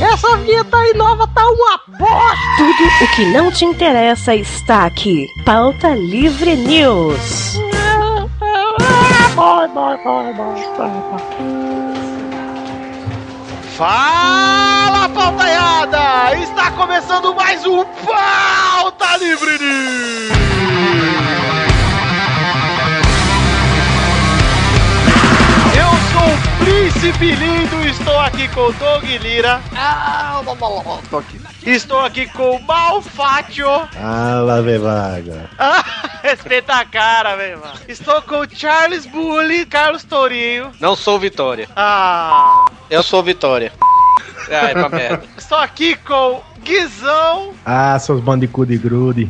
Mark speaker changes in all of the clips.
Speaker 1: Essa vinheta aí nova tá uma bosta!
Speaker 2: Tudo o que não te interessa está aqui. Pauta Livre News.
Speaker 1: Bora, bora, bora, bora, bora, bora. Fala, pautaiada! Está começando mais um Pauta Livre News! Eu sou o Príncipe Lindo, estou aqui com o Doug Lira.
Speaker 3: Tô aqui.
Speaker 1: Estou aqui com o Malfátio.
Speaker 3: Ah, lá vem vaga.
Speaker 1: Ah, respeita a cara, velho, mano. Estou com o Charles Bully, Carlos Tourinho.
Speaker 4: Não sou Vitória.
Speaker 1: Ah,
Speaker 4: Eu sou Vitória. Ah, é pra merda.
Speaker 1: estou aqui com o Guizão.
Speaker 3: Ah, seus bandos de cu de grude.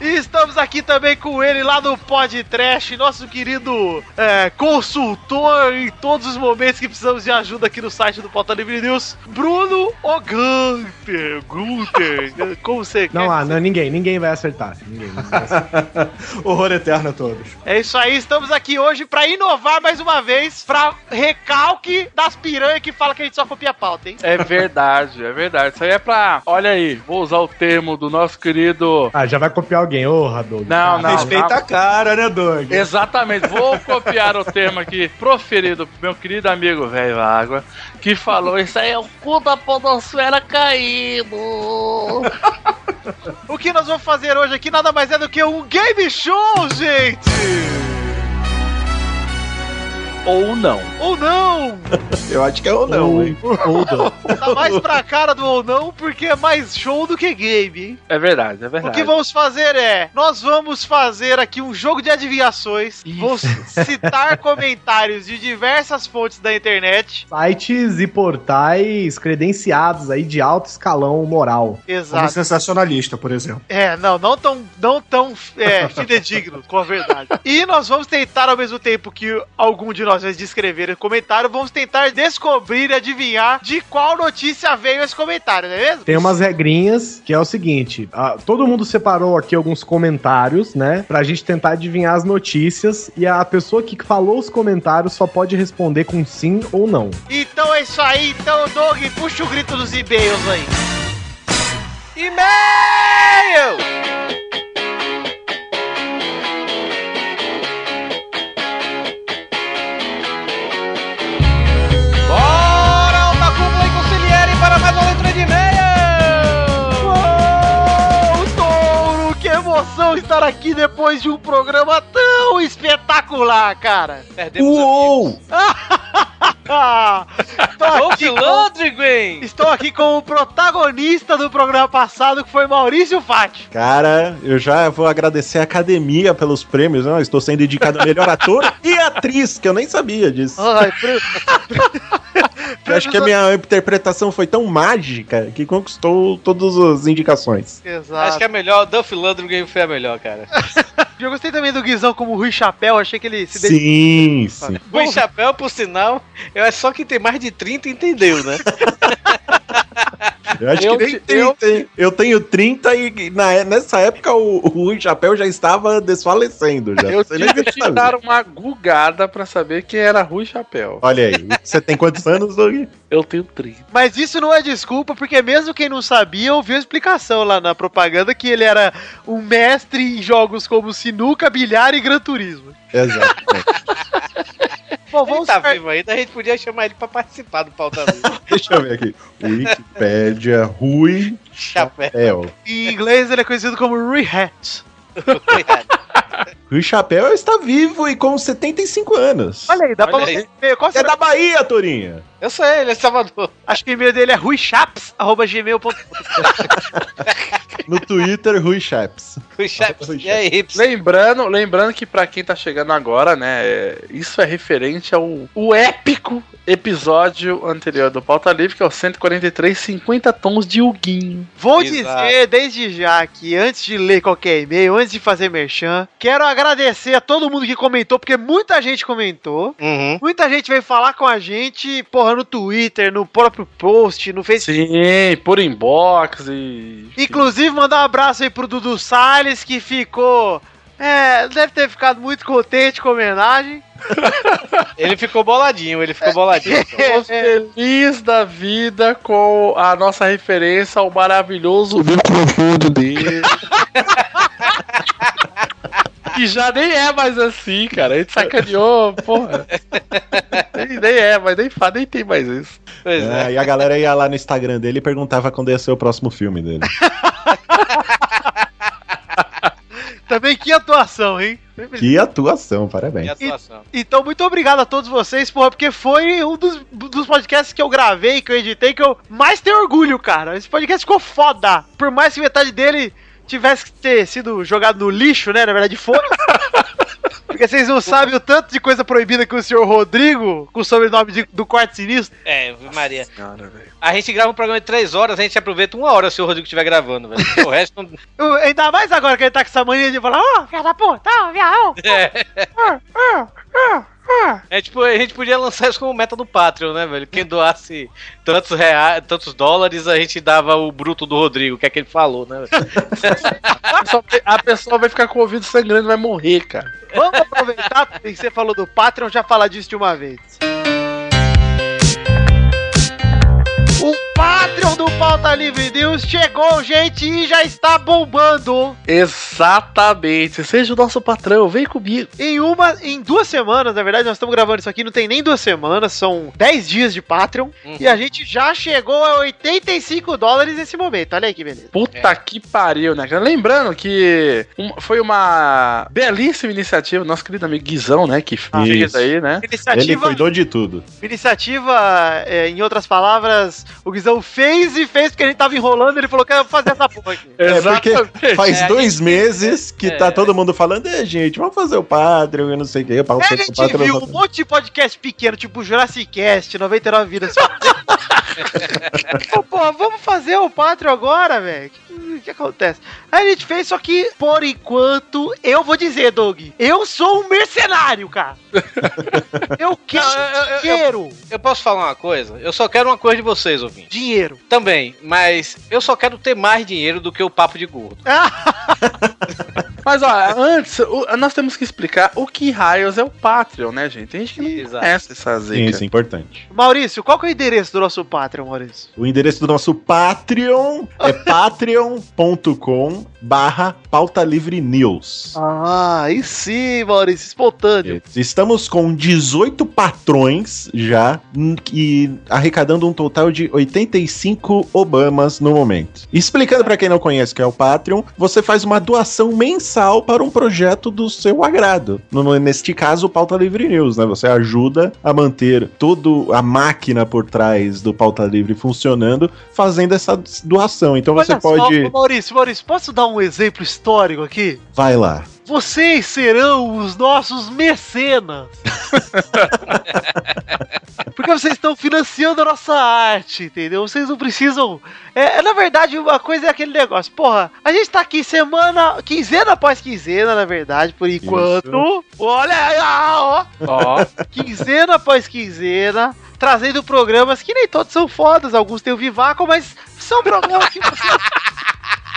Speaker 1: E estamos aqui também com ele lá no podcast, nosso querido é, consultor em todos os momentos que precisamos de ajuda aqui no site do Pauta Livre News, Bruno Ogunter. Gunter, como você
Speaker 3: Não,
Speaker 1: quer.
Speaker 3: ah, não, ninguém, ninguém vai acertar. Ninguém, ninguém vai acertar.
Speaker 5: Horror eterno a todos.
Speaker 1: É isso aí, estamos aqui hoje pra inovar mais uma vez, pra recalque das piranhas que fala que a gente só copia a pauta, hein?
Speaker 6: É verdade, é verdade. Isso aí é pra. Olha aí, vou usar o termo do nosso querido.
Speaker 3: Ah, já vai copiar alguém, ô, Radolfo.
Speaker 6: Não, não.
Speaker 5: Respeita
Speaker 6: não.
Speaker 5: a cara, né, Doug?
Speaker 6: Exatamente, vou copiar o termo aqui proferido pro meu querido amigo velho Água, que falou: Isso aí é o cu da podosfera caído.
Speaker 1: O que nós vamos fazer hoje aqui nada mais é do que um game show, gente!
Speaker 6: Ou não.
Speaker 1: Ou não!
Speaker 5: Eu acho que é ou não, hein?
Speaker 3: Ou Doug.
Speaker 1: Tá mais pra cara do ou não, porque é mais show do que game, hein?
Speaker 6: É verdade, é
Speaker 1: O
Speaker 6: verdade.
Speaker 1: que vamos fazer é, nós vamos fazer aqui um jogo de adivinhações. Vou citar comentários de diversas fontes da internet.
Speaker 3: Sites e portais credenciados aí de alto escalão moral.
Speaker 5: Como
Speaker 1: Exato.
Speaker 5: sensacionalista, por exemplo.
Speaker 1: É, não, não tão, não tão é, fidedigno com a verdade. E nós vamos tentar, ao mesmo tempo que algum de nós vai descrever o comentário, vamos tentar descobrir e adivinhar de qual notícia veio esse comentário, não é mesmo?
Speaker 3: Tem umas regrinhas que é o seguinte: ah, todo mundo separou aqui alguns comentários, né? Pra gente tentar adivinhar as notícias. E a pessoa que falou os comentários só pode responder com sim ou não.
Speaker 1: Então é isso aí, então, Doug, puxa o grito dos e-mails aí. E-mail! Bora, alta cúpula e conciliere para mais uma leitura de e-mail! Touro, Oh, que emoção estar aqui depois de um programa tão espetacular, cara!
Speaker 4: Perdemos Uou!
Speaker 1: Ah, tô
Speaker 4: Tô
Speaker 1: aqui com-
Speaker 4: filandre, Gwen!
Speaker 1: Estou aqui com o protagonista do programa passado, que foi Maurício Fati.
Speaker 7: Cara, eu já vou agradecer a academia pelos prêmios, né? Eu Estou sendo indicado a melhor ator e atriz, que eu nem sabia disso.
Speaker 1: Ai, pre-
Speaker 7: Eu acho que é a minha interpretação foi tão mágica que conquistou todas as indicações.
Speaker 1: Exato.
Speaker 4: Acho que é melhor, o Duff Landry foi a melhor, cara.
Speaker 1: é- Eu gostei também do Guizão como Rui Chapéu, achei que ele se dedicou.
Speaker 7: Sim, sim.
Speaker 4: Gwen Chapéu, por sinal, é só quem tem mais de 30 entendeu, né?
Speaker 7: Eu acho
Speaker 6: Eu
Speaker 7: que nem
Speaker 6: te- eu-
Speaker 7: 30. hein? Eu... tenho 30 e na- nessa época o, o Rui Chapéu já estava desfalecendo. Já.
Speaker 6: Eu
Speaker 7: Você nem
Speaker 6: tive que
Speaker 7: sabe.
Speaker 6: dar um- uma gugada pra saber quem era Rui Chapéu.
Speaker 7: Olha aí, você tem quantos anos, Doug?
Speaker 6: Eu tenho 30.
Speaker 1: Mas isso não é desculpa, porque mesmo quem não sabia, ouviu a explicação lá na propaganda que ele era um mestre em jogos como sinuca, bilhar e gran turismo.
Speaker 7: Exato.
Speaker 1: Bom,
Speaker 4: Ele
Speaker 1: vamos
Speaker 4: tá
Speaker 1: par-
Speaker 4: vivo ainda, a gente podia chamar ele pra participar do pauta Livre.
Speaker 7: Deixa eu ver aqui. Wikipédia Rui
Speaker 4: Chapéu.
Speaker 7: Chapéu.
Speaker 1: Em inglês ele é conhecido como Rui Hat.
Speaker 7: Rui Chapéu está vivo e com 75 anos.
Speaker 1: Olha aí, dá
Speaker 6: Olha
Speaker 1: pra
Speaker 6: aí.
Speaker 1: você ver. Qual
Speaker 7: Você é
Speaker 1: será?
Speaker 7: da Bahia, Torinha.
Speaker 4: Eu sou ele, é Salvador.
Speaker 1: Acho que o e-mail dele é ruichaps.gmail.com.
Speaker 7: No Twitter, Rui Chaps.
Speaker 4: Gwen Chapéu. E é aí, Hips?
Speaker 6: Lembrando, lembrando que pra quem tá chegando agora, né, é- isso é referente ao o épico episódio anterior do Pauta Livre, que é o 143 50 tons de Huguinho.
Speaker 1: Vou
Speaker 4: Exato.
Speaker 1: dizer desde já que antes de ler qualquer e-mail, antes de fazer merchan, quero agradecer a todo mundo que comentou, porque muita gente comentou.
Speaker 4: Uhum.
Speaker 1: Muita gente veio falar com a gente, porra, no Twitter, no próprio post, no Facebook.
Speaker 6: Sim, por inbox e.
Speaker 1: Inclusive, mandar um abraço aí pro Dudu Salles, que ficou É, deve ter ficado muito contente com a homenagem.
Speaker 4: Ele ficou boladinho, ele ficou boladinho.
Speaker 6: Tô feliz da vida com a nossa referência ao maravilhoso microfundo dele. Que já nem é mais assim, cara. A gente sacaneou, porra. Nem, nem é, mas nem, fa- nem tem mais isso.
Speaker 4: Pois é.
Speaker 7: É, e a galera ia lá no Instagram dele e perguntava quando ia ser o próximo filme dele.
Speaker 1: Também que atuação, hein?
Speaker 7: Que atuação, parabéns.
Speaker 4: E a atuação.
Speaker 1: Então, muito obrigado a todos vocês, porra, porque foi um dos, dos podcasts que eu gravei, que eu editei, que eu mais tenho orgulho, cara. Esse podcast ficou foda. Por mais que metade dele tivesse que ter sido jogado no lixo, né? Na verdade, foi. Porque vocês não sabem o tanto de coisa proibida que o senhor Rodrigo, com o sobrenome de- do quarto sinistro,
Speaker 4: É, Maria. A gente grava um programa de três horas, a gente aproveita uma hora se o Rodrigo estiver gravando, velho. Porque O resto não.
Speaker 1: eu- ainda mais agora que ele tá com essa mania de falar, ó, filha da puta, ó, viadão,
Speaker 4: É.
Speaker 1: ó, ó, ó, ó.
Speaker 4: É, tipo, a gente podia lançar isso como meta do Patreon, né, velho? Quem doasse tantos reais, tantos dólares, a gente dava o bruto do Rodrigo, que é que ele falou, né? velho?
Speaker 6: A pessoa, a pessoa vai ficar com o ouvido sangrando e vai morrer, cara.
Speaker 1: Vamos aproveitar, porque você falou do Patreon, já falar disso de uma vez. O Patreon do Pauta Livre News chegou, gente, e já está bombando.
Speaker 6: Exatamente. Seja o nosso patrão, vem comigo.
Speaker 1: Em uma, em duas semanas, na verdade, nós estamos gravando isso aqui, não tem nem duas semanas, são 10 dias de Patreon.
Speaker 4: Uhum.
Speaker 1: E a gente já chegou a 85 dólares nesse momento. Olha aí que beleza.
Speaker 6: Puta
Speaker 7: É.
Speaker 6: que pariu, né, cara? Lembrando que um- foi uma belíssima iniciativa, nosso querido amigo Guizão, né? Que fez
Speaker 7: Isso.
Speaker 6: aí, né?
Speaker 7: Ele
Speaker 1: Iniciativa,
Speaker 7: cuidou de tudo.
Speaker 1: iniciativa é, em outras palavras, o Guizão fez e fez porque a gente tava enrolando, ele falou que ia fazer essa porra aqui.
Speaker 7: É, porque Faz
Speaker 4: É, a
Speaker 7: dois meses que
Speaker 4: é.
Speaker 7: tá todo mundo falando, é, gente, vamos fazer o Patreon, eu não sei o que, o
Speaker 1: É, a
Speaker 7: Patreon, o
Speaker 1: gente
Speaker 7: Patreon,
Speaker 1: viu
Speaker 7: o
Speaker 1: um
Speaker 7: Patreon.
Speaker 1: monte de podcast pequeno, tipo Jurassic Cast, 99 vidas. Pô, pô, vamos fazer o Patreon agora, velho? O que acontece? Aí a gente fez, só que, por enquanto, eu vou dizer, Doug, eu sou um mercenário, cara. eu quero
Speaker 4: Não, eu- eu- eu-
Speaker 1: dinheiro.
Speaker 4: Eu posso falar uma coisa? Eu só quero uma coisa de vocês, ouvintes.
Speaker 1: Dinheiro.
Speaker 4: Também, mas eu só quero ter mais dinheiro do que o papo de gordo.
Speaker 6: Mas ó, antes, o- nós temos que explicar o que raios é o Patreon, né, gente? Tem gente que não
Speaker 4: Exato.
Speaker 6: conhece essa
Speaker 7: Sim,
Speaker 6: zica.
Speaker 7: isso é importante.
Speaker 1: Maurício, qual que é o endereço do nosso Patreon, Maurício?
Speaker 7: O endereço do nosso Patreon é patreon.com barra pauta livre news.
Speaker 1: Ah, e sim, Maurício, espontâneo.
Speaker 7: Estamos com 18 patrões já n- e arrecadando um total de 85 Obamas no momento. Explicando pra quem não conhece o que é o Patreon, você faz uma doação mensal para um projeto do seu agrado. No- no- neste caso, o Pauta Livre News, né? Você ajuda a manter toda a máquina por trás do Pauta Livre funcionando, fazendo essa doação. Então você
Speaker 1: Olha
Speaker 7: pode.
Speaker 1: só, Maurício, Maurício, posso dar um exemplo histórico aqui?
Speaker 7: Vai lá.
Speaker 1: Vocês serão os nossos mecenas. Porque vocês estão financiando a nossa arte, entendeu? Vocês não precisam. É, é, na verdade, uma coisa é aquele negócio. Porra, a gente tá aqui semana, quinzena após quinzena, na verdade, por enquanto. Olha aí, ó,
Speaker 6: Ó,
Speaker 1: quinzena após quinzena, trazendo programas que nem todos são fodas, alguns têm o Vivaco, mas são programas que vocês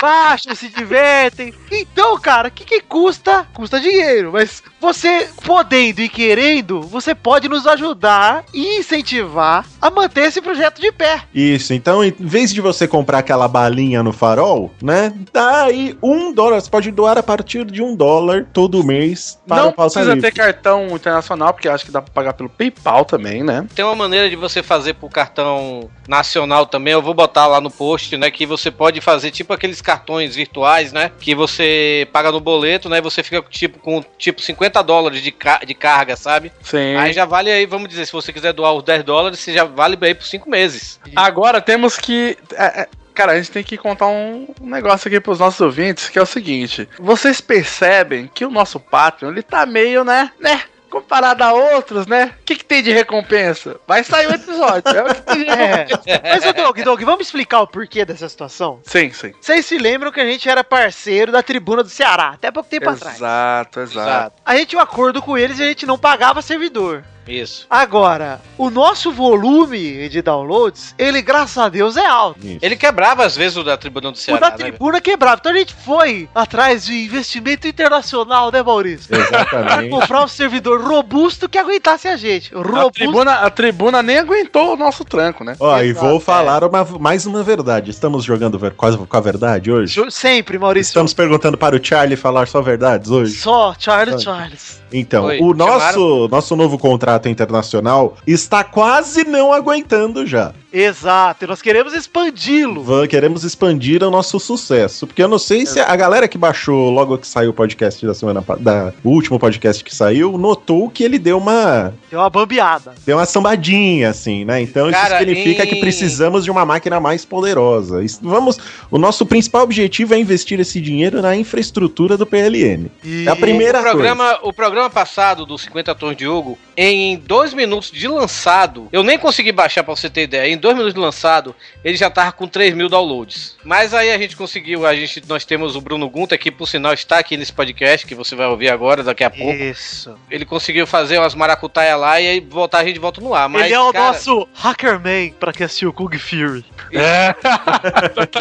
Speaker 1: baixam, se divertem. Então, cara, o que, que custa? Custa dinheiro, mas você podendo e querendo, você pode nos ajudar e incentivar a manter esse projeto de pé.
Speaker 7: Isso, então em vez de você comprar aquela balinha no farol, né? Dá aí um dólar. Você pode doar a partir de um dólar todo mês para
Speaker 6: não
Speaker 7: o Pauta
Speaker 6: precisa
Speaker 7: Livre.
Speaker 6: ter cartão internacional, porque acho que dá pra pagar pelo PayPal também, né?
Speaker 4: Tem uma maneira de você fazer pro cartão nacional também, eu vou botar lá no post, né? Que você pode fazer tipo aqueles cartões virtuais, né? Que você paga no boleto, né? E você fica tipo com tipo 50 dólares de, ca- de carga, sabe?
Speaker 6: Sim.
Speaker 4: Aí já vale aí, vamos dizer, se você quiser doar os 10 dólares, você já vale aí por 5 meses.
Speaker 1: Ah,
Speaker 6: Agora temos que. é, é, cara, a gente tem que contar um negócio aqui pros nossos ouvintes, que é o seguinte. Vocês percebem que o nosso Patreon, ele tá meio, né? Né? Comparado a outros, né? O que, que tem de recompensa? Vai sair o episódio. É o que tem de recompensa.
Speaker 1: É. Mas, ô Doug, Doug, vamos explicar o porquê dessa situação?
Speaker 6: Sim, sim.
Speaker 1: Vocês se lembram que a gente era parceiro da Tribuna do Ceará, até pouco tempo atrás.
Speaker 6: Exato, exato.
Speaker 1: A gente tinha um acordo com eles e a gente não pagava servidor.
Speaker 4: Isso.
Speaker 1: Agora, o nosso volume de downloads, ele, graças a Deus, é alto.
Speaker 7: Isso.
Speaker 4: Ele quebrava às vezes o da Tribuna do Ceará.
Speaker 1: o da
Speaker 4: né,
Speaker 1: tribuna quebrava. Então a gente foi atrás de investimento internacional, né, Maurício? Pra
Speaker 7: Exatamente.
Speaker 1: comprar um servidor robusto que aguentasse a gente.
Speaker 6: A
Speaker 1: Robusto.
Speaker 6: tribuna, a tribuna nem aguentou o nosso tranco, né?
Speaker 7: Ó, e
Speaker 1: Exato,
Speaker 7: vou falar uma- mais uma verdade. Estamos jogando ver- quase com a verdade hoje?
Speaker 1: Ju- Sempre, Maurício.
Speaker 7: Estamos perguntando para o Charlie falar só verdades hoje?
Speaker 1: Só Charles Charles.
Speaker 7: Então,
Speaker 4: Oi,
Speaker 7: o
Speaker 4: chamaram?
Speaker 7: nosso, nosso novo contrato internacional está quase não aguentando já.
Speaker 1: Exato. E nós queremos expandi-lo.
Speaker 7: Van- Queremos expandir o nosso sucesso. Porque eu não sei se a galera que baixou logo que saiu o podcast da semana pa- da o último podcast que saiu, notou que ele deu uma
Speaker 1: Deu É uma bambeada.
Speaker 7: deu uma sambadinha, assim, né? Então
Speaker 4: Cara,
Speaker 7: isso significa
Speaker 4: em-
Speaker 7: que precisamos de uma máquina mais poderosa. Isso- Vamos. O nosso principal objetivo é investir esse dinheiro na infraestrutura do PLM.
Speaker 1: E...
Speaker 7: É a primeira
Speaker 4: o programa, O programa passado do 50 Tons de Hugo, em dois minutos de lançado, eu nem consegui baixar pra você ter ideia, em dois minutos de lançado, ele já tava com 3 mil downloads. Mas aí a gente conseguiu, a gente, nós temos o Bruno Gunta, que por sinal está aqui nesse podcast, que você vai ouvir agora, daqui a pouco.
Speaker 1: Isso.
Speaker 4: Ele conseguiu fazer umas maracutaia lá e aí voltar, a gente volta no ar. Mas,
Speaker 1: ele é o
Speaker 4: cara,
Speaker 1: nosso Hackerman pra quem assistiu Kung Fury.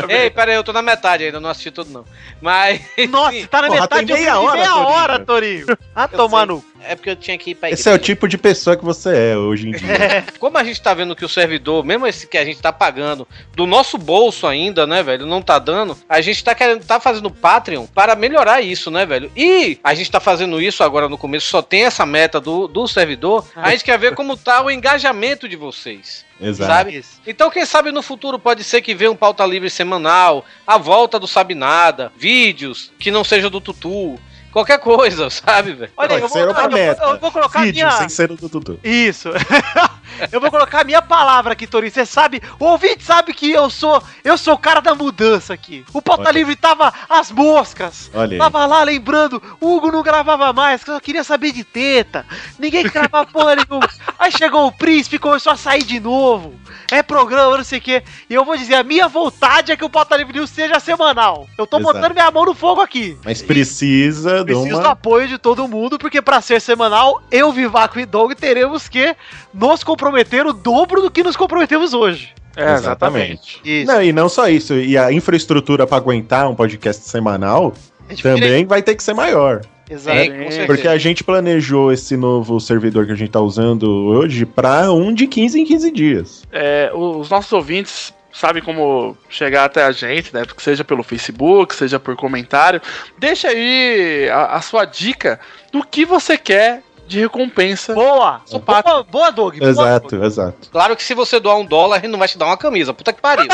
Speaker 4: Ei, pera aí, eu tô na metade ainda, não assisti tudo não. Mas
Speaker 1: Nossa, tá na
Speaker 7: Porra,
Speaker 1: metade
Speaker 7: tem meia
Speaker 1: eu vi
Speaker 7: hora,
Speaker 1: meia
Speaker 7: Torinho.
Speaker 1: hora, Torinho. Ah, tomar no. cu.
Speaker 4: é porque eu tinha que ir pra
Speaker 7: Esse é o
Speaker 4: igreja.
Speaker 7: tipo de pessoa que você é hoje em dia.
Speaker 4: Como a gente tá vendo que o servidor, mesmo esse que a gente tá pagando, do nosso bolso ainda, né, velho, não tá dando, a gente tá querendo, tá fazendo Patreon para melhorar isso, né, velho? E a gente tá fazendo isso agora no começo, só tem essa meta do, do servidor, a gente quer ver como tá o engajamento de vocês.
Speaker 7: Exato.
Speaker 4: Sabe? Então, quem sabe no futuro pode ser que venha um pauta livre semanal, a volta do Sabe Nada, vídeos que não sejam do Tutu, qualquer coisa, sabe, velho?
Speaker 1: Olha, aí, eu vou,
Speaker 7: Pode ser uma
Speaker 1: eu vou-
Speaker 7: é meta.
Speaker 1: eu vou colocar
Speaker 7: Vídeo
Speaker 1: a minha.
Speaker 7: sem ser o do Dudu.
Speaker 1: Isso. eu vou colocar a minha palavra aqui, Torinho. Você sabe, o ouvinte sabe que eu sou, eu sou o cara da mudança aqui. O Pauta
Speaker 7: Olha.
Speaker 1: Livre tava às moscas.
Speaker 7: Olha aí.
Speaker 1: Tava lá lembrando, o Hugo não gravava mais, que só queria saber de teta. Ninguém gravava porra nenhuma. Aí chegou o príncipe e começou a sair de novo. É programa, não sei o quê. E eu vou dizer, a minha vontade é que o Pauta Livre News seja semanal. Eu tô
Speaker 7: Exato.
Speaker 1: botando minha mão no fogo aqui.
Speaker 7: Mas precisa de
Speaker 1: Preciso
Speaker 7: uma.
Speaker 1: do apoio de todo mundo, porque pra ser semanal, eu, Vivaco e Doug teremos que nos comprometer o dobro do que nos comprometemos hoje.
Speaker 6: É,
Speaker 1: Isso.
Speaker 7: Não, e não só isso, e a infraestrutura para aguentar um podcast semanal
Speaker 1: A gente
Speaker 7: também
Speaker 1: queria-
Speaker 7: vai ter que ser maior.
Speaker 1: Exato.
Speaker 4: É, com certeza.
Speaker 7: Porque a gente planejou esse novo servidor que a gente tá usando hoje para um de 15 em 15 dias.
Speaker 6: É, o- os nossos ouvintes sabem como chegar até a gente, né? Porque Seja pelo Facebook, seja por comentário. Deixa aí a, a sua dica do que você quer de recompensa.
Speaker 1: Boa.
Speaker 6: Sou
Speaker 1: boa!
Speaker 6: pato.
Speaker 1: Boa, Doug! boa,
Speaker 7: exato,
Speaker 1: Doug.
Speaker 7: exato.
Speaker 4: Claro que se você doar um dólar, ele não vai te dar uma camisa. Puta que pariu.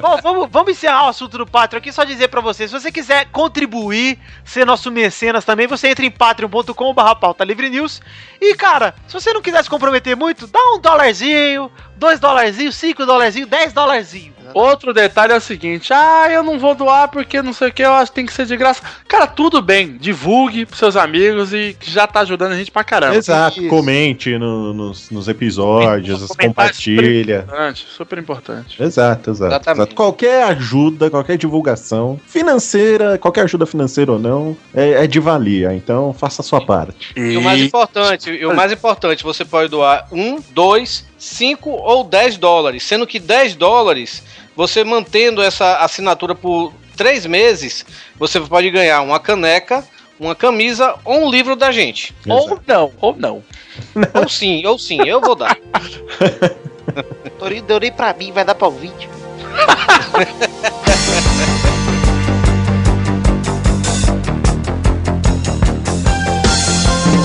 Speaker 1: Bom, vamos, vamos encerrar o assunto do Patreon aqui. Só dizer pra vocês: se você quiser contribuir, ser nosso mecenas também, você entra em patreon.com.br pauta livre news. E, cara, se você não quiser se comprometer muito, dá um dolarzinho, dois dolarzinhos, cinco dolarzinhos, dez dolarzinhos.
Speaker 6: Outro detalhe é o seguinte: ah, eu não vou doar porque não sei o que, eu acho que tem que ser de graça. Cara, tudo bem, divulgue pros seus amigos e que já tá ajudando a gente pra caramba.
Speaker 7: exato,
Speaker 1: É, isso.
Speaker 7: comente no- nos, nos episódios,
Speaker 6: Comentários
Speaker 7: compartilha.
Speaker 6: Importante, super importante.
Speaker 7: Exato, exato,
Speaker 4: Exatamente.
Speaker 7: exato. Qualquer ajuda, qualquer divulgação financeira, qualquer ajuda financeira ou não, é, é de valia. Então faça a sua parte.
Speaker 4: E o mais importante, e o mais importante, você pode doar um, dois, cinco ou dez dólares. Sendo que 10 dólares, você mantendo essa assinatura por três meses, você pode ganhar uma caneca, uma camisa ou um livro da gente.
Speaker 6: Ou não, ou não.
Speaker 4: Ou sim, ou sim, eu vou dar.
Speaker 1: Torinho deu nem pra mim, vai dar pra ouvinte.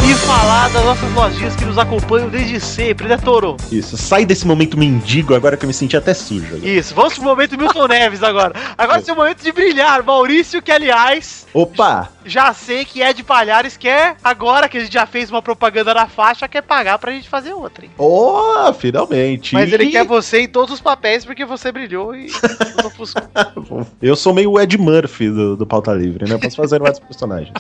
Speaker 1: E falar das nossas lojinhas que nos acompanham desde sempre, né, Toro?
Speaker 7: Isso, sai desse momento mendigo agora que eu me senti até sujo. agora.
Speaker 1: Isso, vamos pro momento Milton Neves agora. Agora esse é o momento de brilhar. Maurício, que aliás,
Speaker 7: Opa!
Speaker 1: já sei que é de Palhares, quer, agora que a gente já fez uma propaganda na faixa, quer pagar pra gente fazer outra, hein?
Speaker 7: Oh, finalmente!
Speaker 1: Mas ele
Speaker 7: Ih,
Speaker 1: quer você em todos os papéis porque você brilhou e nos ofuscou.
Speaker 7: Eu sou meio o Ed Murphy do, do Pauta Livre, né? Posso fazer vários personagens.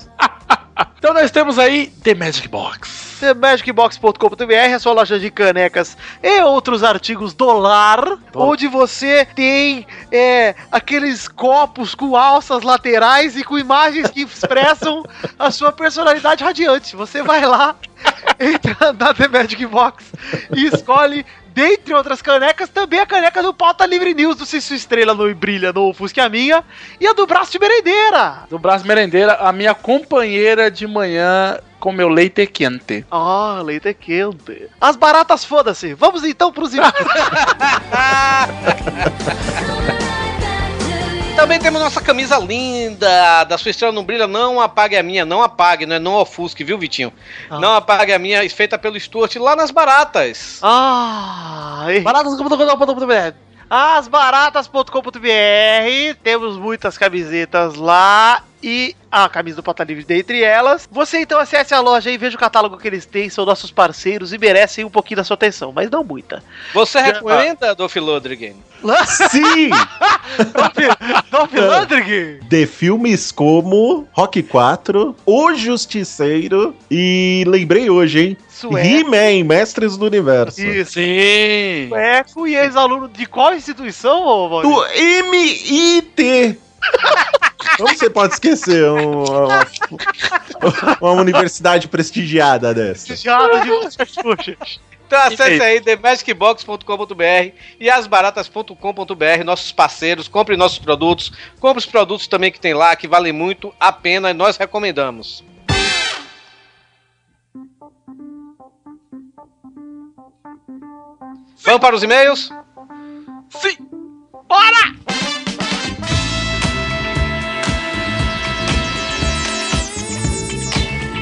Speaker 6: Então nós temos aí The Magic Box.
Speaker 1: TheMagicBox.com.br, a sua loja de canecas e outros artigos dólar, onde você tem é, aqueles copos com alças laterais e com imagens que expressam a sua personalidade radiante. Você vai lá, entra na The Magic Box e escolhe. Dentre outras canecas, também a caneca do Pauta Livre News, do Se Sua Estrela Não Brilha, Não Ofusque a Minha, e a do Braço de Merendeira.
Speaker 6: Do Brás Merendeira, a minha companheira de manhã com meu leite quente.
Speaker 1: Ah, leite quente. As baratas, foda-se. Vamos então pros e-mails.
Speaker 4: Também temos nossa camisa linda, da sua estrela não brilha, não apague a minha, não apague, não é não ofusque, viu Vitinho?
Speaker 1: Ah.
Speaker 4: Não apague a minha, é feita pelo Stuart lá nas baratas.
Speaker 1: Ah, e-
Speaker 6: Baratas.com.br
Speaker 1: asbaratas.com.br Temos muitas camisetas lá e a camisa do Pauta Livre dentre elas. Você então acesse a loja e veja o catálogo que eles têm, são nossos parceiros e merecem um pouquinho da sua atenção, mas não muita.
Speaker 4: Você recomenda, Dolph Lundgren?
Speaker 7: Sim!
Speaker 1: Dolph Lundgren!
Speaker 7: de filmes como Rock 4, O Justiceiro e lembrei hoje, hein?
Speaker 1: Sué.
Speaker 7: He-Man, Mestres do Universo.
Speaker 1: Isso.
Speaker 6: Sim.
Speaker 1: Sueco e ex-aluno de qual instituição, ô Maurício?
Speaker 7: Do MIT. Como você pode esquecer um- uma, uma universidade prestigiada dessa?
Speaker 1: Judiado de Massachusetts.
Speaker 4: Então acesse aí themagicbox.com.br e asbaratas.com.br, nossos parceiros, compre nossos produtos, compre os produtos também que tem lá, que valem muito a pena e nós recomendamos. Vamos para os e-mails?
Speaker 6: Sim.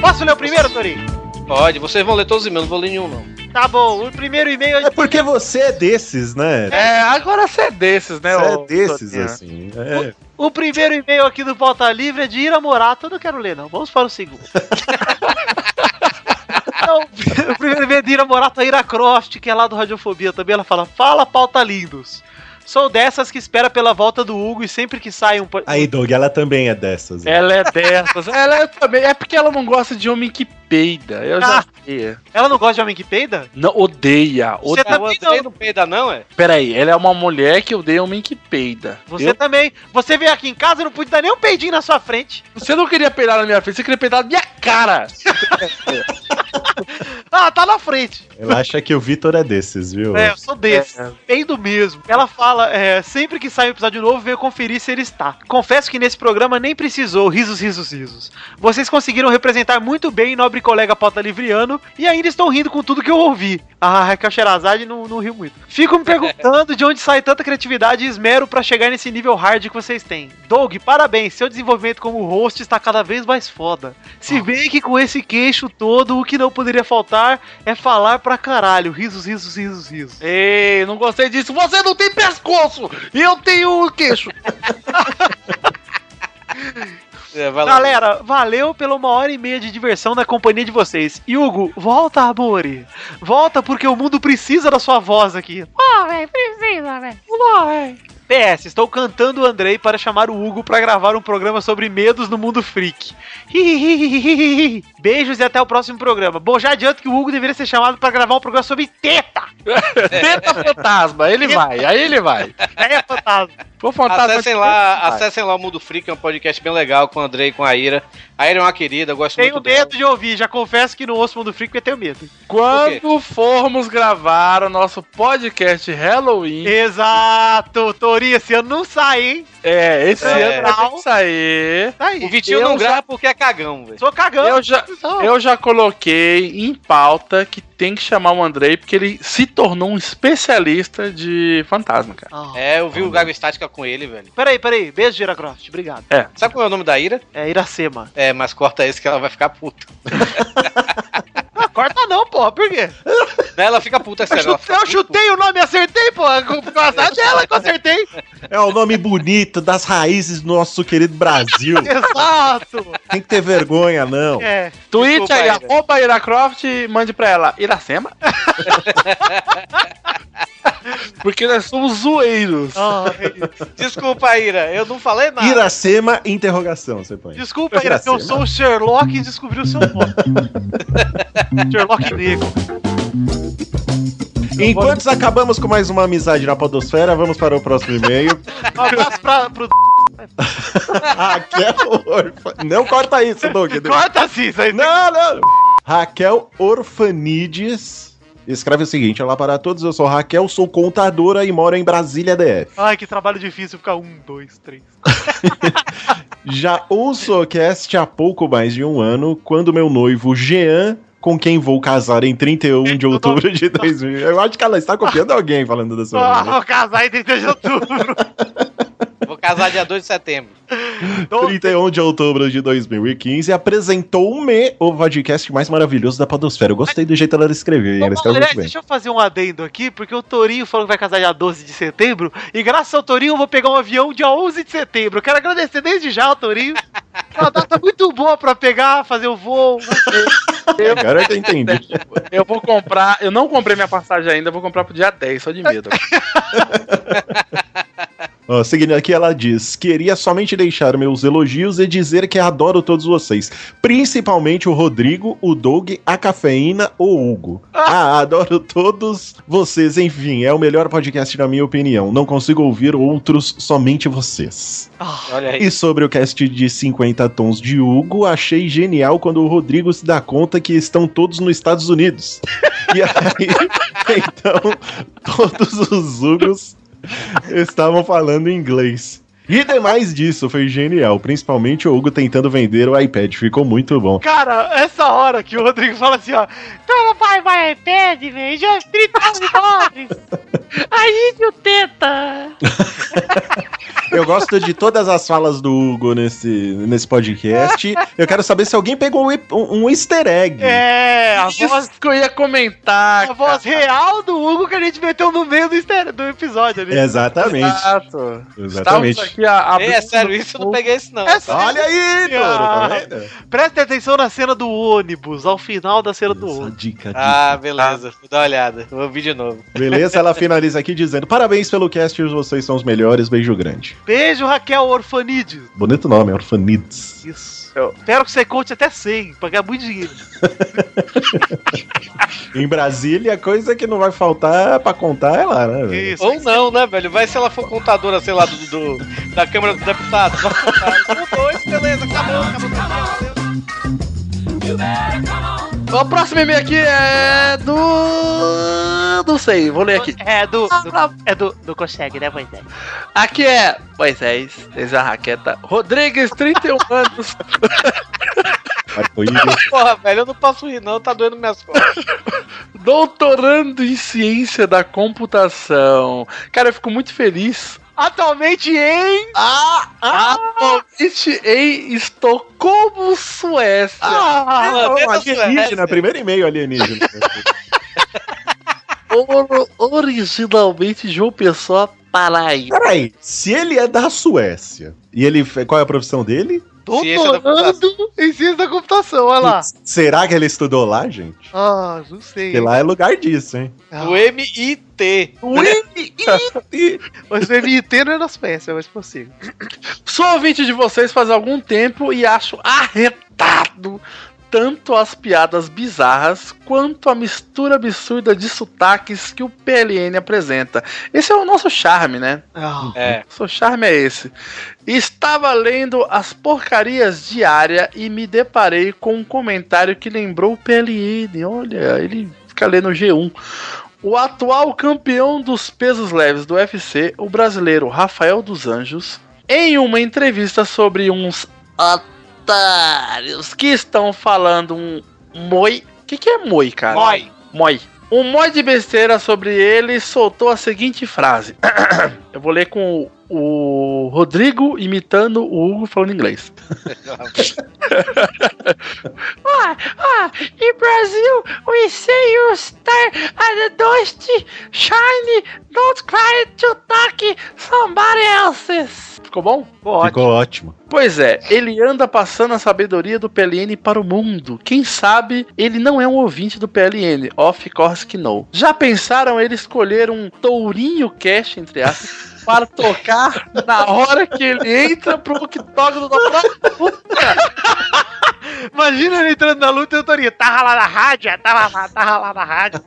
Speaker 1: Posso ler o primeiro, Torinho?
Speaker 4: Pode, vocês vão ler todos os e-mails, não vou ler nenhum, não.
Speaker 1: Tá bom, o primeiro e-mail é
Speaker 7: É porque você é desses, né?
Speaker 6: É, agora você é desses, né?
Speaker 7: Você
Speaker 6: ô,
Speaker 7: é desses,
Speaker 6: Toninho?
Speaker 7: assim. É.
Speaker 1: O primeiro e-mail aqui do Pauta Livre é de Ira Morato. Eu não quero ler, não. Vamos para o segundo. Então, o primeiro e-mail é de Ira Morato, a Ira Croft, que é lá do Radiofobia também. Ela fala: Fala, pauta lindos. Sou dessas que espera pela volta do Hugo e sempre que sai um. po-
Speaker 7: Aí, Doug, ela também é dessas. né?
Speaker 6: Ela é dessas. ela é também. É porque ela não gosta de homem que peida. Eu já sei.
Speaker 1: Ela não gosta de homem que peida?
Speaker 6: Não, odeia.
Speaker 1: Você
Speaker 6: odeia.
Speaker 1: tá-
Speaker 4: Você também não peida, não, é?
Speaker 6: Peraí, ela é uma mulher que odeia homem que peida.
Speaker 1: Você
Speaker 6: Eu-
Speaker 1: também. Você veio aqui em casa e não pude dar nem um peidinho na sua frente.
Speaker 6: Você não queria peidar na minha frente, você queria peidar na minha cara.
Speaker 1: Ah, tá na frente.
Speaker 7: Ela acha que o Vitor é desses, viu?
Speaker 1: É, eu sou desse. Bem do mesmo. Ela fala, é, sempre que sai um episódio novo, venho conferir se ele está. Confesso que nesse programa nem precisou. Risos, risos, risos. Vocês conseguiram representar muito bem nobre colega pauta livriano e ainda estou rindo com tudo que eu ouvi. A Raquel Sherazade não, não riu muito. Fico me perguntando de onde sai tanta criatividade e esmero pra chegar nesse nível hard que vocês têm. Doug, parabéns. Seu desenvolvimento como host está cada vez mais foda. Se bem que com esse queixo todo, o que não poderia faltar é falar pra caralho. Risos, risos, risos, risos.
Speaker 6: Ei, não gostei disso. Você não tem pescoço e eu tenho queixo.
Speaker 4: É, vai lá.
Speaker 1: Galera, valeu pela uma hora e meia de diversão na companhia de vocês. E Hugo, volta, amore. Volta porque o mundo precisa da sua voz aqui.
Speaker 8: Pô, velho, precisa, velho.
Speaker 1: PS, estou cantando o Andrei para chamar o Hugo para gravar um programa sobre medos no mundo freak. Hihihihihihi. Beijos e até o próximo programa. Bom, já adianto que o Hugo deveria ser chamado para gravar um programa sobre teta.
Speaker 6: Tenta fantasma, ele vai, aí ele vai.
Speaker 1: Aí é fantasma.
Speaker 6: Pô, fantasma.
Speaker 4: Acessem
Speaker 6: de-
Speaker 4: lá,
Speaker 6: vai.
Speaker 4: acessem lá o Mundo Freak, é um podcast bem legal com o Andrei e com a Ira. A Ira é uma querida, eu gosto
Speaker 1: Tenho
Speaker 4: muito dela.
Speaker 1: medo de ouvir, já confesso que não ouço o mundo freak porque tenho medo.
Speaker 6: Quando formos gravar o nosso podcast Halloween,
Speaker 1: Exato, Tori, esse ano não sai, hein?
Speaker 6: é, esse
Speaker 4: É.
Speaker 6: ano vai ter que sair.
Speaker 1: Tá aí.
Speaker 4: O Vitinho
Speaker 6: Eu
Speaker 4: não
Speaker 6: já-
Speaker 4: grava porque é cagão, velho.
Speaker 1: Sou cagando.
Speaker 6: Eu já, eu já coloquei em pauta que tem que chamar o Andrei, porque ele se tornou um especialista de fantasma, cara.
Speaker 1: Ah.
Speaker 4: É, eu vi o Gago Estática com ele, velho.
Speaker 1: Peraí, peraí. Beijo, Gira Croft. Obrigado.
Speaker 4: Sabe qual é o nome da Ira?
Speaker 1: É Iracema.
Speaker 4: É, mas corta esse que ela vai ficar puta.
Speaker 1: Ah, corta não, porra. Por quê?
Speaker 4: Né, Ela fica puta, é
Speaker 1: Eu,
Speaker 4: sério. ela
Speaker 1: chute-
Speaker 4: fica
Speaker 1: eu
Speaker 4: muito
Speaker 1: chutei o nome e acertei, porra. Com por causa dela que eu acertei.
Speaker 7: É o nome bonito das raízes do nosso querido Brasil.
Speaker 1: Exato.
Speaker 7: Tem que ter vergonha, não.
Speaker 1: É.
Speaker 6: Twitter,
Speaker 4: Desculpa,
Speaker 6: aí,
Speaker 4: Ira.
Speaker 6: arroba Ira Croft e mande pra ela. Iracema? Porque nós somos zoeiros.
Speaker 1: Ah, é isso.
Speaker 4: puta. Desculpa, Ira, eu não falei nada.
Speaker 7: Iracema, interrogação, você põe.
Speaker 1: Desculpa, Ira, eu sou o Sherlock e descobri o seu nome. Sherlock Negro.
Speaker 7: Enquanto acabamos com mais uma amizade na Podosfera, vamos para o próximo e-mail.
Speaker 1: Um abraço pra, pro.
Speaker 7: Raquel Orfa... Não corta isso, Doug.
Speaker 1: Corta, assim, Cisa.
Speaker 7: Não, não. Raquel Orfanides. Escreve o seguinte: Olá para todos, eu sou Raquel, sou contadora e moro em Brasília, DF.
Speaker 1: Ai, que trabalho difícil ficar um, dois, três.
Speaker 7: Já ouço o cast há pouco mais de um ano, quando meu noivo Jean, com quem vou casar em 31 de outubro de 2000. Eu acho que ela está copiando alguém falando dessa
Speaker 1: Ah,
Speaker 7: maneira.
Speaker 1: vou casar em 30 de outubro.
Speaker 4: Vou casar dia 2 de setembro.
Speaker 1: Então,
Speaker 7: 31 de outubro de 2015, apresentou-me o podcast mais maravilhoso da Podosfera. Eu gostei do jeito dela escrever, ela escreveu
Speaker 1: aliás,
Speaker 7: muito bem.
Speaker 1: deixa eu fazer um adendo aqui, porque o Torinho falou que vai casar dia 12 de setembro, e graças ao Torinho eu vou pegar um avião dia 11 de setembro. Eu quero agradecer desde já ao Torinho. É uma data muito boa pra pegar, fazer o voo.
Speaker 7: Agora eu entendi.
Speaker 6: Eu vou comprar, eu não comprei minha passagem ainda, eu vou comprar pro dia 10, só de medo.
Speaker 7: Ó, seguindo aqui, ela diz: Queria somente deixar meus elogios e dizer que adoro todos vocês, principalmente o Rodrigo, o Doug, a Cafeína, o Hugo. Ah, adoro todos vocês, enfim, é o melhor podcast na minha opinião. Não consigo ouvir outros, somente vocês.
Speaker 4: Olha aí.
Speaker 7: E sobre o cast de 50 tons de Hugo, achei genial quando o Rodrigo se dá conta que estão todos nos Estados Unidos. E aí, então, todos os Hugos estavam falando inglês. E demais disso, foi genial. Principalmente o Hugo tentando vender o iPad, ficou muito bom.
Speaker 1: Cara, essa hora que o Rodrigo fala assim, ó,
Speaker 8: Toma, vai, vai, pede,
Speaker 1: né?
Speaker 8: velho. Já 30 mil dólares. A gente o tenta.
Speaker 7: Eu gosto de todas as falas do Hugo nesse, nesse podcast. Eu quero saber se alguém pegou um e- um, um easter egg.
Speaker 1: é, a
Speaker 6: Isso
Speaker 1: voz,
Speaker 6: que eu ia comentar.
Speaker 1: a voz real do Hugo que a gente meteu no meio do, easter- do episódio ali.
Speaker 7: Exatamente.
Speaker 6: Tá, Exato. Estávamos
Speaker 7: Exatamente.
Speaker 6: aqui a,
Speaker 4: Ei, é sério, isso eu não peguei isso, não.
Speaker 1: É sério.
Speaker 7: Olha aí, Toro, tá vendo?
Speaker 1: Presta atenção na cena do ônibus, ao final da cena do
Speaker 7: Essa
Speaker 1: ônibus.
Speaker 7: dica, dica.
Speaker 4: Ah, beleza. Vou dar uma olhada. Vou ouvir de novo.
Speaker 7: Beleza, ela finaliza aqui dizendo: Parabéns pelo cast, vocês são os melhores, beijo grande.
Speaker 1: Beijo, Raquel Orfanides.
Speaker 7: Bonito nome, Orfanides.
Speaker 1: Isso.
Speaker 6: Eu-
Speaker 1: Espero que você conte até 100, pagar muito dinheiro.
Speaker 7: Em Brasília, coisa que não vai faltar pra contar é lá, né? velho?
Speaker 1: Isso.
Speaker 4: Ou não, né, velho? Vai se ela for contadora, sei lá, do, do- da Câmara dos Deputados. Vai contar. Um, dois, beleza, acabou, acabou. acabou.
Speaker 6: O próximo e-mail aqui é do. Não sei, vou ler aqui.
Speaker 1: É do, do- É do. Não consegue, né, Moisés?
Speaker 6: Aqui é Moisés, desde a raqueta. Rodrigues, 31 anos.
Speaker 7: Vai pro Índio.
Speaker 4: Porra, velho, eu não posso rir, não. Tá doendo minhas costas.
Speaker 6: Doutorando em ciência da computação. Cara, eu fico muito feliz.
Speaker 1: Atualmente em.
Speaker 6: Ah, Atualmente em Estocolmo, Suécia.
Speaker 4: Ah,
Speaker 7: Não,
Speaker 4: dentro da
Speaker 1: né?
Speaker 7: alienígena, primeiro e-mail alienígena.
Speaker 6: Or- originalmente de uma pessoa paraíba.
Speaker 7: Peraí, se ele é da Suécia e ele. fe- Qual é a profissão dele?
Speaker 4: Ciência da
Speaker 1: Doutorando em ciência da computação, olha lá.
Speaker 7: Será que ele estudou lá, gente?
Speaker 1: Ah, não sei.
Speaker 7: Porque lá é lugar disso, hein?
Speaker 4: Do MIT.
Speaker 1: Mas o MIT não é na Suécia, mas consigo.
Speaker 6: Sou ouvinte de vocês faz algum tempo e acho arretado tanto as piadas bizarras quanto a mistura absurda de sotaques que o PLN apresenta. Esse é o nosso charme, né?
Speaker 1: Ah,
Speaker 4: É.
Speaker 6: Seu charme é esse. Estava lendo as porcarias diária e me deparei com um comentário que lembrou o PLN. Olha, ele fica lendo o G1. O atual campeão dos pesos leves do UFC, o brasileiro Rafael dos Anjos, em uma entrevista sobre uns otários que estão falando um moi. O que, que é moi, cara?
Speaker 4: Moi.
Speaker 6: Moi. Um moi de besteira sobre ele soltou a seguinte frase. Eu vou ler com o Rodrigo imitando o Hugo falando inglês.
Speaker 8: Ah, ah, in Brazil, we say you stare at the dust shiny, don't try to attack somebody else's.
Speaker 6: Ficou bom?
Speaker 7: Ficou ótimo.
Speaker 6: Pois é, ele anda passando a sabedoria do PLN para o mundo. Quem sabe ele não é um ouvinte do PLN. Of course que não. Já pensaram ele escolher um tourinho cash, entre aspas, para tocar na hora que ele entra pro octógono da
Speaker 1: Imagina ele entrando na luta e eu tô ali, tava lá na rádio, é, tava lá, tava lá na rádio.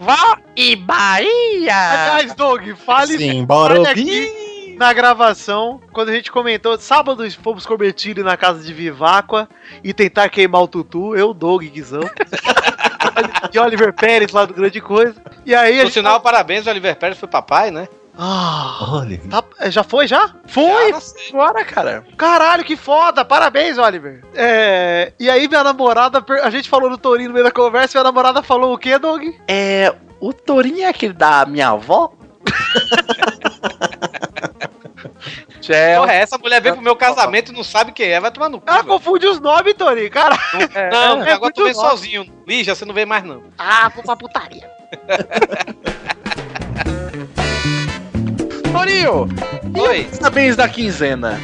Speaker 8: Vó e Bahia!
Speaker 1: Aliás, Doug, fale
Speaker 7: Sim, bora
Speaker 1: olha
Speaker 7: ouvir.
Speaker 1: na gravação, quando a gente comentou, sábado fomos cometidos na casa de Viváqua e tentar queimar o Tutu, eu, Doug Guizão. e Oliver Pérez lá do Grande Coisa. E aí a
Speaker 4: Por
Speaker 1: gente.
Speaker 4: sinal, parabéns, o Oliver Pérez foi papai, né?
Speaker 1: Ah,
Speaker 7: Olha.
Speaker 1: tá- já foi já?
Speaker 4: Ah,
Speaker 1: Foi!
Speaker 6: agora, cara.
Speaker 1: Caralho, que foda! Parabéns, Oliver! É, e aí minha namorada, per- a gente falou no Torinho no meio da conversa, minha namorada falou o quê, Doug?
Speaker 6: É. O tourinho é aquele da minha avó? Tchau.
Speaker 4: Porra, essa mulher veio pro meu casamento e É. não sabe quem é, vai tomar no cu.
Speaker 1: Ela
Speaker 4: velho.
Speaker 1: confunde os nomes, Torinho, cara.
Speaker 4: Não,
Speaker 1: é
Speaker 4: agora tu
Speaker 1: muito
Speaker 4: vem
Speaker 1: nova.
Speaker 4: sozinho. Lígia, você não vem mais, não.
Speaker 8: Ah, vou pra putaria.
Speaker 6: Torinho!
Speaker 4: Oi.
Speaker 6: Parabéns da quinzena.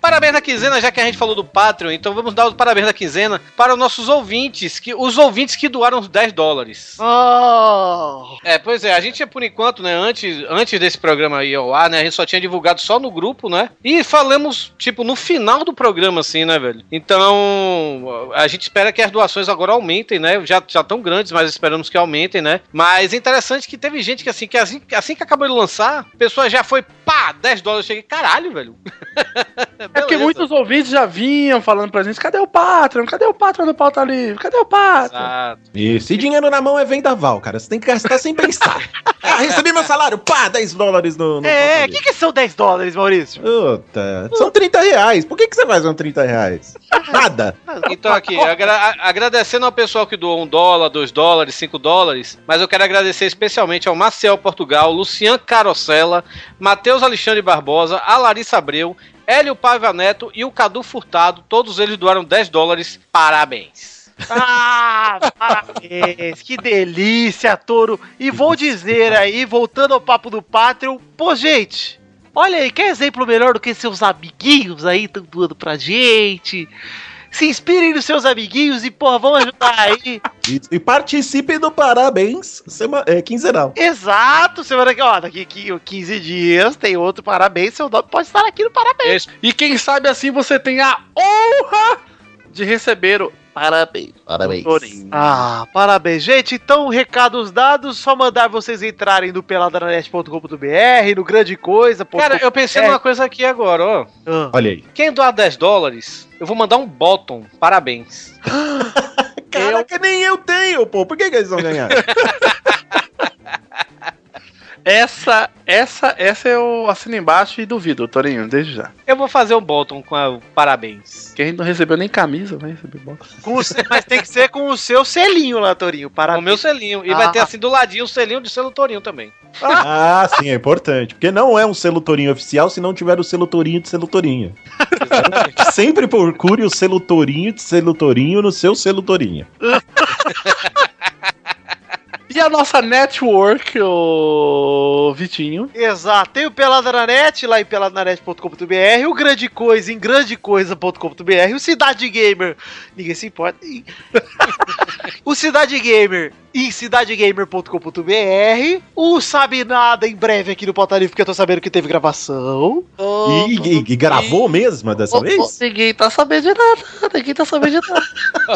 Speaker 4: Parabéns da quinzena, já que a gente falou do Patreon, então vamos dar os parabéns da quinzena para os nossos ouvintes, que os ouvintes que doaram os 10 dólares.
Speaker 1: Oh.
Speaker 4: É, pois é, a gente por enquanto, né, antes, antes desse programa ir ao ar, né, a gente só tinha divulgado só no grupo, né, e falamos, tipo, no final do programa, assim, né, velho. Então, a gente espera que as doações agora aumentem, né, já já tão grandes, mas esperamos que aumentem, né. Mas é interessante que teve gente que, assim, que assim, assim que acabou de lançar, a pessoa já foi, pá, 10 dólares, eu cheguei, caralho, velho.
Speaker 6: É porque
Speaker 4: Beleza.
Speaker 6: muitos ouvintes já vinham falando pra gente: cadê o Patreon? Cadê o Patreon do Pauta Livre? Cadê o Patreon?
Speaker 4: Exato.
Speaker 7: Isso. E dinheiro na mão é vendaval, cara. Você tem que gastar sem pensar. ah, recebi meu salário. Pá, 10 dólares no. no
Speaker 1: É, o
Speaker 7: porta-livro.
Speaker 1: que, que são 10 dólares, Maurício?
Speaker 7: Puta, são 30 reais. Por que, que você faz com 30 reais? Nada.
Speaker 4: Então aqui, agra- a- agradecendo ao pessoal que doou um dólar, dois dólares, cinco dólares, mas eu quero agradecer especialmente ao Marcel Portugal, Lucian Carosella, Matheus Alexandre Barbosa, a Larissa Abreu, Hélio Paiva Neto e o Cadu Furtado, todos eles doaram 10 dólares, parabéns.
Speaker 1: Ah, parabéns! Que delícia, touro! E vou dizer aí, voltando ao papo do Patreon, pô, gente, olha aí, quer exemplo melhor do que seus amiguinhos aí estão doando pra gente? Se inspirem nos seus amiguinhos e, pô, vão ajudar aí.
Speaker 7: E, e participe do Parabéns sema, é, quinzenal.
Speaker 1: Exato, semana que, ó, daqui qui- 15 dias tem outro parabéns, seu nome pode estar aqui no parabéns.
Speaker 6: E quem sabe assim você tem a honra de receber o parabéns.
Speaker 7: Parabéns.
Speaker 6: Torinho.
Speaker 1: Ah, parabéns, gente. Então, recados dados, só mandar vocês entrarem no peladranet.com.br, no Grande Coisa. ponto
Speaker 4: Cara, eu pensei numa coisa aqui agora, ó.
Speaker 1: com-
Speaker 7: Olha aí.
Speaker 4: Quem doar 10 dólares, eu vou mandar um bottom, parabéns.
Speaker 7: Caraca, nem eu tenho, pô. Por que, que eles vão ganhar?
Speaker 6: Essa, essa, essa eu assino embaixo e duvido, Torinho, desde já.
Speaker 4: Eu vou fazer um bottom com a- o parabéns.
Speaker 6: Quem não recebeu nem camisa vai receber bola.
Speaker 1: com o se- mas tem que ser com o seu selinho lá, Torinho.
Speaker 4: Com o
Speaker 1: Parabéns.
Speaker 4: meu selinho. E
Speaker 1: Ah.
Speaker 4: vai ter assim do ladinho o selinho de selo Torinho também.
Speaker 7: ah, sim, é importante. Porque não é um selo Torinho oficial se não tiver o selo Torinho de selo Torinho.
Speaker 4: Exatamente.
Speaker 7: Sempre procure o selo Torinho de selo Torinho no seu selo Torinho.
Speaker 6: E a nossa network, o Vitinho.
Speaker 1: Exato. Tem o Pelada na Net, lá em peladanet.com.br, o Grande Coisa em grandecoisa.com.br, o Cidade Gamer, ninguém se importa, e- o Cidade Gamer em cidadegamer.com.br, o Sabe Nada em breve aqui no Pauta Livre, porque eu tô sabendo que teve gravação.
Speaker 7: E, e- e gravou mesmo dessa vez?
Speaker 6: Ninguém tá sabendo de nada. Ninguém tá sabendo de nada.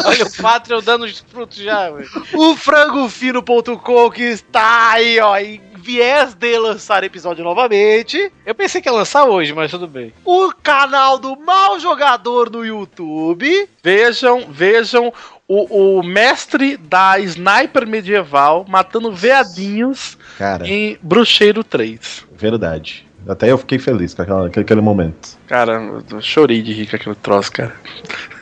Speaker 4: Olha o Patreon dando os frutos já, velho.
Speaker 1: O frangofino.com que está aí, ó, em viés de lançar episódio novamente.
Speaker 4: Eu pensei que ia lançar hoje, mas tudo bem.
Speaker 1: O canal do Mal Jogador no YouTube.
Speaker 6: Vejam, vejam o, o mestre da sniper medieval matando veadinhos
Speaker 7: Cara,
Speaker 6: em Bruxeiro 3.
Speaker 7: verdade. Até eu fiquei feliz com aquela- com aquele momento.
Speaker 6: Cara, eu chorei de rir com aquele troço, cara.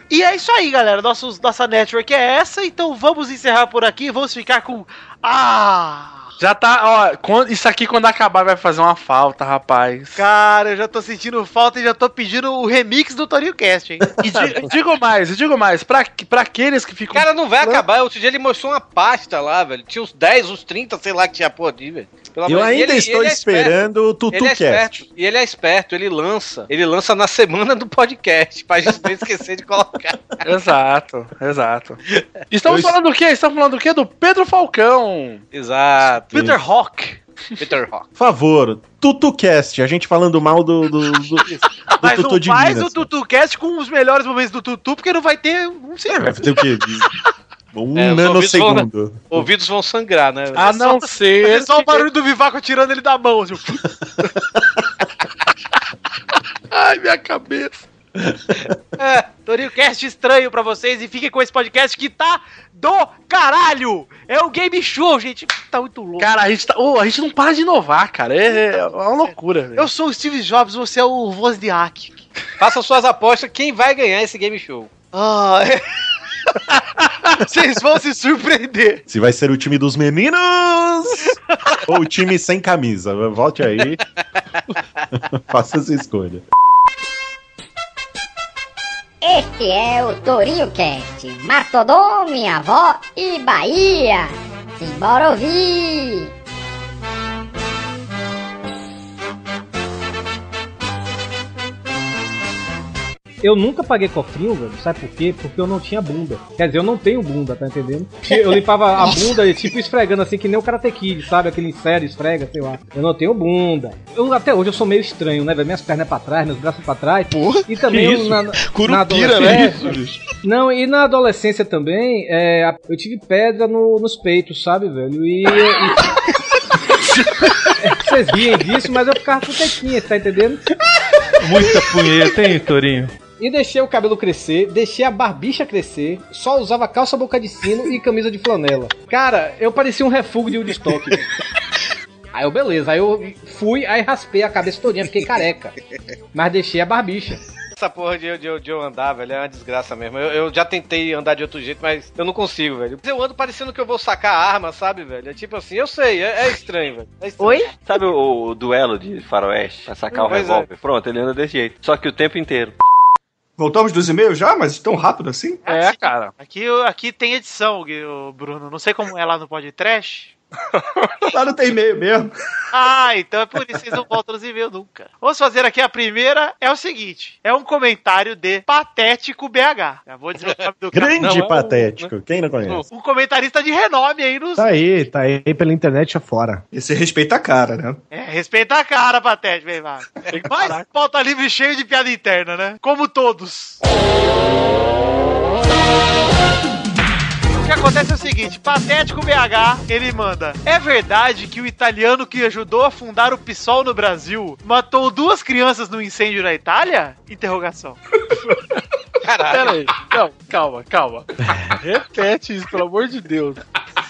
Speaker 1: E é isso aí, galera. Nossos, nossa network é essa. Então vamos encerrar por aqui. Vamos ficar com. Ah!
Speaker 6: Já tá, ó, quando- isso aqui quando acabar vai fazer uma falta, rapaz.
Speaker 1: Cara, eu já tô sentindo falta e já tô pedindo o remix do Torinho Cast, hein?
Speaker 6: E di- digo mais, e digo mais, pra, pra aqueles que ficam.
Speaker 4: Cara, não vai acabar. Outro dia ele mostrou uma pasta lá, velho. Tinha uns 10, uns 30, sei lá, que tinha porra de, velho. Pelo
Speaker 7: Eu
Speaker 4: amor de-
Speaker 7: ainda
Speaker 4: ele-
Speaker 7: estou
Speaker 4: ele é esperto.
Speaker 7: esperando o
Speaker 4: Ele é
Speaker 7: TutuCast.
Speaker 4: esperto. E ele é esperto, ele lança. Ele lança na semana do podcast, pra gente não esquecer de colocar.
Speaker 6: Exato, exato. Estamos
Speaker 7: Eu-
Speaker 6: falando do quê? Estamos falando do quê? Do Pedro Falcão.
Speaker 4: Exato.
Speaker 1: Peter Hawk.
Speaker 4: Peter Hawk.
Speaker 7: Por favor, TutuCast. A gente falando mal do, do, do, do
Speaker 1: Mas
Speaker 7: Tutu
Speaker 1: não
Speaker 7: de
Speaker 1: faz
Speaker 7: Minas.
Speaker 1: o TutuCast com os melhores momentos do Tutu, porque não vai ter um
Speaker 7: Vai
Speaker 1: segundo.
Speaker 7: ter o quê? Um
Speaker 4: É, os
Speaker 7: nanosegundo.
Speaker 4: Ouvidos vão sangrar, né?
Speaker 7: Ah.
Speaker 6: A Ah, não
Speaker 1: É
Speaker 6: ser.
Speaker 1: só o
Speaker 6: que-
Speaker 1: barulho do Vivaco tirando ele da mão, assim.
Speaker 6: Ai, minha cabeça.
Speaker 1: É, Torinho Cast estranho pra vocês e fiquem com esse podcast que tá do caralho! É o Game Show, gente. Tá muito louco.
Speaker 6: Cara, a gente, tá, ô, a gente não para de inovar, cara. É, é uma loucura, velho.
Speaker 1: eu sou o Steve Jobs, você é o Wozniak.
Speaker 4: Façam suas apostas, quem vai ganhar esse game show?
Speaker 1: Ah, é. Vocês vão se surpreender.
Speaker 7: Se vai ser o time dos meninos ou o time sem camisa. Volte aí. Faça essa escolha.
Speaker 9: Este é o Torinho Cast, Matodon, minha avó e Bahia. Simbora ouvir!
Speaker 10: Eu nunca paguei cofrinho, velho, sabe por quê? Porque eu não tinha bunda. Quer dizer, eu não tenho bunda, tá entendendo? Porque Eu limpava a bunda, tipo, esfregando assim, que nem o Karate Kid, sabe? Aquele sério esfrega, sei lá. Eu não tenho bunda. Eu, até hoje eu sou meio estranho, né, velho? Minhas pernas pra trás, meus braços é pra trás.
Speaker 5: Porra,
Speaker 10: E também
Speaker 5: que
Speaker 10: eu
Speaker 5: isso?
Speaker 10: na-
Speaker 5: Curupira,
Speaker 10: Na
Speaker 5: né?
Speaker 10: adolescência. Não, e na adolescência também, é, a- eu tive pedra no- nos peitos, sabe, velho? E. e- É, Vocês riem disso, mas eu ficava com tequinha, tá entendendo?
Speaker 11: Muita punheta, hein, Torinho?
Speaker 10: E deixei o cabelo crescer, deixei a barbicha crescer, só usava calça boca de sino e camisa de flanela. Cara, eu parecia um refúgio de Woodstock. Aí eu, beleza, aí eu fui, aí raspei a cabeça todinha, fiquei careca. Mas deixei a barbicha.
Speaker 4: Essa porra de eu, de eu, de eu andar, velho, é uma desgraça mesmo. Eu, eu já tentei andar de outro jeito, mas eu não consigo, velho. Eu ando parecendo que eu vou sacar a arma, sabe, velho? É tipo assim, eu sei, é, é estranho, velho. É estranho.
Speaker 2: Oi?
Speaker 12: Sabe o, o duelo de faroeste? Pra sacar o
Speaker 4: Pois é.
Speaker 12: revólver. Pronto, ele anda desse jeito. Só que o tempo inteiro.
Speaker 5: Voltamos dos e-mails já? Mas tão rápido assim?
Speaker 6: É, cara.
Speaker 1: Aqui, aqui tem edição, Gui- Bruno. Não sei como é lá no podcast.
Speaker 5: Lá não tem e-mail mesmo.
Speaker 1: Ah, então é por isso que vocês não voltam nos e-mails nunca. Vamos fazer aqui a primeira, é o seguinte. É um comentário de Patético BH. Já vou dizer o nome do cara.
Speaker 7: Grande
Speaker 4: não, é um-
Speaker 7: patético. Quem não conhece?
Speaker 1: Um comentarista de renome aí nos...
Speaker 3: Tá aí, tá aí pela internet afora.
Speaker 5: Esse respeita a cara, né?
Speaker 1: É, respeita a cara, Patético, meu irmão. Mas pauta livre cheio de piada interna, né? Como todos. O que acontece é o seguinte, Patético BH, ele manda. É verdade que o italiano que ajudou a fundar o PSOL no Brasil matou duas crianças no incêndio na Itália? Interrogação.
Speaker 6: Pera aí. Não, calma, calma. Repete isso, pelo amor de Deus.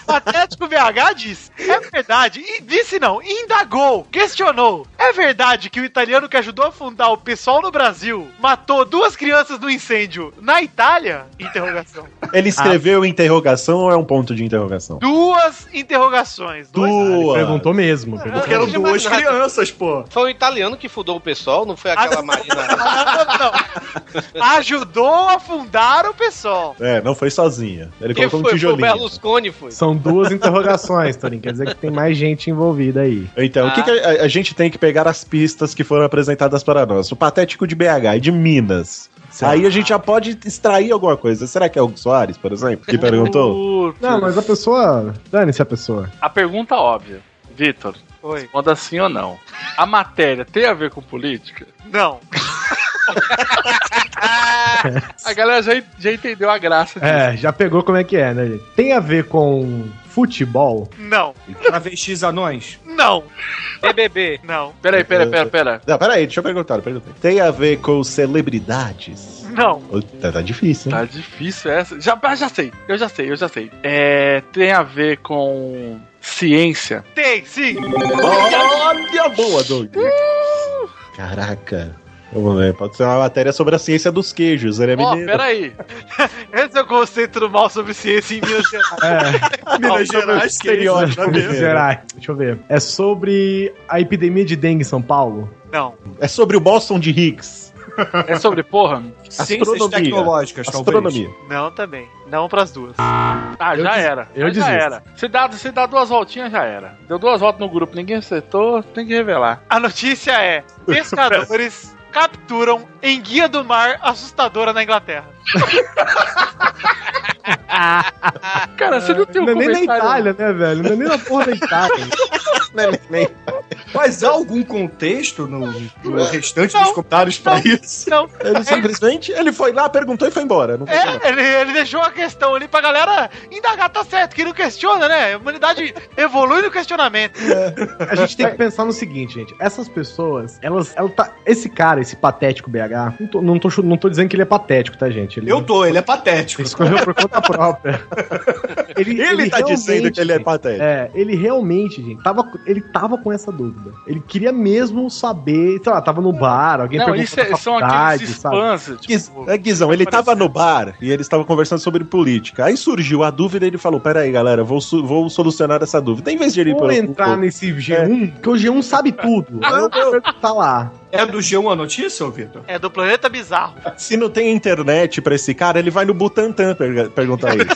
Speaker 1: Patético BH diz: É verdade, e disse não, indagou, questionou. É verdade que o italiano que ajudou a fundar o PSOL no Brasil matou duas crianças no incêndio na Itália? Interrogação.
Speaker 7: Ele escreveu interrogação ou é um ponto de interrogação?
Speaker 1: Duas interrogações. Dois.
Speaker 7: Duas.
Speaker 3: Perguntou mesmo. perguntou.
Speaker 5: Porque eram duas crianças, pô.
Speaker 4: Foi o italiano que fundou o pessoal, não foi
Speaker 12: Ah,
Speaker 4: aquela marina.
Speaker 1: Não. Ajudou a fundar o PSOL.
Speaker 7: É, não foi sozinha. Ele
Speaker 4: Quem foi? Foi
Speaker 7: colocou um
Speaker 4: o
Speaker 7: tijolinho.
Speaker 4: Berlusconi, foi.
Speaker 3: São duas interrogações, Torinho. Quer dizer que tem mais gente envolvida aí.
Speaker 7: Então, o
Speaker 4: Ah.
Speaker 7: que, que a, a gente tem que pegar as pistas que foram apresentadas para nós? O patético de BH e de Minas. Aí a gente já pode extrair alguma coisa. Será que é o Hugo Soares, por exemplo, que perguntou?
Speaker 3: Não, mas a pessoa. Dane-se a pessoa.
Speaker 6: A pergunta óbvia. Vitor,
Speaker 1: Oi.
Speaker 6: manda sim ou não. A matéria tem a ver com política?
Speaker 1: Não.
Speaker 6: A galera já, já entendeu a graça disso.
Speaker 3: É, já pegou como é que é, né, gente? Tem a ver com futebol?
Speaker 1: Não.
Speaker 5: Travestis anões.
Speaker 1: Não.
Speaker 4: BBB.
Speaker 1: Não.
Speaker 6: Peraí, peraí, peraí, peraí.
Speaker 7: Não, peraí, deixa eu perguntar, eu perguntei. Tem a ver com celebridades?
Speaker 1: Não.
Speaker 7: Ô, Tá, tá difícil, hein?
Speaker 6: Tá difícil essa. Já, ah, já sei, eu já sei, eu já sei. É, tem a ver com ciência.
Speaker 1: Tem, sim.
Speaker 4: Uh!
Speaker 7: Olha a boa, Doug! Caraca. Vamos ver, pode ser uma matéria sobre a ciência dos queijos. Ele é
Speaker 6: Ó,
Speaker 7: mineiro.
Speaker 6: peraí.
Speaker 1: Esse é o conceito do mal sobre ciência em Minas Gerais.
Speaker 5: Minas Gerais, que isso,
Speaker 3: Estereótipo
Speaker 5: tá vendo?
Speaker 3: né? Minas Gerais. Deixa eu ver. É sobre a epidemia de dengue em São Paulo?
Speaker 1: Não.
Speaker 7: É sobre o Boston de Higgs.
Speaker 6: É sobre porra?
Speaker 5: Ciências tecnológicas,
Speaker 7: é Astronomia.
Speaker 1: Não também. Não pras duas.
Speaker 6: Ah, já era.
Speaker 3: eu
Speaker 6: Aí já
Speaker 3: desisto.
Speaker 6: era. Se dá, se dá duas voltinhas, já era. Deu duas voltas no grupo, ninguém acertou, tem que revelar.
Speaker 1: A notícia é: pescadores capturam enguia do mar assustadora na Inglaterra.
Speaker 6: Cara, você não tem um
Speaker 3: Não é nem na
Speaker 6: comentário.
Speaker 3: Itália, né, velho? Não é nem na porra da Itália.
Speaker 5: Mas há algum contexto no, no restante dos comentários pra isso?
Speaker 1: Não.
Speaker 7: Ele simplesmente ele foi lá, perguntou e foi embora. Não foi nada.
Speaker 1: Então, É, ele, ele deixou a questão ali pra galera indagar, tá certo, que não questiona, né? A humanidade evolui no questionamento.
Speaker 3: A gente
Speaker 7: É.
Speaker 3: tem que pensar no seguinte, gente. Essas pessoas, elas. Ela tá, esse cara, esse patético BH, não tô, não, tô, chu- não tô dizendo que ele é patético, tá, gente? Ele
Speaker 5: Eu tô, ele é patético.
Speaker 3: ele escolheu por conta própria.
Speaker 7: Ele, tá dizendo que ele é patético.
Speaker 3: É, ele realmente, gente, tava, ele tava com essa dúvida. Ele queria mesmo saber, sei lá, tava no bar, alguém
Speaker 6: Não,
Speaker 3: perguntou
Speaker 6: isso é-
Speaker 3: da
Speaker 6: são
Speaker 3: faculdade,
Speaker 6: aqueles spams. Tipo,
Speaker 7: Guiz- é, Guizão, ele tava no bar e eles estavam conversando sobre política. Aí surgiu a dúvida e ele falou: Peraí, galera, vou, su- vou solucionar essa dúvida. Em vez de ele ir
Speaker 3: Vou
Speaker 7: pelo-
Speaker 3: entrar nesse
Speaker 7: É.
Speaker 3: G1, porque o G1 sabe tudo. Eu vou tá lá.
Speaker 5: É do G1 a notícia, ô Vitor?
Speaker 1: É do planeta bizarro.
Speaker 7: Se não tem internet pra esse cara, ele vai no Butantan perga- perguntar isso.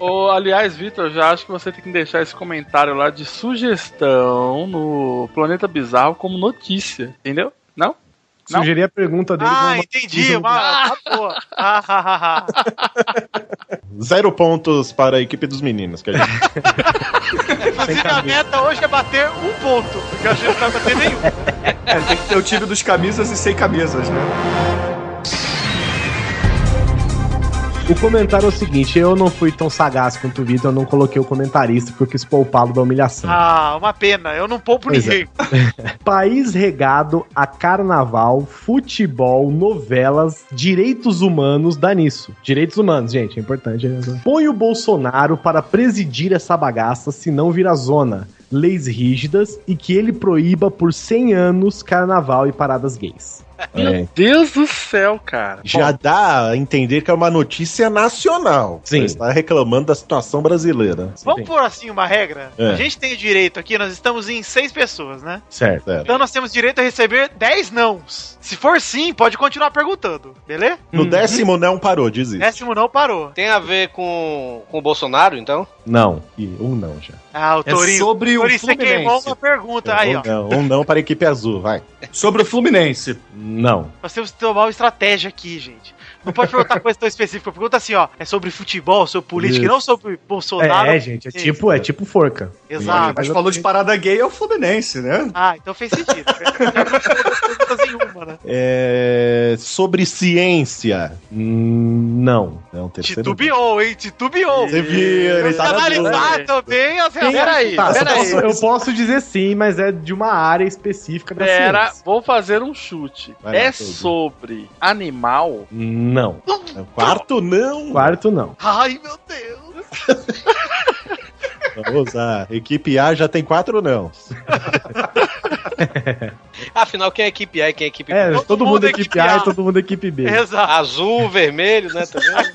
Speaker 6: Ô, aliás, Vitor, eu já acho que você tem que deixar esse comentário lá de sugestão no Planeta Bizarro como notícia, entendeu? Não? Não?
Speaker 3: Sugeri a pergunta dele.
Speaker 1: Ah,
Speaker 3: numa-
Speaker 1: entendi, mano. Tá boa. Ah, ah, ah, ah.
Speaker 7: Zero pontos para a equipe dos meninos. Que a gente...
Speaker 1: Inclusive, a meta hoje é bater um ponto, porque eu achei que não vai bater nenhum.
Speaker 5: É, tem que ter o time dos camisas e sem camisas, né?
Speaker 3: O comentário é o seguinte: eu não fui tão sagaz quanto o Vitor, eu não coloquei o comentarista porque eu quis poupá-lo da humilhação.
Speaker 1: Ah, uma pena. Eu não poupo
Speaker 3: Pois é.
Speaker 1: ninguém.
Speaker 3: País regado a carnaval, futebol, novelas, direitos humanos, dá nisso. Direitos humanos, gente, é importante. né? Põe o Bolsonaro para presidir essa bagaça, senão vira zona. Leis rígidas e que ele proíba por 100 anos carnaval e paradas gays.
Speaker 7: É,
Speaker 6: Deus do céu, cara.
Speaker 7: já dá a entender que é uma notícia nacional.
Speaker 3: Sim.
Speaker 7: Você está reclamando da situação brasileira.
Speaker 1: Vamos pôr assim uma regra?
Speaker 7: É.
Speaker 1: A gente tem o direito aqui, nós estamos em seis pessoas, né?
Speaker 7: Certo, é.
Speaker 1: Então nós temos direito a receber 10 nãos. Se for sim, pode continuar perguntando, beleza?
Speaker 7: No décimo não parou, diz isso.
Speaker 1: hum, Décimo não parou.
Speaker 4: Tem a ver com, com o Bolsonaro, então?
Speaker 7: Não. E um não já.
Speaker 1: Ah, o
Speaker 5: É
Speaker 1: Torinho.
Speaker 5: sobre o
Speaker 1: Torinho, você
Speaker 5: Fluminense.
Speaker 1: queimou uma pergunta tá aí, ó.
Speaker 7: um, não um não para a equipe azul, vai.
Speaker 5: Sobre o Fluminense.
Speaker 7: Não.
Speaker 1: Nós temos que tomar uma estratégia aqui, gente. Não pode perguntar coisa tão específica. Pergunta assim, ó. É sobre futebol, sobre política,
Speaker 3: Isso.
Speaker 1: não sobre Bolsonaro.
Speaker 3: É, é, gente, é tipo, é tipo forca.
Speaker 1: Exato.
Speaker 5: Mas falou de parada gay é o Fluminense, né?
Speaker 1: Ah, então fez sentido. Perguntas nenhuma, né?
Speaker 7: É, sobre ciência.
Speaker 3: Hum, Não.
Speaker 7: Não, terceiro.
Speaker 1: Titubeou, hein? Titubeou.
Speaker 7: Você viu, ele
Speaker 1: Tem que
Speaker 7: tá na dúvida.
Speaker 1: analisar também as
Speaker 6: Peraí,
Speaker 3: Tá, eu
Speaker 6: peraí.
Speaker 3: posso- eu posso dizer sim, mas é de uma área específica da
Speaker 6: Pera,
Speaker 3: ciência.
Speaker 6: vou fazer um chute.
Speaker 7: Vai lá,
Speaker 6: é
Speaker 7: Toby.
Speaker 6: sobre animal?
Speaker 3: Não.
Speaker 7: É o Quarto não.
Speaker 3: Quarto, não.
Speaker 1: Ai, meu Deus.
Speaker 7: Vamos lá. Equipe A já tem quatro não.
Speaker 4: Afinal, quem é equipe A e quem é equipe
Speaker 3: É,
Speaker 4: B?
Speaker 3: todo, mundo é equipe A e todo mundo é equipe B.
Speaker 1: Exato.
Speaker 4: Azul, vermelho, né? Também.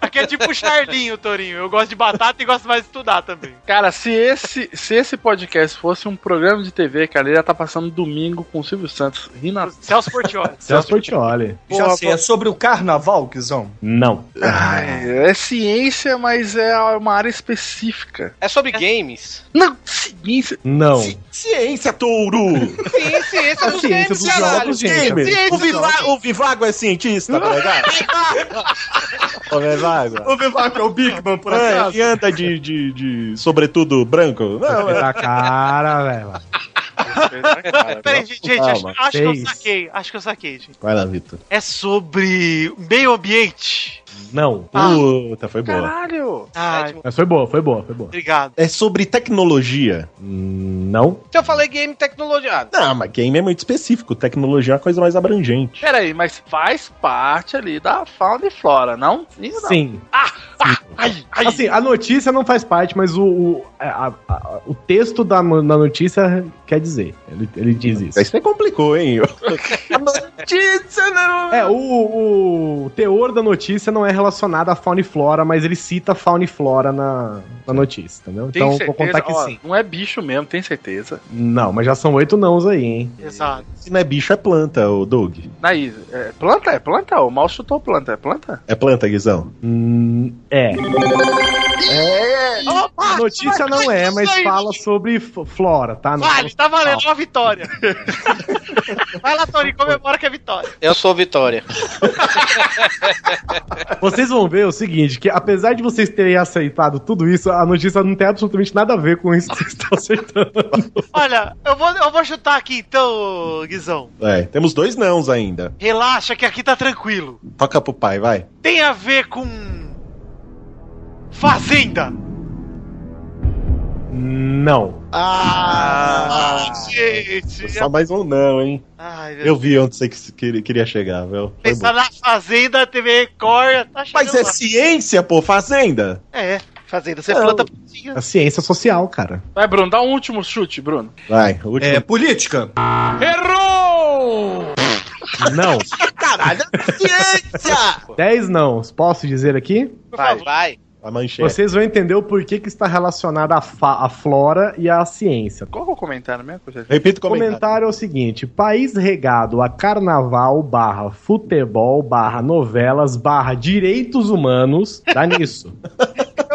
Speaker 1: Aqui é tipo Charlinho, Torinho. Eu gosto de batata e gosto mais de estudar também.
Speaker 6: Cara, se esse, se esse podcast fosse um programa de TV, cara, ele ia estar passando domingo com o Silvio Santos. Rindo a-
Speaker 1: Celso Portioli.
Speaker 3: Celso Portioli.
Speaker 5: Já sei, é sobre o carnaval, Guizão?
Speaker 3: Não.
Speaker 7: Ah,
Speaker 6: é, ciência, mas é uma área específica.
Speaker 4: É sobre games.
Speaker 6: Não, ciência.
Speaker 3: Não.
Speaker 7: Ciência, touro!
Speaker 4: Sim,
Speaker 7: É
Speaker 4: ciência dos
Speaker 3: ciência
Speaker 4: games,
Speaker 3: dos
Speaker 4: caralho.
Speaker 3: jogos, gente.
Speaker 4: Ciência
Speaker 7: O, Viva- o Vivago é cientista, tá ligado? o Vivago.
Speaker 5: O Vivaco é o Big Man, por
Speaker 7: É,
Speaker 5: acaso?
Speaker 7: ele anda de, de, de sobretudo branco. Não, é.
Speaker 3: Tá cara, velho.
Speaker 7: né,
Speaker 1: Peraí, gente, gente acho,
Speaker 7: Calma,
Speaker 1: acho que eu
Speaker 3: seis.
Speaker 1: saquei. Acho que eu saquei, gente.
Speaker 7: Vai lá, Vitor.
Speaker 1: É sobre meio ambiente.
Speaker 3: Não.
Speaker 1: Ah.
Speaker 7: Puta, foi boa.
Speaker 6: Caralho!
Speaker 1: Ah,
Speaker 3: Mas foi boa, foi boa, foi boa.
Speaker 1: obrigado.
Speaker 7: É sobre tecnologia.
Speaker 3: Hum, Não.
Speaker 4: Se então eu falei game tecnologia. Ah,
Speaker 7: Não, mas game é muito específico. Tecnologia é uma coisa mais abrangente.
Speaker 6: Peraí, mas faz parte ali da fauna e flora, não? Isso não.
Speaker 3: Sim. Assim, a notícia não faz parte, mas o, o, é, a- a- a- o texto da, mo- da notícia quer dizer. Ele, ele diz isso.
Speaker 7: Aí você complicou, hein?
Speaker 3: é. notícia não... É, o, o teor da notícia não é relacionado à fauna e flora, mas ele cita fauna e flora na, na notícia, entendeu?
Speaker 6: Tem
Speaker 3: Então,
Speaker 6: certeza?
Speaker 3: vou contar que
Speaker 6: Ó,
Speaker 3: sim.
Speaker 6: Não é bicho mesmo, tem certeza.
Speaker 3: Não, mas já são oito nãos aí, hein?
Speaker 1: Exato.
Speaker 7: Se não é bicho, é planta, ô Doug.
Speaker 6: Aí, é planta? É planta? O mal chutou planta, é planta?
Speaker 7: É planta, Guizão?
Speaker 3: é.
Speaker 6: É!
Speaker 3: A notícia não é, mas
Speaker 1: Isso Ah, aí.
Speaker 3: fala sobre f- flora, tá? Não
Speaker 1: Vale, tá valendo uma vitória. Vai lá, Tony, comemora que é vitória.
Speaker 4: Eu sou Vitória.
Speaker 3: então, Vocês vão ver o seguinte, que apesar de vocês terem aceitado tudo isso, a notícia não tem absolutamente nada a ver com isso que vocês estão aceitando.
Speaker 1: Olha, eu vou, eu vou chutar aqui então, Guizão.
Speaker 7: É, temos dois nãos ainda.
Speaker 1: Relaxa que aqui tá tranquilo.
Speaker 7: Toca pro pai, vai.
Speaker 1: Tem a ver com. Fazenda!
Speaker 3: Não.
Speaker 1: Ah, gente!
Speaker 7: Só mais um não, hein?
Speaker 1: Ai, meu
Speaker 7: Eu vi onde você que- que- queria chegar, velho. Foi bom.
Speaker 1: Pensar na Fazenda, TV Record, tá chegando
Speaker 7: Mas é
Speaker 1: lá.
Speaker 7: ciência, pô, fazenda.
Speaker 1: É, Fazenda, você planta...
Speaker 3: A ciência social, cara.
Speaker 6: Vai, Bruno, dá um último chute, Bruno.
Speaker 7: Vai, o último.
Speaker 5: É política.
Speaker 6: Errou!
Speaker 3: É, Não.
Speaker 7: Caralho, ciência!
Speaker 3: Dez não. Posso dizer aqui?
Speaker 4: Vai, vai.
Speaker 7: A manchete.
Speaker 3: Vocês vão entender o porquê que está relacionada a, fa- a flora e à ciência.
Speaker 6: Qual que é o comentário mesmo? Rogério?
Speaker 7: Repito
Speaker 3: O comentário. é o seguinte: país regado a carnaval barra futebol barra novelas barra direitos humanos. Dá nisso.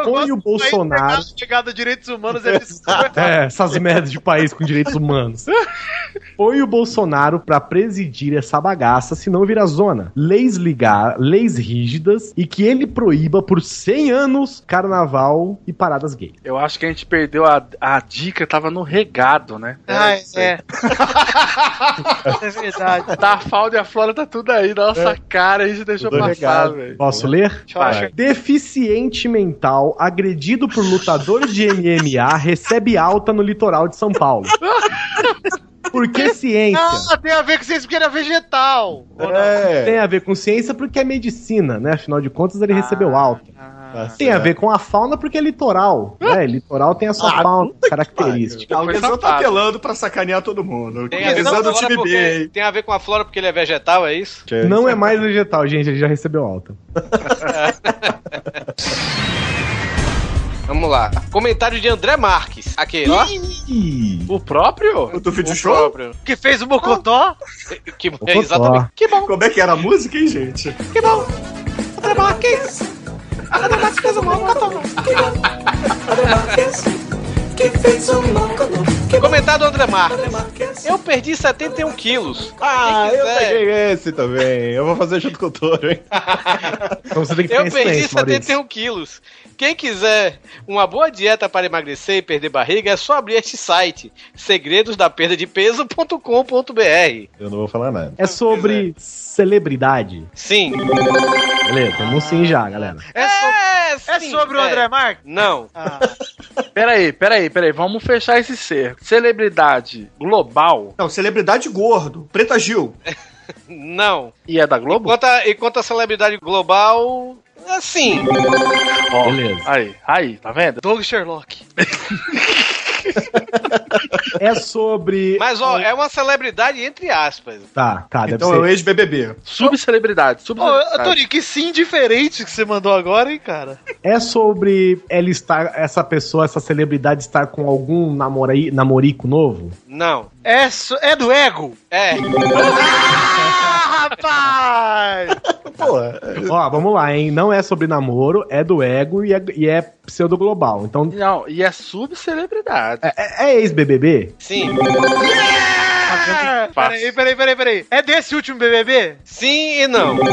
Speaker 3: Põe o Bolsonaro.
Speaker 1: Chegado a direitos humanos, é
Speaker 3: É, essas merdas de país com direitos humanos. Põe o Bolsonaro pra presidir essa bagaça, senão vira zona. Leis ligar, leis rígidas e que ele proíba por 100 anos carnaval e paradas gay.
Speaker 6: Eu acho que a gente perdeu a, a dica, tava no regado, né?
Speaker 1: Ah,
Speaker 6: é. é verdade. Tá a falda e a flora tá tudo aí, nossa cara, a gente deixou
Speaker 3: Tudo
Speaker 6: passar,
Speaker 3: regado.
Speaker 6: velho.
Speaker 3: Posso ler?
Speaker 6: Vai.
Speaker 3: Deficiente mental, agredido por lutador de MMA, recebe alta no litoral de São Paulo. Por que ciência?
Speaker 1: Ah, tem a ver com vocês porque era vegetal.
Speaker 3: Tem a ver com ciência porque é medicina, né? Afinal de contas,
Speaker 4: Ah.
Speaker 3: ele recebeu alta.
Speaker 7: tá
Speaker 3: tem a ver com a fauna porque é litoral. Né? Litoral tem a sua
Speaker 4: Ah,
Speaker 3: fauna característica.
Speaker 5: O Guizão tá apelando pra sacanear todo mundo.
Speaker 4: Tem a, ver com a
Speaker 5: Visando o
Speaker 4: flora
Speaker 5: time
Speaker 4: porque,
Speaker 5: B, hein?
Speaker 4: tem a ver com a flora porque ele é vegetal, é isso?
Speaker 3: Não é mais vegetal, gente, ele já recebeu alta.
Speaker 4: Vamos lá. Comentário de André Marques. Aquele, ó.
Speaker 6: O próprio?
Speaker 5: O do vídeo
Speaker 4: O
Speaker 5: show?
Speaker 4: próprio.
Speaker 1: Que fez o Mocotó?
Speaker 4: Que, é, exatamente.
Speaker 5: Que bom. Como é que era a música, hein, gente?
Speaker 1: Que bom. André Marques. André Marques fez o Mocotó. Que bom. André Marques. Que fez o Mocotó.
Speaker 4: Comentário do André Marques. Eu perdi 71 quilos.
Speaker 7: Ah,
Speaker 4: Quem
Speaker 7: eu
Speaker 4: quiser.
Speaker 7: peguei esse também. Eu vou fazer junto com o Toro, hein?
Speaker 3: Então você tem
Speaker 4: Eu perdi 71 quilos. Quem quiser uma boa dieta para emagrecer e perder barriga, é só abrir este site, segredosdaperdadepeso.com.br.
Speaker 7: Eu não vou falar nada.
Speaker 3: É sobre celebridade.
Speaker 4: Sim.
Speaker 3: Beleza, temos sim já, galera.
Speaker 4: É, so-
Speaker 1: é sobre o André Ah. Marques?
Speaker 4: Não.
Speaker 6: Peraí, peraí, peraí, vamos fechar esse cerco. Celebridade global.
Speaker 5: Não, celebridade gordo. Preta Gil.
Speaker 4: Não.
Speaker 6: E é da Globo?
Speaker 4: Enquanto a, enquanto a celebridade global. Assim.
Speaker 6: Ó,
Speaker 3: Beleza.
Speaker 6: Aí, aí, tá vendo?
Speaker 1: Doug Sherlock.
Speaker 3: É sobre.
Speaker 4: Mas, ó, é uma celebridade entre aspas.
Speaker 3: Tá, tá, deve
Speaker 5: Então é
Speaker 3: ser.
Speaker 5: o ex-BBB.
Speaker 6: Subcelebridade,
Speaker 1: Ô, Tony, que sim diferente que você mandou agora, hein, cara?
Speaker 3: É sobre ela estar, essa pessoa, essa celebridade estar com algum namori, namorico novo?
Speaker 4: Não.
Speaker 1: É, so- é do ego?
Speaker 4: É.
Speaker 1: Ah, rapaz!
Speaker 3: Ó, vamos lá, hein? Não é sobre namoro, é do ego e é, e é pseudo-global. Então,
Speaker 6: Não, e é subcelebridade.
Speaker 3: é, é ex-BBB?
Speaker 4: Sim.
Speaker 1: Ah, peraí, peraí, peraí, peraí. É desse último BBB?
Speaker 4: Sim e não.
Speaker 6: Foi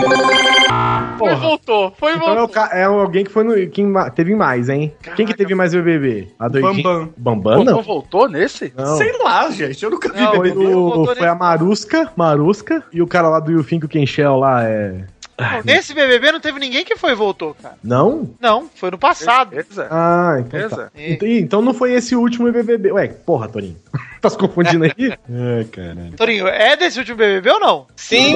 Speaker 3: Porra.
Speaker 6: voltou, foi
Speaker 3: Então é, o ca- é alguém que foi no. Quem ma- teve mais, hein? Quem que teve mais BBB? A doidinha?
Speaker 5: Bambam.
Speaker 3: Bambam, não?
Speaker 6: voltou nesse?
Speaker 3: Não.
Speaker 5: Sei lá, gente. Eu nunca vi
Speaker 1: Não,
Speaker 3: Foi,
Speaker 5: BBB.
Speaker 3: o-
Speaker 1: voltou
Speaker 3: foi a Marusca, Marusca, e o cara lá do You Think You Can Shell lá é...
Speaker 1: Não, Nesse BBB não teve ninguém que foi e voltou, cara.
Speaker 3: Não?
Speaker 1: Não, foi no passado.
Speaker 6: Beleza?
Speaker 3: Ah, então
Speaker 6: Beleza?
Speaker 3: tá. Ent- Ih, Então não foi esse último BBB. Ué, porra, Torinho. tá se confundindo aí?
Speaker 7: Ai,
Speaker 1: é
Speaker 7: caralho.
Speaker 1: Torinho, é desse último BBB ou não?
Speaker 4: Sim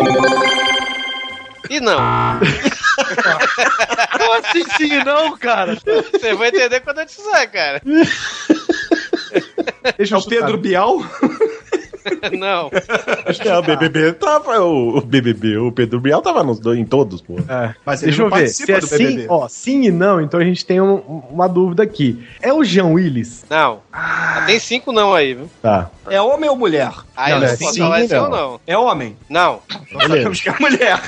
Speaker 4: e não.
Speaker 1: Como assim sim não, cara?
Speaker 4: Você vai entender quando eu te disser, cara.
Speaker 5: Deixa é o Pedro Bial?
Speaker 4: Não.
Speaker 7: Acho que é, o BBB tava. O, o BBB, o Pedro Bial tava nos dois, em todos, pô.
Speaker 3: Mas Deixa eu ver. Se é sim, ó, sim e não, então a gente tem um- uma dúvida aqui. É o Jean Willis?
Speaker 4: Não. Ah, Tem cinco não aí, viu?
Speaker 3: Tá.
Speaker 5: É homem ou mulher?
Speaker 4: Aí eu
Speaker 3: Não,
Speaker 4: não
Speaker 3: é
Speaker 4: posso
Speaker 3: sim,
Speaker 4: falar esse
Speaker 3: não.
Speaker 4: ou não.
Speaker 5: É homem?
Speaker 4: Não.
Speaker 5: Sabemos que é mulher.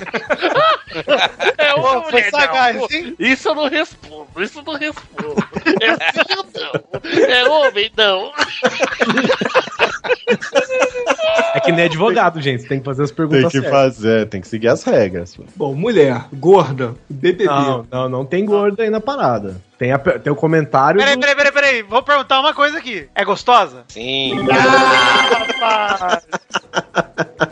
Speaker 13: É uma
Speaker 1: Pô, foi
Speaker 13: mulher,
Speaker 1: sagaz,
Speaker 13: não. Pô,
Speaker 1: hein?
Speaker 13: Isso eu não respondo, isso eu não respondo. É sim ou não? É homem, não.
Speaker 3: É que nem advogado, gente. Você tem que fazer as
Speaker 7: Tem
Speaker 3: perguntas
Speaker 7: que
Speaker 3: certas.
Speaker 7: fazer, tem que seguir as regras. pô.
Speaker 5: Bom, mulher, gorda, BBB.
Speaker 3: Não, não, não tem gordo aí na parada. Tem, a- tem o comentário.
Speaker 1: Peraí,
Speaker 3: do-
Speaker 1: peraí, peraí, peraí. Vou perguntar uma coisa aqui. É gostosa?
Speaker 4: Sim.
Speaker 1: Ah, Rapaz,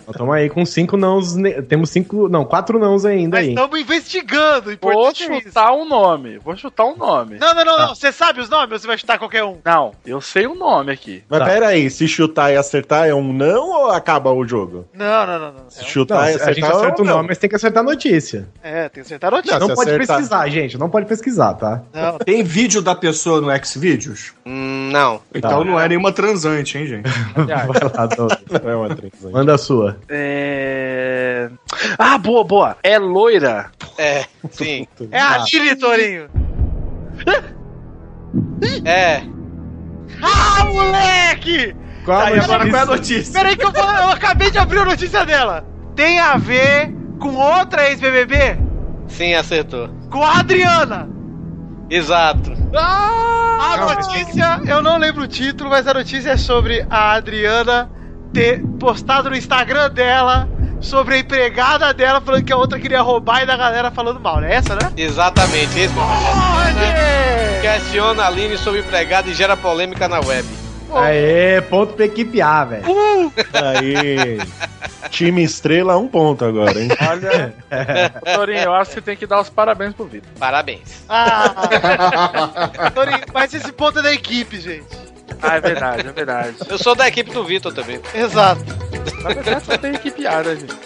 Speaker 3: Ó, Tamo aí com cinco nãos. ne- Temos cinco. Não, quatro nãos ainda aí.
Speaker 1: estamos investigando.
Speaker 6: Vou
Speaker 1: Importante é isso.
Speaker 6: chutar um nome. Vou chutar um nome.
Speaker 1: Não, não, não, não. Você sabe os nomes ou você vai chutar qualquer um?
Speaker 6: Não, eu sei o nome aqui.
Speaker 3: Tá.
Speaker 7: Mas peraí, se chutar e acertar é um não ou acaba o jogo?
Speaker 1: Não, não, não. não.
Speaker 7: Se
Speaker 3: É um tá Não,
Speaker 7: chutar e
Speaker 3: a gente
Speaker 7: acertar
Speaker 3: acerta
Speaker 7: é
Speaker 3: o
Speaker 7: um não.
Speaker 3: nome, mas tem que acertar a notícia.
Speaker 1: É, tem que acertar a notícia.
Speaker 3: Não,
Speaker 7: se
Speaker 3: pode
Speaker 7: acertar.
Speaker 3: pesquisar, gente. Não pode pesquisar, tá?
Speaker 5: Tem vídeo da pessoa no Xvideos?
Speaker 4: Hum, Não.
Speaker 5: Então não é nenhuma transante, hein, gente?
Speaker 3: Tá. Vai lá, Douglas.
Speaker 7: Não é uma transante.
Speaker 3: Manda a sua.
Speaker 5: Tá,
Speaker 6: É. Ah, boa, boa. É loira.
Speaker 4: É, sim.
Speaker 1: É a Lili, Torinho.
Speaker 4: É.
Speaker 1: Ah, moleque!
Speaker 3: Qual
Speaker 5: Aí agora qual é a notícia?
Speaker 1: Peraí que eu, vou, eu acabei de abrir a notícia dela. Tem a ver com outra ex-BBB?
Speaker 4: Sim, acertou.
Speaker 1: Com a Adriana.
Speaker 4: Exato.
Speaker 1: Ah, a notícia, eu não lembro o título, mas a notícia é sobre a Adriana ter postado no Instagram dela sobre a empregada dela falando que a outra queria roubar e da galera falando mal. É essa, né?
Speaker 4: Exatamente. Esse é o projeto, né? Questiona a Aline sobre empregado e gera polêmica na web.
Speaker 3: Aê, ponto pra equipe A, velho.
Speaker 6: Uh!
Speaker 7: Aí. Time estrela, um ponto agora, hein?
Speaker 6: Olha. Torinho, eu acho que você tem que dar os parabéns pro Vitor.
Speaker 4: Parabéns.
Speaker 1: Ah, Torinho, mas esse ponto é da equipe, gente.
Speaker 6: Ah, é verdade, é verdade.
Speaker 4: Eu sou da equipe do Vitor também.
Speaker 1: Exato.
Speaker 6: Na verdade, só tem equipe A, né, gente?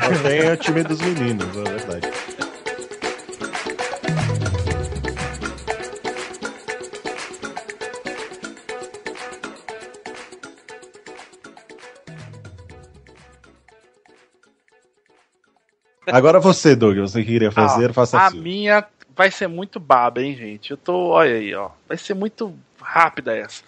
Speaker 7: Também é o time dos meninos, é verdade. Agora você, Doug, você que
Speaker 3: Ah,
Speaker 7: queria fazer,
Speaker 6: Ó,
Speaker 7: faça
Speaker 6: a
Speaker 7: assim.
Speaker 6: minha vai ser muito baba, hein, gente? Eu tô, olha aí, ó. Vai ser muito rápida essa.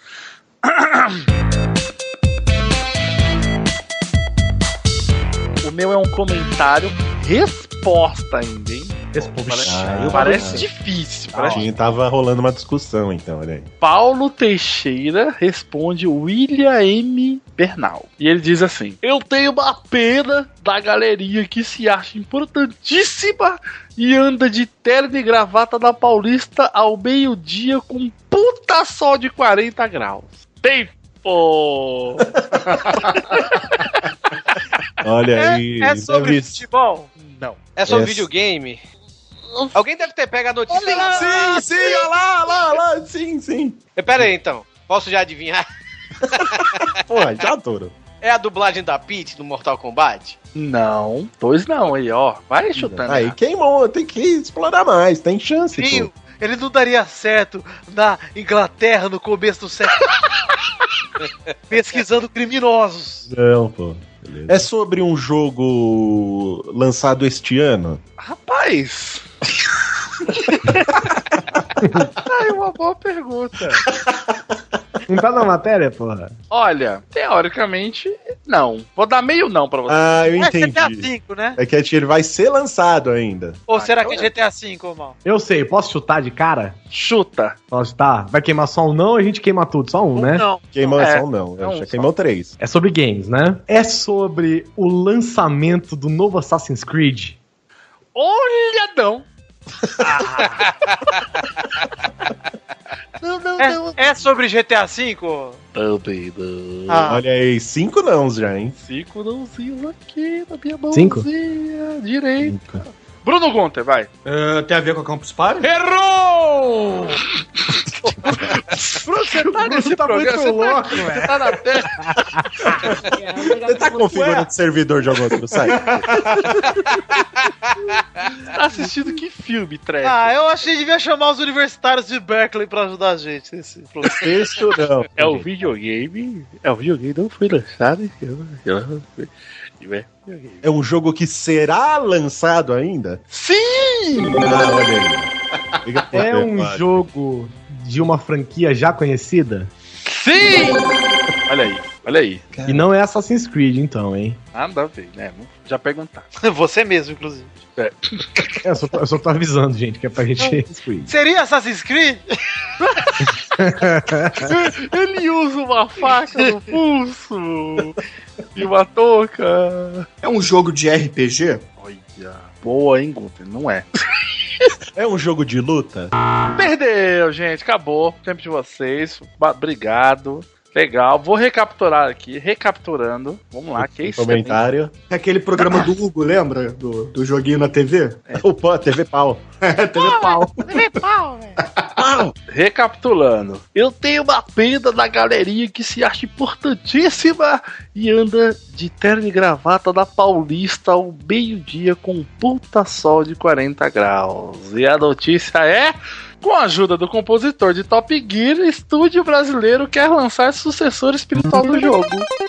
Speaker 6: O meu é um comentário resposta ainda, hein? Parece,
Speaker 7: Ah,
Speaker 6: parece
Speaker 7: eu-
Speaker 6: difícil,
Speaker 7: Ah,
Speaker 6: parece
Speaker 7: tinha- tava rolando uma discussão, então, olha aí.
Speaker 6: Paulo Teixeira responde William M. Bernal. E ele diz assim: Eu tenho uma pena da galeria que se acha importantíssima e anda de terno e gravata da Paulista ao meio-dia com um puta sol de 40 graus. Tempo!
Speaker 7: Olha aí. né,
Speaker 1: É, é sobre
Speaker 7: deve-
Speaker 1: futebol?
Speaker 6: Não.
Speaker 4: É sobre
Speaker 7: Essa-
Speaker 4: videogame? Alguém deve ter pego a notícia.
Speaker 7: Sim, sim, olha lá, olha lá, olha lá, sim, sim.
Speaker 4: Pera aí, então. Posso já adivinhar?
Speaker 7: Porra, já adoro.
Speaker 4: É a dublagem da Peach no Mortal Kombat?
Speaker 6: Não, dois não aí, ó. Vai chutando.
Speaker 7: Aí
Speaker 6: cara.
Speaker 7: queimou, tem que explorar mais, tem chance.
Speaker 1: Sim,
Speaker 7: pô.
Speaker 1: ele não daria certo na Inglaterra no começo do século. Pesquisando criminosos.
Speaker 7: Não, pô. É sobre um jogo lançado este ano.
Speaker 6: Rapaz! Ai, uma boa pergunta.
Speaker 3: Não tá na matéria, porra?
Speaker 6: Olha, teoricamente, não. Vou dar meio não pra você.
Speaker 7: Ah, eu
Speaker 1: É GTA
Speaker 7: entendi.
Speaker 1: V, né?
Speaker 7: É que ele vai ser lançado ainda.
Speaker 1: Ou será que é GTA V, ô mal?
Speaker 3: Eu sei, posso chutar de cara?
Speaker 6: Chuta.
Speaker 3: Posso chutar? Vai queimar só um não ou a gente queima tudo? Só um, né?
Speaker 1: Não.
Speaker 7: Queimou
Speaker 6: É,
Speaker 7: só um não, eu
Speaker 6: é um
Speaker 7: já
Speaker 6: só.
Speaker 7: queimou três.
Speaker 3: É sobre games, né? É sobre o lançamento do novo Assassin's Creed.
Speaker 6: Olha, não.
Speaker 13: Não, não, não.
Speaker 1: É, é sobre GTA V?
Speaker 6: Também não.
Speaker 1: Ah,
Speaker 7: Olha aí, cinco nãos já, hein?
Speaker 6: Cinco nãozinhos aqui na minha mãozinha
Speaker 3: Cinco?
Speaker 6: direita. Bruno Gonter, vai.
Speaker 5: Ah, tem a ver com a Campus Party?
Speaker 6: Errou! Bruno, você Você tá nesse
Speaker 7: tá
Speaker 6: programa,
Speaker 7: muito
Speaker 6: você tá
Speaker 7: louco,
Speaker 6: aqui, você tá na tela.
Speaker 7: Você tá configurando o servidor jogando, sai.
Speaker 6: tá assistindo que filme, trash?
Speaker 1: Ah, eu achei que devia chamar os universitários de Berkeley pra ajudar a gente nesse processo.
Speaker 6: Texto não. É o videogame. É o videogame, não foi lançado. Eu, eu, eu, é.
Speaker 7: É um jogo que será lançado ainda?
Speaker 6: Sim!
Speaker 3: É um jogo de uma franquia já conhecida?
Speaker 6: Sim! Olha aí, olha aí.
Speaker 3: E não é Assassin's Creed, então, hein?
Speaker 6: Nada a ver, né? Já perguntar.
Speaker 1: Você mesmo, inclusive.
Speaker 3: É, eu, só tô, eu só tô avisando, gente, que é pra gente.
Speaker 1: Seria Assassin's Creed?
Speaker 6: Ele usa uma faca no pulso e uma touca.
Speaker 5: É um jogo de RPG?
Speaker 6: Boa, hein, Gunther? Não é.
Speaker 7: É um jogo de luta?
Speaker 6: Ah, Perdeu, gente. Acabou o tempo de vocês. Ba- Obrigado. Legal. Vou recapturar aqui. Recapturando. Vamos lá, que é isso?
Speaker 5: É aquele programa do Hugo, lembra? Do, do joguinho na TV?
Speaker 7: É O Pô, TV Pau.
Speaker 5: É, TV Pau.
Speaker 6: Recapitulando, eu tenho uma pena da galeria que se acha importantíssima e anda de terno e gravata da Paulista ao meio-dia com um puta sol de 40 graus. E a notícia é: com a ajuda do compositor de Top Gear, estúdio brasileiro quer lançar sucessor espiritual do jogo.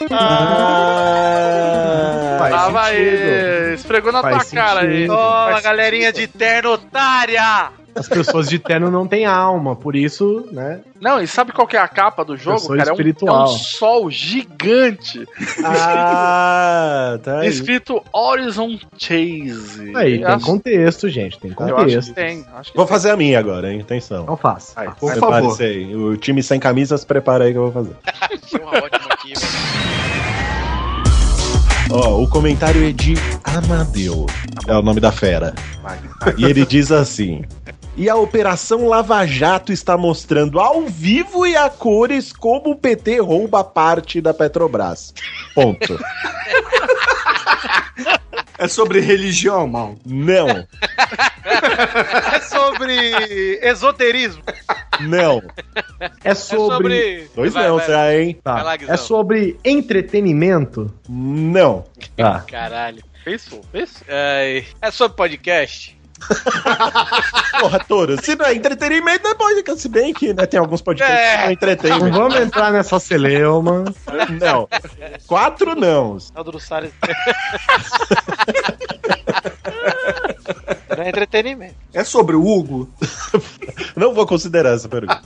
Speaker 7: Faz
Speaker 6: Tava aí,
Speaker 7: sentido.
Speaker 6: esfregou na
Speaker 3: Faz
Speaker 6: tua cara aí.
Speaker 3: sentido.
Speaker 1: Toma,
Speaker 6: Faz
Speaker 1: galerinha
Speaker 6: sentido.
Speaker 1: de terno otária!
Speaker 3: As pessoas de terno não têm alma, por isso, né?
Speaker 6: Não, e sabe qual que é a capa do jogo,
Speaker 3: Pessoa
Speaker 6: cara? É um- É
Speaker 3: espiritual.
Speaker 6: um, sol gigante.
Speaker 7: Ah, tá aí.
Speaker 6: Escrito Horizon Chase.
Speaker 3: Aí,
Speaker 6: Eu
Speaker 3: tem
Speaker 6: acho-
Speaker 3: contexto, gente, tem
Speaker 6: Eu acho que
Speaker 3: contexto.
Speaker 6: tem. acho que
Speaker 7: Vou fazer a minha agora, hein? Atenção.
Speaker 3: Não Então faça.
Speaker 7: Por favor. Aí. O time sem camisa se prepara aí que eu vou fazer. Ó, o comentário é de Amadeu. É o nome da fera. E ele diz assim. E a Operação Lava Jato está mostrando ao vivo e a cores como o PT rouba parte da Petrobras. Ponto.
Speaker 5: É sobre religião, mal.
Speaker 7: Não,
Speaker 1: É sobre esoterismo.
Speaker 7: não.
Speaker 3: É sobre.
Speaker 1: sobre-
Speaker 7: Dois
Speaker 1: Vai,
Speaker 7: não,
Speaker 1: vai.
Speaker 7: será, hein?
Speaker 3: Tá.
Speaker 1: Vai lá, Guizão.
Speaker 3: É sobre entretenimento?
Speaker 7: Não.
Speaker 3: Tá.
Speaker 4: Caralho.
Speaker 6: Pensou, pensou.
Speaker 4: Ai, é sobre podcast?
Speaker 7: Porra, Toro, se não é entretenimento, é podcast. Se bem que né, tem alguns podcasts que não
Speaker 1: É.
Speaker 7: entretêm.
Speaker 3: Não vamos entrar nessa celeuma.
Speaker 7: Não. Quatro não.
Speaker 1: Não, do Salles. Não é entretenimento.
Speaker 5: É sobre o Hugo?
Speaker 7: Não vou considerar essa pergunta.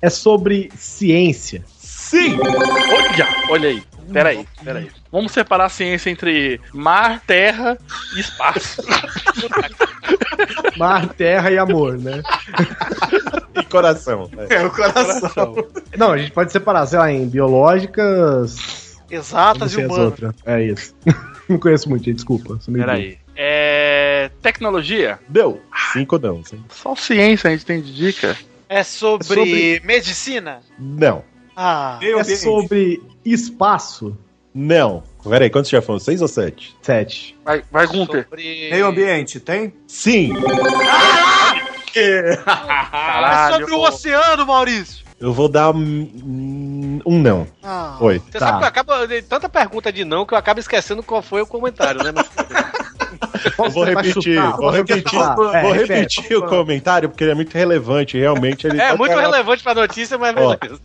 Speaker 3: É sobre ciência.
Speaker 7: Sim!
Speaker 6: Olha, olha aí. Peraí, peraí. Vamos separar a ciência entre mar, terra e espaço.
Speaker 3: Mar, terra e amor, né?
Speaker 7: E coração. né?
Speaker 5: É, o coração.
Speaker 3: Não, a gente pode separar, sei lá, em biológicas.
Speaker 1: Exatas e
Speaker 3: não sei as
Speaker 1: humanas.
Speaker 3: outras. É isso. não conheço muito, gente, desculpa. sou meio burro.
Speaker 6: Peraí. É. Tecnologia?
Speaker 7: Deu. Cinco não. sim.
Speaker 6: Só ciência a gente tem de dica.
Speaker 1: É sobre,
Speaker 6: sobre-
Speaker 1: medicina?
Speaker 7: Não.
Speaker 1: Ah,
Speaker 3: É sobre espaço?
Speaker 7: Não. Peraí, quantos já foram? Seis ou sete?
Speaker 3: Sete.
Speaker 6: Vai, vai Gunter.
Speaker 5: Meio ambiente, tem?
Speaker 7: Sim!
Speaker 1: é
Speaker 6: Caralho.
Speaker 1: sobre o oceano, Maurício.
Speaker 7: Eu vou dar um, um não.
Speaker 1: Ah.
Speaker 7: Oi.
Speaker 4: Você sabe é que eu acabo. eu dei Tanta pergunta de não que eu acabo esquecendo qual foi o comentário, né? Mas
Speaker 7: Eu vou
Speaker 3: Você vai
Speaker 7: repetir,
Speaker 3: chutar?
Speaker 7: vou
Speaker 3: Você
Speaker 7: repetir,
Speaker 3: vai chutar?
Speaker 7: vou
Speaker 3: É, repete,
Speaker 7: repetir o
Speaker 3: por favor.
Speaker 7: comentário, porque ele é muito relevante, realmente. Ele
Speaker 4: é
Speaker 7: tá
Speaker 4: muito
Speaker 7: cara-
Speaker 4: relevante pra notícia, mas
Speaker 7: Ó.
Speaker 4: beleza.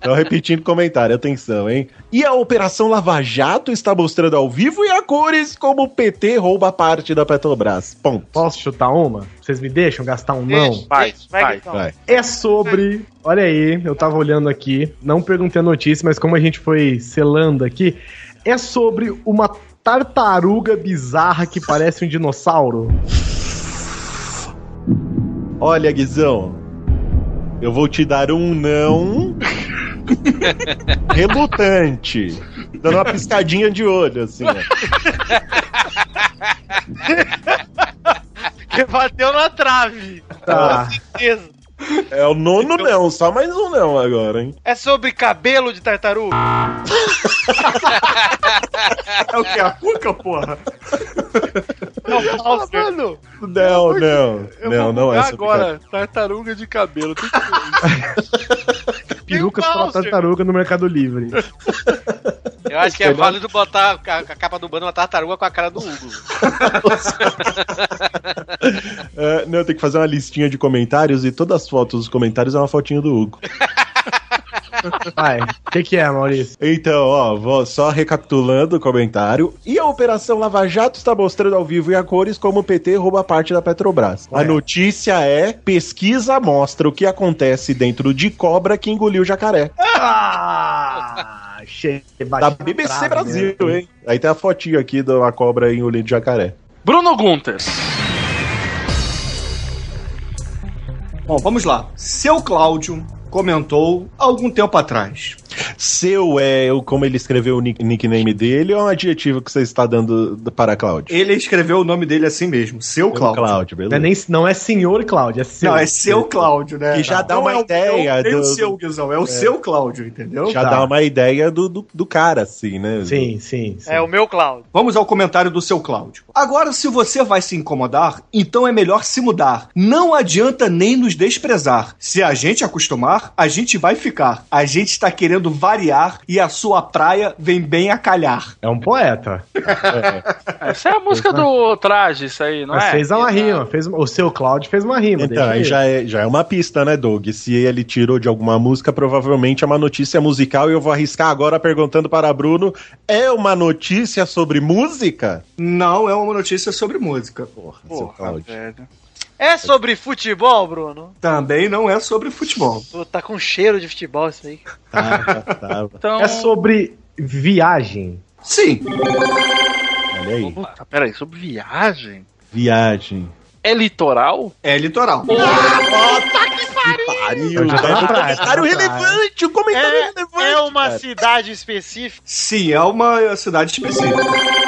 Speaker 7: Tô repetindo o comentário, atenção, hein? E a Operação Lava Jato está mostrando ao vivo e a cores como o PT rouba parte da Petrobras. Ponto.
Speaker 3: Posso chutar uma? Vocês me deixam gastar um não?
Speaker 6: Vai, vai,
Speaker 7: Vai.
Speaker 3: É sobre. Olha aí, eu tava olhando aqui, não perguntei a notícia, mas como a gente foi selando aqui, é sobre uma tartaruga bizarra que parece um dinossauro.
Speaker 7: Olha, Guizão, eu vou te dar um não relutante. Dando uma piscadinha de olho, assim, ó.
Speaker 1: Que bateu na trave.
Speaker 7: Tá.
Speaker 3: Ah.
Speaker 1: Com certeza.
Speaker 7: É o nono não, só mais um não agora, hein?
Speaker 1: É sobre cabelo de tartaruga?
Speaker 5: É o que? A cuca, porra?
Speaker 1: Não, Bowser. Mano,
Speaker 7: Não, não.
Speaker 6: Eu
Speaker 7: não,
Speaker 6: vou
Speaker 7: não é
Speaker 6: mudar
Speaker 7: essa
Speaker 6: agora, tartaruga de cabelo. Tem que-
Speaker 3: Perucas para
Speaker 4: Bowser.
Speaker 3: tartaruga no Mercado Livre.
Speaker 4: Eu acho que é válido botar a, ca- a capa do bando uma tartaruga com a cara do Hugo.
Speaker 7: É, não, eu tenho que fazer uma listinha de comentários e todas as fotos dos comentários é uma fotinha do Hugo.
Speaker 3: Vai, o que, que é, Maurício?
Speaker 7: Então, ó, vou só recapitulando o comentário. E a Operação Lava Jato está mostrando ao vivo e a cores como o PT rouba parte da Petrobras. A notícia é: pesquisa mostra o que acontece dentro de cobra que engoliu jacaré.
Speaker 3: Ah! né? Cheio Da
Speaker 7: BBC Brasil, hein? Aí tem a fotinho aqui da cobra engolindo jacaré.
Speaker 6: Bruno Gunter.
Speaker 5: Bom, vamos lá. Seu Cláudio comentou há algum tempo atrás.
Speaker 7: Seu é o- como ele escreveu o nick- nickname dele ou é um adjetivo que você está dando para Cláudio?
Speaker 5: Ele escreveu o nome dele assim mesmo, Seu Cláudio.
Speaker 7: Cláudio, beleza.
Speaker 3: Não é, nem, não é senhor Cláudio, é seu.
Speaker 5: Não, é Seu Cláudio, né?
Speaker 7: Que já
Speaker 5: Não,
Speaker 7: dá
Speaker 5: não
Speaker 7: uma
Speaker 5: é o-
Speaker 7: ideia
Speaker 5: não tem
Speaker 7: do-
Speaker 5: o seu, Guizão, é o
Speaker 7: É.
Speaker 5: Seu Cláudio, entendeu? Tá.
Speaker 7: Já dá uma ideia do, do, do cara, assim, né?
Speaker 3: Sim, sim.
Speaker 5: É o meu Cláudio. Vamos ao comentário do Seu Cláudio. Agora, se você vai se incomodar, então é melhor se mudar. Não adianta nem nos desprezar. Se a gente acostumar, a gente vai ficar. A gente está querendo variar e a sua praia vem bem a calhar.
Speaker 3: É um poeta.
Speaker 6: Essa é a música do traje, isso aí, não
Speaker 3: Mas
Speaker 6: é?
Speaker 3: fez uma rima. Fez, o seu Cláudio fez uma rima.
Speaker 7: Então, aí já é, já é uma pista, né, Doug? Se ele tirou de alguma música, provavelmente é uma notícia musical e eu vou arriscar agora perguntando para Bruno: é uma notícia sobre música?
Speaker 5: Não é uma notícia sobre música.
Speaker 7: Porra, tá
Speaker 5: seu
Speaker 7: Cláudio.
Speaker 1: É sobre futebol, Bruno?
Speaker 5: Também não é sobre futebol.
Speaker 1: Pô, tá com cheiro de futebol isso aí.
Speaker 7: Tá,
Speaker 6: Então-
Speaker 3: É sobre viagem.
Speaker 5: Sim.
Speaker 7: Olha aí.
Speaker 6: Puta, peraí, sobre viagem?
Speaker 7: Viagem.
Speaker 6: É litoral?
Speaker 5: É litoral.
Speaker 7: Pariu,
Speaker 5: já tá
Speaker 7: comentário
Speaker 5: na praia, tá na praia.
Speaker 7: relevante, o comentário relevante.
Speaker 1: É uma
Speaker 5: cara.
Speaker 1: cidade específica.
Speaker 5: Sim, é uma cidade específica.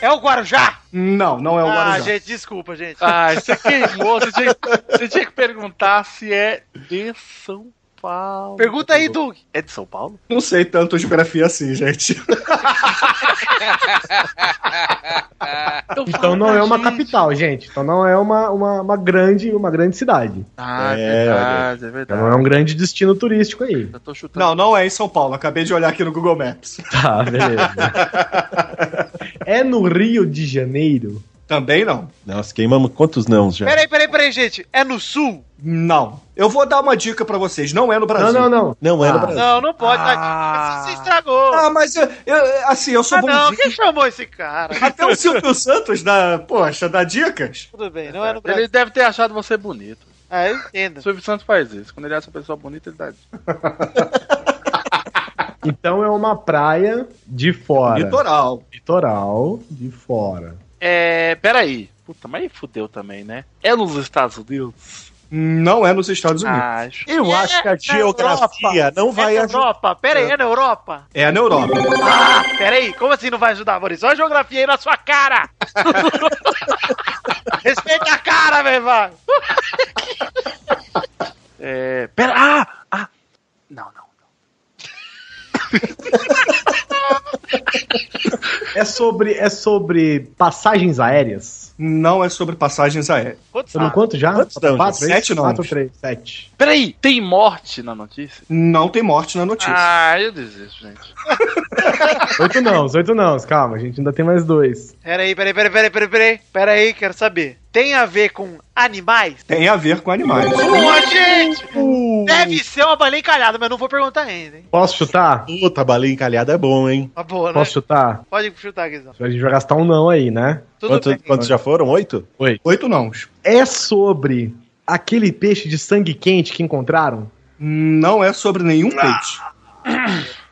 Speaker 1: É o Guarujá!
Speaker 5: Não, não é o
Speaker 1: ah,
Speaker 5: Guarujá.
Speaker 1: gente, desculpa, gente.
Speaker 6: Ah, você queimou, você tinha, você tinha que perguntar se é de São Paulo.
Speaker 1: Pergunta aí, Doug.
Speaker 6: É de São Paulo?
Speaker 5: Não sei tanto geografia assim, gente.
Speaker 3: Então não é uma capital, gente. Então não é uma, uma, uma grande, uma grande cidade.
Speaker 6: Ah,
Speaker 3: É,
Speaker 6: verdade, é
Speaker 3: Então
Speaker 6: verdade.
Speaker 3: não é um grande destino turístico aí.
Speaker 5: Não, não é em São Paulo. Acabei de olhar aqui no Google Maps.
Speaker 3: Tá, beleza. é no Rio de Janeiro?
Speaker 5: Também não.
Speaker 7: Nossa, queimamos quantos não já?
Speaker 1: Peraí, peraí, peraí, gente. É no sul?
Speaker 5: Não. Eu vou dar uma dica pra vocês. Não é no Brasil.
Speaker 3: Não, não, não.
Speaker 7: Não é no
Speaker 5: Ah.
Speaker 7: Brasil.
Speaker 1: Não, não pode. Mas você estragou.
Speaker 5: Ah, mas eu, eu- assim, eu sou
Speaker 1: Ah,
Speaker 5: bonzinho.
Speaker 1: não, quem chamou esse cara?
Speaker 5: Até o Silvio Santos dá, poxa, dá dicas.
Speaker 1: Tudo bem, não é no Brasil.
Speaker 6: Ele deve ter achado você bonito.
Speaker 1: Ah, eu entendo.
Speaker 6: O Silvio Santos faz isso. Quando ele acha uma pessoa bonita, ele dá.
Speaker 3: Então é uma praia de fora.
Speaker 5: Litoral.
Speaker 3: Litoral de fora.
Speaker 6: É. Peraí. Puta, mas aí fudeu também, né? É nos Estados Unidos?
Speaker 5: Não é nos Estados Unidos.
Speaker 6: Ah, acho.
Speaker 7: Eu acho que a geografia não vai
Speaker 1: é na
Speaker 7: ajudar.
Speaker 1: Europa? Peraí, é na Europa?
Speaker 5: É na Europa.
Speaker 1: Ah, peraí, como assim não vai ajudar, Maurício? Olha a geografia aí na sua cara! Respeita a cara, meu irmão!
Speaker 6: É. Pera. Ah! Ah! Não, não.
Speaker 3: É sobre, é sobre passagens aéreas?
Speaker 5: Não é sobre passagens aéreas.
Speaker 1: Quantos
Speaker 3: Foram quanto já?
Speaker 7: Quantos não,
Speaker 3: Quatro,
Speaker 5: Ah, gente? Sete
Speaker 3: sete,
Speaker 5: não.
Speaker 3: quatro, três, sete.
Speaker 6: Peraí, tem morte na notícia?
Speaker 5: Não tem morte na notícia.
Speaker 6: Ah, eu desisto, gente.
Speaker 3: Oito não, os oito não, calma, a gente ainda tem mais dois.
Speaker 1: Peraí, peraí, peraí, peraí, peraí, peraí, peraí, quero saber. Tem a ver com animais?
Speaker 5: Tem a ver com animais.
Speaker 1: Boa, gente! Deve ser uma baleia encalhada, mas não vou perguntar ainda, hein?
Speaker 3: Posso chutar?
Speaker 7: Puta, baleia encalhada é bom, hein?
Speaker 1: Uma boa, né?
Speaker 3: Posso chutar?
Speaker 1: Pode chutar, Guizão.
Speaker 3: A gente vai gastar um não aí, né?
Speaker 1: Tudo
Speaker 7: Quanto-
Speaker 1: bem.
Speaker 7: quantos já foram? Oito?
Speaker 3: Oito.
Speaker 5: Oito nãos.
Speaker 3: É sobre aquele peixe de sangue quente que encontraram?
Speaker 5: Não é sobre nenhum peixe.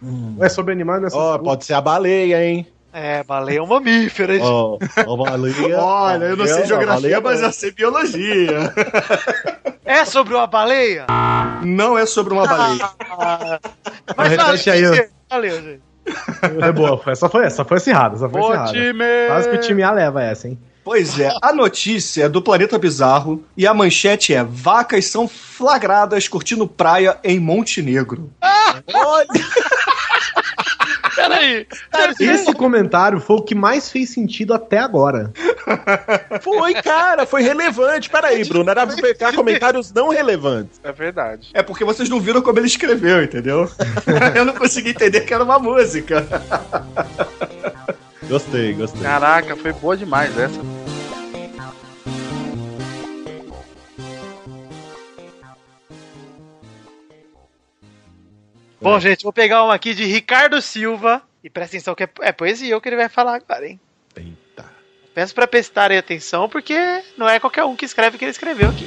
Speaker 3: Não é sobre animais, não é
Speaker 7: Ó,
Speaker 3: sobre...
Speaker 7: pode ser a baleia, hein?
Speaker 1: É, baleia é um mamífero, hein?
Speaker 7: Ó, ó, baleia.
Speaker 5: Olha, eu não sei
Speaker 7: Baleia,
Speaker 5: geografia,
Speaker 7: baleia, é
Speaker 5: mas eu sei biologia.
Speaker 1: É sobre uma baleia? Ah,
Speaker 5: Não é sobre uma baleia.
Speaker 1: Mas
Speaker 3: Então, repete aí,
Speaker 1: valeu, valeu, gente.
Speaker 3: É boa, foi, só foi essa, só foi acirrada, só foi
Speaker 6: Ô,
Speaker 3: acirrada.
Speaker 6: time!
Speaker 3: É Quase que o time A leva essa, hein?
Speaker 5: Pois é, a notícia é do Planeta Bizarro e a manchete é: vacas são flagradas curtindo praia em Montenegro.
Speaker 7: Olha,
Speaker 13: Peraí.
Speaker 3: Esse comentário foi o que mais fez sentido até agora.
Speaker 5: assim-
Speaker 7: Foi, cara, foi relevante. Peraí, Bruno, era pra pegar comentários não relevantes.
Speaker 6: É verdade.
Speaker 5: É porque vocês não viram como ele escreveu, entendeu? Eu não consegui entender que era uma música.
Speaker 7: Gostei, gostei.
Speaker 6: Caraca, foi boa demais essa.
Speaker 1: Bom, gente, vou pegar uma aqui de Ricardo Silva. E presta atenção que é, é poesia o que ele vai falar agora, hein? Eita. Peço pra prestarem atenção, porque não é qualquer um que escreve o que ele escreveu aqui.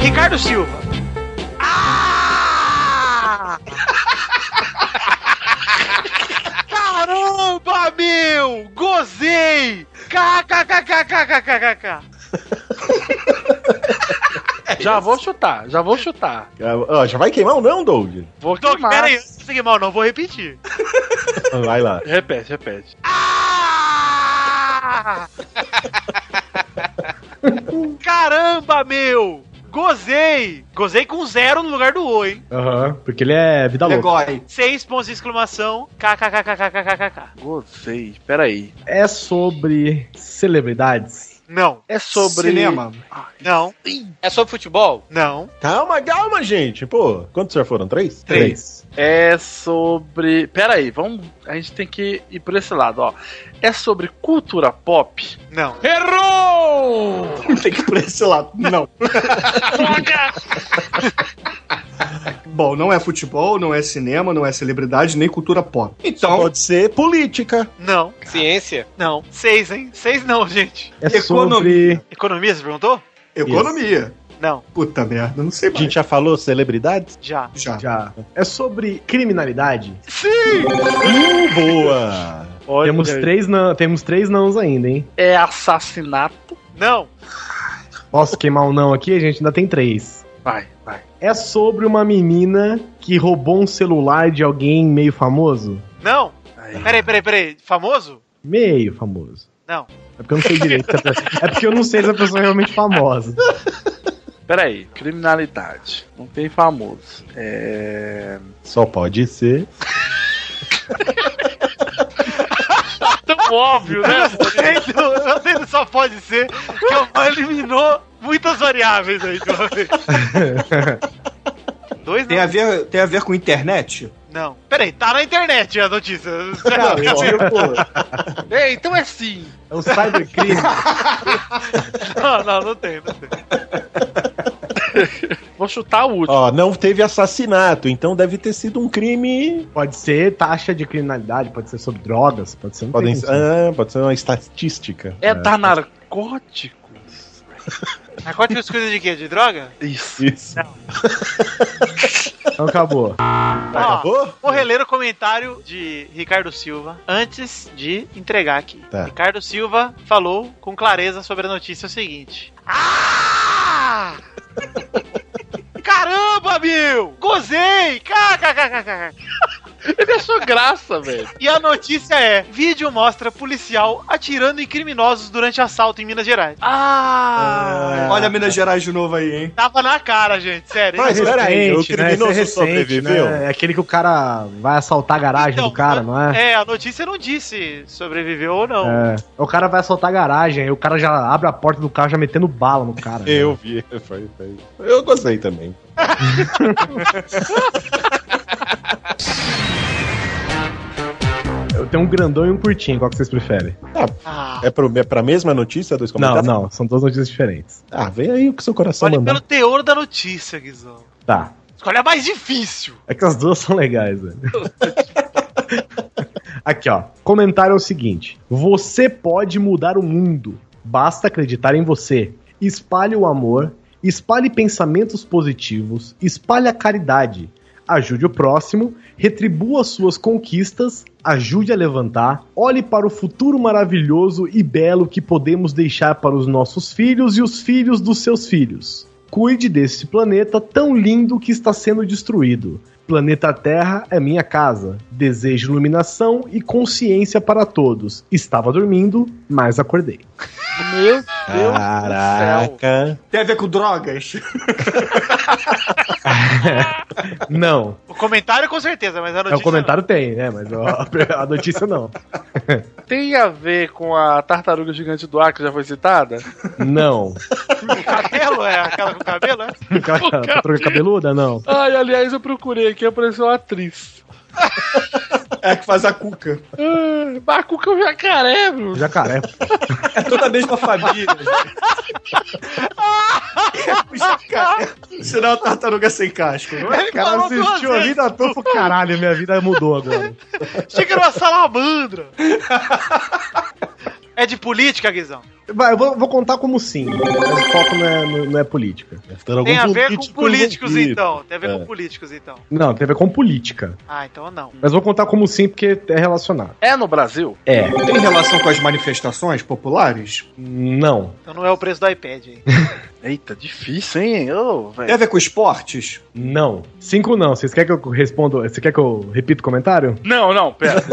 Speaker 1: Ricardo Silva. Ah! Caramba, meu! Gozei! KKKKKKKK.
Speaker 6: Já vou chutar, já vou chutar.
Speaker 7: Ah, ó, já vai queimar ou não, Doug?
Speaker 6: Vou
Speaker 1: Doug,
Speaker 6: queimar.
Speaker 1: pera aí, antes de seguir mal, não vou repetir.
Speaker 7: Ah, Vai lá.
Speaker 5: É.
Speaker 6: Repete, repete.
Speaker 1: Ah! Caramba, meu! Gozei! Gozei com zero no lugar do O, hein?
Speaker 3: Aham, porque ele é vida louca.
Speaker 1: Seis pontos de exclamação, kkkkkkkkk.
Speaker 6: Gostei, peraí.
Speaker 3: É sobre celebridades?
Speaker 1: Não.
Speaker 6: É sobre.
Speaker 3: Cinema.
Speaker 1: Não.
Speaker 4: É sobre futebol?
Speaker 1: Não.
Speaker 7: Calma, calma, gente. Pô, quantos já foram? Três?
Speaker 6: Três. É sobre. Peraí, vamos. A gente tem que ir por esse lado, ó. É sobre cultura pop?
Speaker 1: Não.
Speaker 6: Errou!
Speaker 5: Tem que ir por esse lado. Não. Bom, não é futebol, não é cinema, não é celebridade, nem cultura pop. Então. Pode
Speaker 7: ser política.
Speaker 1: Não.
Speaker 4: Ciência?
Speaker 1: Não. Seis, hein? Seis não, gente.
Speaker 3: É sobre.
Speaker 1: Economia, você perguntou?
Speaker 5: Economia.
Speaker 1: Não.
Speaker 5: Puta merda, não sei
Speaker 7: A gente já falou celebridades?
Speaker 1: Já.
Speaker 5: Já.
Speaker 3: Já. É sobre criminalidade?
Speaker 1: Sim!
Speaker 7: Uh, boa!
Speaker 3: temos, três não, temos três nãos ainda, hein?
Speaker 6: É assassinato?
Speaker 1: Não.
Speaker 3: Posso queimar um não aqui? A gente ainda tem três.
Speaker 6: Vai, vai.
Speaker 3: É sobre uma menina que roubou um celular de alguém meio famoso?
Speaker 1: Não. Peraí, peraí, peraí. Famoso?
Speaker 3: Meio famoso.
Speaker 1: Não.
Speaker 3: É porque eu não sei direito. se a pessoa- É porque eu não sei se a pessoa é realmente famosa.
Speaker 6: Peraí, criminalidade. Não tem famoso. É.
Speaker 7: Só pode ser.
Speaker 13: Tão óbvio, né?
Speaker 1: Então, eu não sei se só pode ser que eu eliminou muitas variáveis aí de uma vez. Dois
Speaker 5: Tem a, ver, tem a ver com internet?
Speaker 1: Não. Peraí, tá na internet a notícia. tipo,
Speaker 6: Ei, então é sim.
Speaker 3: É um cybercrime.
Speaker 1: Não, não, não tem, não tem.
Speaker 6: Vou chutar o último.
Speaker 7: Ó, não teve assassinato, então deve ter sido um crime.
Speaker 3: Pode ser taxa de criminalidade, pode ser sobre drogas, pode ser... um não
Speaker 7: Podem
Speaker 3: tem
Speaker 7: ser- ah, pode ser uma estatística.
Speaker 6: É
Speaker 1: tá
Speaker 6: da narcóticos?
Speaker 1: Narcóticos cuida de quê? De droga?
Speaker 6: Isso.
Speaker 7: Isso.
Speaker 3: Então acabou.
Speaker 7: Tá, Acabou?
Speaker 1: Vou reler o comentário de Ricardo Silva antes de entregar aqui.
Speaker 7: Tá.
Speaker 1: Ricardo Silva falou com clareza sobre a notícia o seguinte: Ah! Caramba, meu! Gozei! KKKKK.
Speaker 6: Ele achou graça, velho.
Speaker 1: E a notícia é: vídeo mostra policial atirando em criminosos durante assalto em Minas Gerais.
Speaker 6: Ah!
Speaker 5: Olha Minas Gerais de novo aí, hein?
Speaker 1: Tava na cara, gente, sério.
Speaker 7: Mas
Speaker 1: Então,
Speaker 7: pera aí, o
Speaker 3: Recente, né? Esse é
Speaker 7: criminoso
Speaker 3: recente,
Speaker 7: sobreviveu?
Speaker 3: né? É aquele que o cara vai assaltar a garagem do cara, não é?
Speaker 1: É, a notícia não disse sobreviveu ou não.
Speaker 3: É. O cara vai assaltar a garagem, aí o cara já abre a porta do carro já metendo bala no cara. né?
Speaker 7: Eu vi, foi, foi. Eu gostei também.
Speaker 3: Eu tenho um grandão e um curtinho, qual que vocês preferem?
Speaker 1: Ah,
Speaker 7: É, pro, é pra mesma notícia, dois
Speaker 3: Não,
Speaker 7: comentários?
Speaker 3: não, são duas notícias diferentes.
Speaker 7: Ah, vem aí o que seu coração
Speaker 1: olha
Speaker 7: mandar.
Speaker 1: pelo teor da notícia, Guizão.
Speaker 3: Tá.
Speaker 1: Escolhe a mais difícil.
Speaker 3: É que as duas são legais, velho. Aqui, ó. Comentário é o seguinte: Você pode mudar o mundo. Basta acreditar em você. Espalhe o amor, espalhe pensamentos positivos, espalhe a caridade. Ajude o próximo, retribua suas conquistas, ajude a levantar, olhe para o futuro maravilhoso e belo que podemos deixar para os nossos filhos e os filhos dos seus filhos. Cuide desse planeta tão lindo que está sendo destruído. Planeta Terra é minha casa. Desejo iluminação e consciência para todos. Estava dormindo, mas acordei.
Speaker 13: Meu Deus
Speaker 7: Ah.
Speaker 13: do céu.
Speaker 7: Caraca.
Speaker 5: Tem a ver com drogas?
Speaker 3: Não.
Speaker 1: O comentário com certeza, mas a
Speaker 3: É,
Speaker 1: notícia
Speaker 3: o comentário tem, né? Mas a, a notícia não.
Speaker 6: Tem a ver com a tartaruga gigante do ar que já foi citada?
Speaker 3: Não.
Speaker 1: O cabelo é aquela com cabelo, é?
Speaker 3: Aquela patroa cabeluda, não.
Speaker 6: Ai, aliás, eu procurei aqui, apareceu uma atriz.
Speaker 5: É a que faz a cuca.
Speaker 6: Ah, Bacuca é um jacaré, Bruno.
Speaker 3: Jacaré.
Speaker 5: É toda a mesma família. gente. Senão é uma tartaruga sem casco. Não é?
Speaker 3: O cara assistiu a
Speaker 5: tá
Speaker 3: vida toda e falou, caralho, minha vida mudou agora.
Speaker 1: Chega numa salamandra. é de política, Guizão?
Speaker 3: Vai, eu vou, vou contar como sim. Mas o foco não é, não- não é política.
Speaker 1: Tem a ver com políticos, então. Tem a ver
Speaker 3: É.
Speaker 1: com políticos, então.
Speaker 3: Não, tem a ver com política.
Speaker 1: Ah, então não.
Speaker 3: Mas vou contar como sim, porque é relacionado.
Speaker 6: É no Brasil?
Speaker 3: É.
Speaker 5: Tem relação com as manifestações populares?
Speaker 3: Não.
Speaker 1: Então não é o preço do iPad, hein?
Speaker 6: Eita, difícil, hein? Ô, velho.
Speaker 5: Tem a ver com esportes?
Speaker 3: Não. Cinco não. Vocês querem que eu respondo? Você quer que eu repita o comentário?
Speaker 6: Não, não, pera.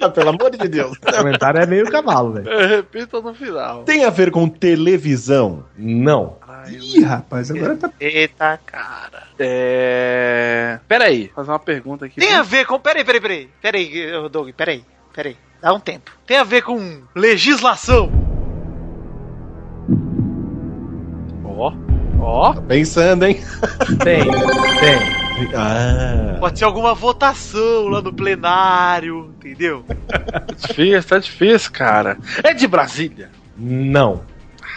Speaker 7: Ah,
Speaker 5: Pelo amor de Deus.
Speaker 3: O comentário é meio cavalo, velho.
Speaker 6: Eu repito no final.
Speaker 7: Tem a ver com televisão?
Speaker 3: Não.
Speaker 5: Ih, rapaz, agora tá.
Speaker 1: Eita, cara.
Speaker 6: É. Peraí, fazer uma pergunta aqui.
Speaker 1: Tem a ver com. Peraí, peraí, peraí. Peraí, ô, Doug, peraí. Peraí. Dá um tempo. Tem a ver com legislação.
Speaker 6: Ó, ó.
Speaker 7: Tá pensando, hein?
Speaker 3: Tem, tem.
Speaker 7: Ah.
Speaker 1: Pode ser alguma votação lá no plenário, entendeu?
Speaker 6: Difícil, tá difícil, cara. É de Brasília.
Speaker 3: Não.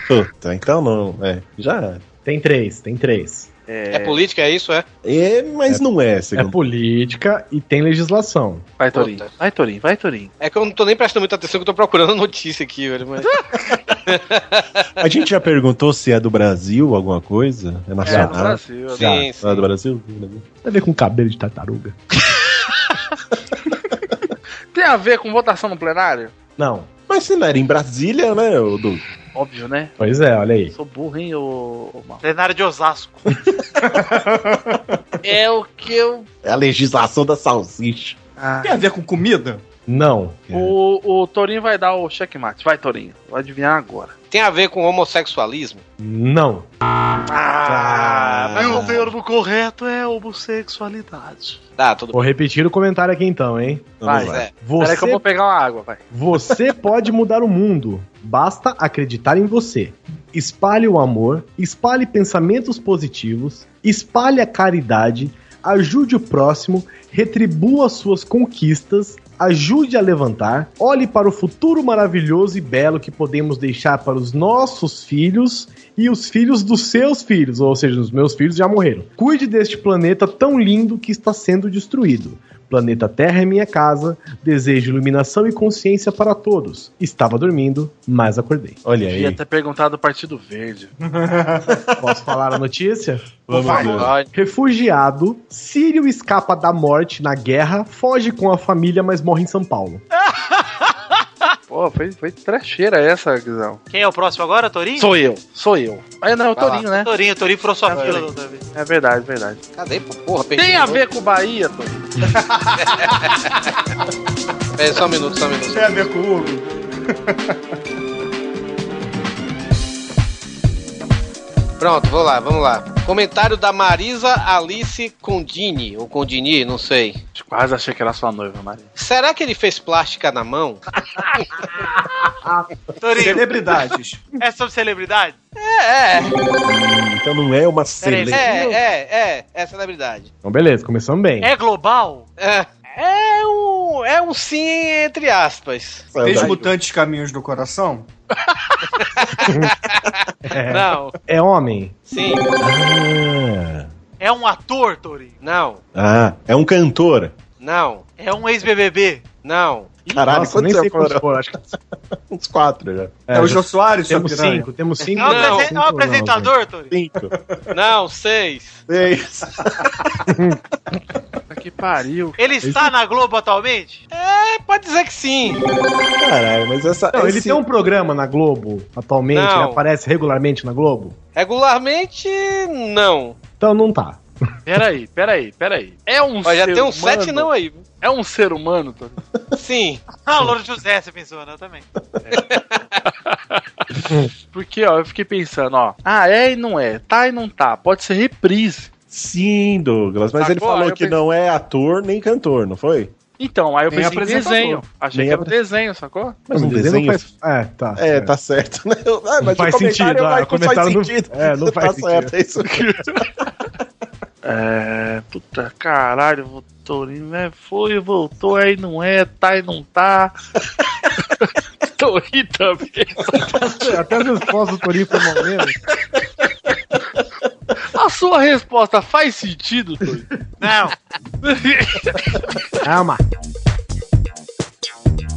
Speaker 7: Puta, então não. É, já era.
Speaker 3: Tem três, tem três.
Speaker 4: É política, é isso, é?
Speaker 7: É, mas não é,
Speaker 3: É
Speaker 7: segundo.
Speaker 3: política e tem legislação.
Speaker 6: Vai, Torinho.
Speaker 4: Puta.
Speaker 6: Vai, Torinho, vai, Torinho.
Speaker 4: É que eu não tô nem prestando muita atenção que eu tô procurando a notícia aqui, velho. Mas...
Speaker 7: A gente já perguntou se é do Brasil alguma coisa? É
Speaker 6: É no
Speaker 7: nacional?
Speaker 6: Brasil.
Speaker 4: Sim.
Speaker 6: né?
Speaker 7: Já. É do Brasil?
Speaker 3: Tem a ver com cabelo de tartaruga?
Speaker 6: Tem a ver com votação no plenário?
Speaker 3: Não.
Speaker 7: Mas se não era em Brasília, né, ô Du?
Speaker 6: Óbvio, né?
Speaker 3: Pois é, olha aí.
Speaker 6: Sou burro, hein, ô, ô mal.
Speaker 1: Plenário de Osasco.
Speaker 6: É o que eu.
Speaker 7: É a legislação da salsicha.
Speaker 6: Ah,
Speaker 5: Tem a ver com comida?
Speaker 3: Não.
Speaker 6: o, o Torinho vai dar o checkmate. Vai, Torinho. Vou adivinhar agora.
Speaker 4: Tem a ver com homossexualismo?
Speaker 3: Não.
Speaker 7: Ah,
Speaker 1: Aí o verbo correto é homossexualidade.
Speaker 4: Tá, tudo
Speaker 3: Vou repetir o comentário aqui então, hein?
Speaker 7: Vai,
Speaker 4: bem. É.
Speaker 6: Peraí que eu
Speaker 3: Você,
Speaker 6: vou pegar uma água, vai.
Speaker 3: você pode mudar o mundo. Basta acreditar em você. Espalhe o amor, espalhe pensamentos positivos, espalhe a caridade, ajude o próximo, retribua suas conquistas, ajude a levantar, olhe para o futuro maravilhoso e belo que podemos deixar para os nossos filhos e os filhos dos seus filhos, ou seja, os meus filhos já morreram. Cuide deste planeta tão lindo que está sendo destruído. Planeta Terra é minha casa, desejo iluminação e consciência para todos. Estava dormindo, mas acordei.
Speaker 7: Olha
Speaker 6: Devia
Speaker 7: aí.
Speaker 6: ter perguntado do Partido Verde.
Speaker 3: Posso falar a notícia?
Speaker 7: Vamos lá.
Speaker 4: Ai,
Speaker 3: Refugiado, Sírio escapa da morte na guerra, foge com a família, mas morre em São Paulo.
Speaker 6: Pô, foi, foi trecheira essa, Guizão.
Speaker 1: Quem é o próximo agora, Torinho?
Speaker 6: Sou eu, sou eu. Aí não é o
Speaker 4: Vai lá.
Speaker 6: Torinho, né?
Speaker 1: Torinho, Torinho furou sua
Speaker 6: Vai,
Speaker 1: fila da
Speaker 6: Torinho.
Speaker 1: outra vez.
Speaker 6: É verdade, verdade.
Speaker 4: cadê, pô? Porra, perdi.
Speaker 6: Tem a ver com Bahia, Torinho?
Speaker 4: É, só um minuto, só um minuto.
Speaker 5: Tem a ver com Hugo?
Speaker 4: Pronto, vou lá, vamos lá. Comentário da Marisa Alice Condini, ou Condini, não sei.
Speaker 6: Quase achei que era sua noiva, Maria.
Speaker 4: Será que ele fez plástica na mão?
Speaker 1: Torinho,
Speaker 5: Celebridades.
Speaker 1: é sobre celebridade?
Speaker 4: É, é,
Speaker 7: Então não é uma
Speaker 1: Peraí,
Speaker 7: cele...
Speaker 4: é, é, é, é celebridade.
Speaker 3: Então, beleza, começamos bem.
Speaker 1: É global?
Speaker 4: É, é um, é um sim entre aspas.
Speaker 5: Fez mutantes caminhos do coração?
Speaker 3: É,
Speaker 4: Não,
Speaker 3: é homem?
Speaker 4: sim,
Speaker 7: Ah.
Speaker 1: É um ator, Torinho?
Speaker 4: não,
Speaker 7: Ah, é um cantor.
Speaker 4: não,
Speaker 1: É um ex-BBB?
Speaker 4: não.
Speaker 7: Caralho,
Speaker 3: Nossa, nem
Speaker 7: quantos
Speaker 3: sei
Speaker 7: já
Speaker 3: quantos
Speaker 7: foram?
Speaker 3: foram. Acho que
Speaker 7: Uns quatro já.
Speaker 5: É,
Speaker 3: É,
Speaker 5: o
Speaker 3: já-
Speaker 5: Jô Soares, sua
Speaker 3: temos
Speaker 7: né?
Speaker 5: piranha?
Speaker 3: cinco, temos cinco.
Speaker 1: É um,
Speaker 4: Não,
Speaker 1: apresen- é um
Speaker 3: cinco
Speaker 1: apresentador, Torinho?
Speaker 7: Cinco.
Speaker 4: Não, seis.
Speaker 7: Seis.
Speaker 6: Puta Que pariu.
Speaker 1: Ele está na Globo atualmente?
Speaker 4: É, pode dizer que sim.
Speaker 7: Caralho, mas essa.
Speaker 3: Não, ele
Speaker 7: esse-
Speaker 3: tem um programa na Globo atualmente,
Speaker 4: Não.
Speaker 3: ele aparece regularmente na Globo?
Speaker 4: Regularmente, não.
Speaker 3: Então não tá.
Speaker 6: Peraí, peraí, peraí. É um
Speaker 4: Ó, já tem um sete não aí.
Speaker 6: É um ser humano, Tony?
Speaker 4: Sim.
Speaker 14: Ah, Louro José, você pensou, né? Eu também.
Speaker 6: Porque, ó, eu fiquei pensando, ó. Ah, é e não é. Tá e não tá. Pode ser reprise.
Speaker 7: Sim, Douglas, mas ele
Speaker 6: Agora
Speaker 7: falou
Speaker 6: eu
Speaker 7: que
Speaker 6: pensei-
Speaker 7: não é ator nem cantor, não foi?
Speaker 6: Então, aí eu
Speaker 7: Nem
Speaker 6: pensei em
Speaker 7: apresentador.
Speaker 6: desenho. Achei
Speaker 7: Nem
Speaker 6: que era um
Speaker 7: apre-
Speaker 6: desenho, sacou?
Speaker 7: Mas um
Speaker 3: desenho
Speaker 7: desenho.
Speaker 3: não É, tá.
Speaker 7: É, tá certo, né? Ah,
Speaker 3: Não faz sentido, ah, comentário não- é, não faz
Speaker 7: tá
Speaker 3: sentido.
Speaker 7: certo, é isso aqui.
Speaker 6: É, puta caralho, Torinho, né? Foi, voltou, aí não é, tá e não tá. Tô rindo também.
Speaker 3: Até as respostas do Torinho foi mal mesmo.
Speaker 6: A sua resposta faz sentido, Torinho?
Speaker 14: Não.
Speaker 3: Calma.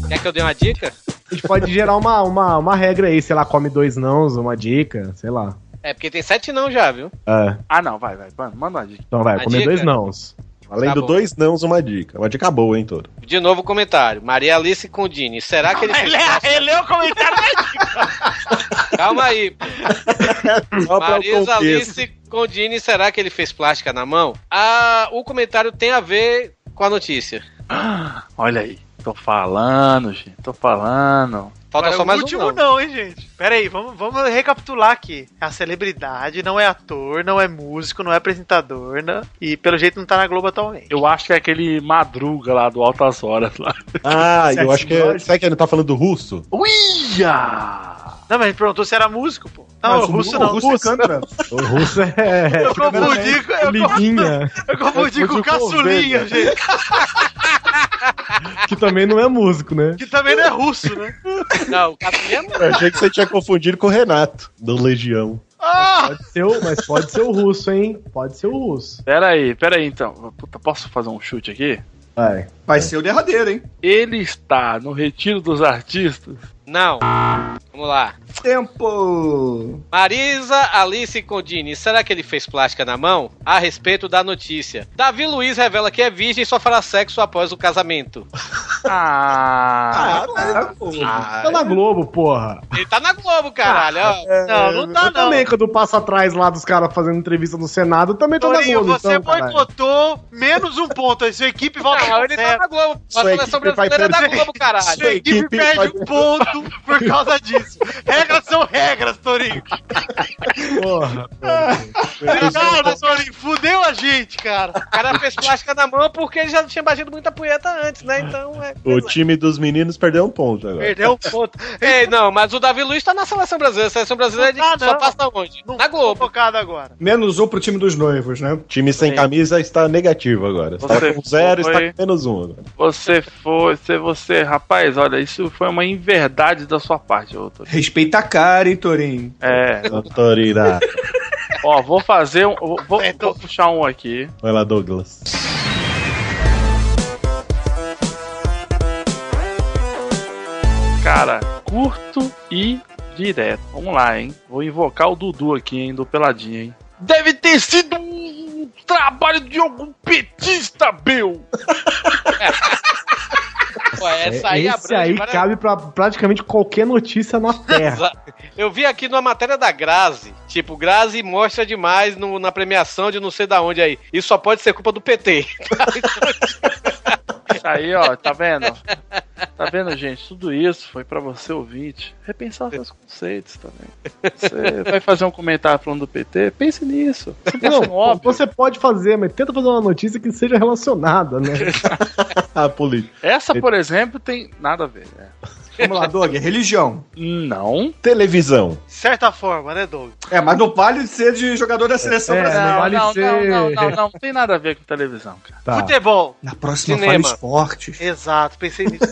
Speaker 4: Quer que eu dê uma dica?
Speaker 3: A gente pode gerar uma, uma, uma regra aí, sei lá, come dois nãos, uma dica, sei lá.
Speaker 4: É, porque tem sete não já, viu?
Speaker 7: É,
Speaker 6: Ah, não, vai, vai, manda, manda uma dica.
Speaker 7: então vai,
Speaker 4: A
Speaker 7: comer
Speaker 4: dica?
Speaker 7: dois nãos. Além
Speaker 4: Tá
Speaker 7: do
Speaker 4: bom.
Speaker 7: dois nãos, uma dica. Uma dica boa, hein, Toro?
Speaker 4: De novo o comentário. Maria Alice Condini. Será que ele.
Speaker 14: Ele, ele é o comentário da
Speaker 4: Calma aí. pô.
Speaker 7: Só pra um o
Speaker 4: Marisa
Speaker 7: contexto.
Speaker 4: Alice Condini, será que ele fez plástica na mão? Ah, o comentário tem a ver com a notícia.
Speaker 6: Olha aí, tô falando, gente, tô falando.
Speaker 4: Falta
Speaker 14: Agora,
Speaker 4: só mais
Speaker 14: o
Speaker 4: um
Speaker 14: último
Speaker 4: não.
Speaker 14: não. hein, gente? Pera aí, vamos, vamos recapitular aqui. É a celebridade, não é ator, não é músico, não é apresentador, né? e pelo jeito não tá na Globo atualmente.
Speaker 6: Eu acho que é aquele madruga lá do Altas Horas lá.
Speaker 7: Ah, eu
Speaker 14: Sete
Speaker 7: acho que. É,
Speaker 14: nãos.
Speaker 7: será que ele tá falando do russo?
Speaker 6: Uia!
Speaker 14: Não, mas ele perguntou se era músico, pô. Não,
Speaker 3: Mas
Speaker 14: o russo não.
Speaker 3: O russo é canta. O russo é.
Speaker 14: Eu confundi, eu
Speaker 3: Liguinha,
Speaker 14: Eu confundi com o caçulinha, gente.
Speaker 3: que também não é músico, né?
Speaker 14: Que também não é russo, né?
Speaker 4: Não, o Catarina
Speaker 7: Eu achei que você tinha confundido com o Renato, do Legião.
Speaker 14: Ah,
Speaker 3: Pode ser o, mas pode ser o russo, hein? Pode ser o russo.
Speaker 6: Pera aí, pera aí então. Puta, posso fazer um chute aqui?
Speaker 7: Vai.
Speaker 5: Vai ser o derradeiro, hein?
Speaker 6: Ele está no retiro dos artistas.
Speaker 4: Não. Vamos lá.
Speaker 5: Tempo!
Speaker 4: Marisa Alice Condini, será que ele fez plástica na mão? A respeito da notícia. Davi Luiz revela que é virgem e só fará sexo após o casamento.
Speaker 6: Ah,
Speaker 3: Tá na Globo, porra.
Speaker 4: Ah, Ele tá na Globo, caralho. ó.
Speaker 14: Não, não tá
Speaker 3: eu também,
Speaker 14: não.
Speaker 3: quando eu passo atrás lá dos caras fazendo entrevista no Senado, eu também tô
Speaker 14: Torinho,
Speaker 3: na Globo,
Speaker 14: você
Speaker 3: então, caralho.
Speaker 14: boicotou menos um ponto. aí Sua equipe
Speaker 1: Ah,
Speaker 14: volta
Speaker 1: é.
Speaker 4: Não,
Speaker 14: pro
Speaker 4: ele tá
Speaker 14: zero.
Speaker 4: na Globo. A
Speaker 7: Sua
Speaker 4: seleção
Speaker 7: equipe vai
Speaker 4: brasileira é da
Speaker 14: perder.
Speaker 4: Globo, caralho.
Speaker 14: Sua equipe
Speaker 7: equipe
Speaker 14: perde
Speaker 7: vai-
Speaker 14: um ponto por causa disso. Regras são regras, Torinho.
Speaker 5: né?
Speaker 3: Porra.
Speaker 14: Obrigado, Torinho. Fudeu a gente, cara. Tá
Speaker 4: O cara fez plástica na mão porque ele já tinha batido muita punheta antes, né? Então é.
Speaker 7: O time dos meninos perdeu um ponto agora.
Speaker 14: Perdeu um ponto.
Speaker 4: Ei, não, mas o Davi Luiz tá na seleção brasileira. A seleção brasileira
Speaker 14: Não tá,
Speaker 4: ele só
Speaker 14: não.
Speaker 4: passa onde?
Speaker 14: Não
Speaker 4: Na
Speaker 14: tô
Speaker 4: Globo.
Speaker 14: focado agora.
Speaker 5: Menos um pro time dos noivos, né?
Speaker 7: Time sem camisa está negativo agora.
Speaker 6: Você
Speaker 7: Está com zero,
Speaker 6: foi-
Speaker 7: está com menos um agora.
Speaker 6: Você foi, você, você, rapaz, olha, isso foi uma inverdade da sua parte, ô Torinho.
Speaker 5: Respeita a cara, hein, Torinho?
Speaker 6: É,
Speaker 7: Autoridade.
Speaker 6: ó, vou fazer um. Vou, vou- vou puxar um aqui.
Speaker 7: Vai lá, Douglas.
Speaker 6: Cara, curto e direto. Vamos lá, hein? Vou invocar o Dudu aqui, hein? Do Peladinha, hein? Deve ter sido um trabalho de algum petista, meu!
Speaker 4: Pô, essa aí
Speaker 3: É, Esse
Speaker 4: abrange
Speaker 3: aí
Speaker 4: várias-
Speaker 3: cabe pra praticamente qualquer notícia na Terra.
Speaker 4: Exa- Eu vi aqui numa matéria da Grazi. Tipo, Grazi mostra demais no- na premiação de não sei da onde aí. Isso só pode ser culpa do PT.
Speaker 6: Isso aí, ó, tá vendo? Tá vendo, gente? Tudo isso foi pra você, ouvinte, repensar seus conceitos também. Você vai fazer um comentário falando do PT? Pense nisso. Você tá
Speaker 3: Não,
Speaker 6: sendo óbvio.
Speaker 3: você pode fazer, mas tenta fazer uma notícia que seja relacionada, né?
Speaker 7: Ah, político.
Speaker 6: Essa, por exemplo, tem nada a ver. né?
Speaker 5: Vamos lá, Doug, é religião.
Speaker 6: Não.
Speaker 7: Televisão.
Speaker 14: Certa forma, né, Doug?
Speaker 5: É, mas não vale ser de jogador da seleção
Speaker 3: É,
Speaker 5: brasileira.
Speaker 6: Não,
Speaker 3: vale
Speaker 6: não, não,
Speaker 3: ser-
Speaker 6: não, não, não, tem nada a ver com televisão, cara.
Speaker 3: Tá.
Speaker 14: Futebol.
Speaker 5: Na próxima
Speaker 4: Cinema.
Speaker 5: fala esportes.
Speaker 14: Exato, pensei nisso.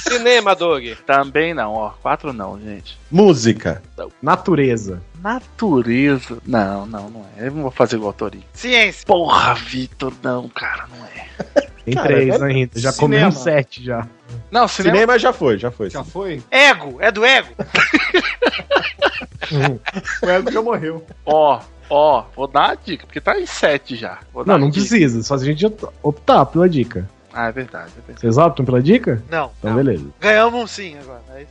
Speaker 4: Cinema, Doug.
Speaker 6: Também não, ó. Quatro não, gente.
Speaker 7: Música.
Speaker 3: Natureza.
Speaker 6: Natureza. Não, não, não é. Eu não vou fazer igual o Torinho.
Speaker 14: Ciência.
Speaker 6: Porra, Vitor, não, cara, não é.
Speaker 3: Tem
Speaker 7: Cara,
Speaker 3: três
Speaker 7: é-
Speaker 3: ainda. Já
Speaker 5: cinema.
Speaker 3: comeu sete já.
Speaker 6: Não,
Speaker 7: Cinema,
Speaker 6: cinema.
Speaker 7: já foi, já foi.
Speaker 5: Já foi?
Speaker 14: Ego. É do ego?
Speaker 5: O Ego já morreu.
Speaker 6: Ó, ó, vou dar a dica, porque tá em sete já. Vou dar
Speaker 3: Não,
Speaker 6: a
Speaker 3: não
Speaker 6: dica.
Speaker 3: precisa. Só se a gente optar pela dica.
Speaker 6: Ah, é verdade, é verdade.
Speaker 3: Vocês optam pela dica?
Speaker 14: Não.
Speaker 3: Então, beleza.
Speaker 14: É Ganhamos um sim agora. Aí-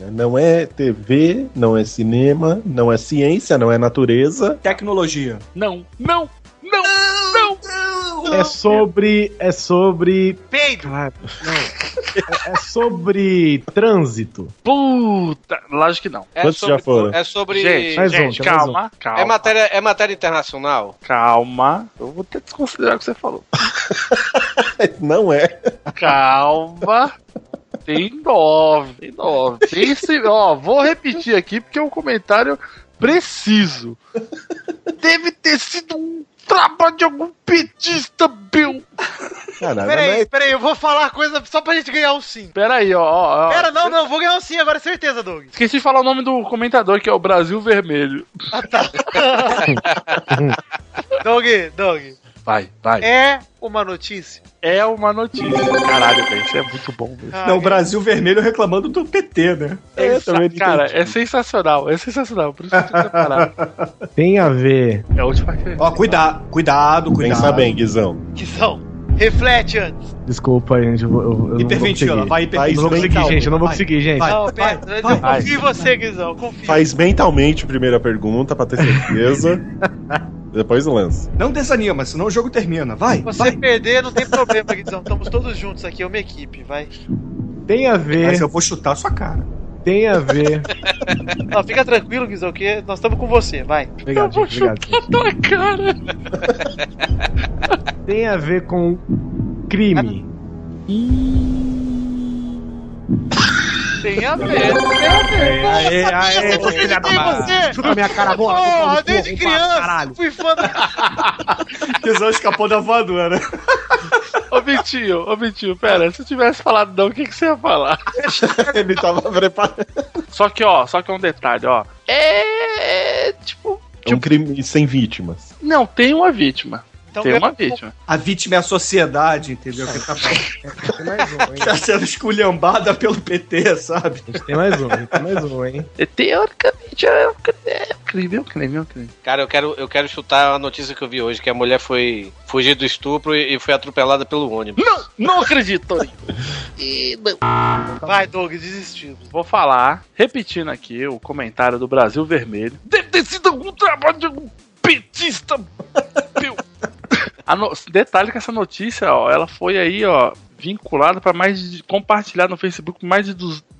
Speaker 7: né? Não é TV, não é cinema, não é ciência, não é natureza.
Speaker 5: Tecnologia.
Speaker 13: Não, não, não, não, não.
Speaker 3: É sobre. É sobre.
Speaker 13: Peido.
Speaker 3: Caralho, não. É, é sobre trânsito.
Speaker 6: Puta, lógico que não.
Speaker 4: É
Speaker 7: Quantos
Speaker 4: sobre-
Speaker 7: já foram?
Speaker 4: É sobre.
Speaker 6: Gente,
Speaker 7: Mais
Speaker 6: gente,
Speaker 7: um, tem mais
Speaker 6: calma,
Speaker 7: um.
Speaker 6: calma.
Speaker 4: É matéria, é matéria internacional?
Speaker 6: Calma. Eu vou até desconsiderar o que você falou.
Speaker 7: Não é.
Speaker 6: Calma. Tem nove, tem nove. Tem esse- ó, vou repetir aqui porque é um comentário preciso. Deve ter sido um trabalho de algum petista, Bill.
Speaker 7: Caralho,
Speaker 14: Peraí, peraí, eu vou falar coisa só pra gente ganhar um sim.
Speaker 6: Peraí, ó, ó, ó.
Speaker 14: Pera, não, não, vou ganhar um sim agora, certeza, Doug.
Speaker 6: Esqueci de falar o nome do comentador, que é o Brasil Vermelho.
Speaker 14: Doug, Doug,
Speaker 6: Vai, vai.
Speaker 14: é uma notícia?
Speaker 6: É uma notícia. Caralho, velho, isso é muito bom. velho.
Speaker 14: Ah,
Speaker 5: Não, o Brasil Vermelho reclamando do PT, né?
Speaker 6: É, cara, é sensacional, é sensacional. Por isso que eu tinha separado.
Speaker 3: Tem a ver.
Speaker 6: É a última que-
Speaker 5: Ó, cuidado, cuidado, cuidado.
Speaker 7: Pensa bem, Guizão.
Speaker 14: Que são? Reflete antes.
Speaker 3: Desculpa, gente. Eu, vou- eu, eu
Speaker 5: Hiperventila,
Speaker 3: não vou conseguir. Eu
Speaker 5: vai hiperventilar.
Speaker 3: não vou conseguir,
Speaker 5: Calma,
Speaker 3: gente. Eu não vou
Speaker 5: vai.
Speaker 3: conseguir, gente.
Speaker 5: Vai.
Speaker 14: Não, pera, eu
Speaker 5: vai.
Speaker 14: confio em você, Guizão, confio.
Speaker 7: Faz mentalmente a primeira pergunta pra ter certeza. Depois lança.
Speaker 5: Não desanima, senão o jogo termina. Vai,
Speaker 14: Você
Speaker 5: vai.
Speaker 14: perder, não tem problema, Guizão. Estamos todos juntos aqui, é uma equipe, vai.
Speaker 3: Tem a ver.
Speaker 5: Mas eu vou chutar a sua cara.
Speaker 3: Tem a ver.
Speaker 14: Não, fica tranquilo, Guizão, que nós estamos com você, vai.
Speaker 3: Obrigado, gente. Obrigado. gente.
Speaker 13: cara.
Speaker 3: Tem a ver com crime.
Speaker 14: Tem a ver, tem a ver.
Speaker 5: Aê, aê,
Speaker 14: Eu acreditei em você!
Speaker 5: Chuta minha cara agora.
Speaker 14: Porra,
Speaker 5: um
Speaker 14: desde criança, fui fã da...
Speaker 5: Guizão escapou da voadora.
Speaker 6: Ô, Vitinho, ô, Vitinho, pera, se eu tivesse falado não, o que, que você ia falar?
Speaker 7: Ele tava preparado.
Speaker 6: Só que, ó, só que é um detalhe, ó. É, é, tipo,
Speaker 7: É um crime sem vítimas.
Speaker 6: não, tem uma vítima.
Speaker 14: Então,
Speaker 6: tem uma
Speaker 14: ganhou.
Speaker 6: vítima.
Speaker 5: A vítima é a sociedade, entendeu? Que tá, tá sendo esculhambada pelo PT, sabe?
Speaker 3: Tem mais um, tem mais um, hein?
Speaker 6: É, Teoricamente, é um crime, é um crime, é um crime, é um crime.
Speaker 4: Cara, eu quero, eu quero chutar a notícia que eu vi hoje, que a mulher foi fugir do estupro e, e foi atropelada pelo ônibus.
Speaker 6: Não, não acredito, Torinho. Ih, não.
Speaker 14: Vai, Doug, desistimos.
Speaker 6: Vou falar, repetindo aqui o comentário do Brasil Vermelho. Deve ter sido algum trabalho de algum petista. meu. A no- Detalhe que essa notícia, ó, ela foi aí, ó, vinculada para mais de... compartilhar no Facebook por mais de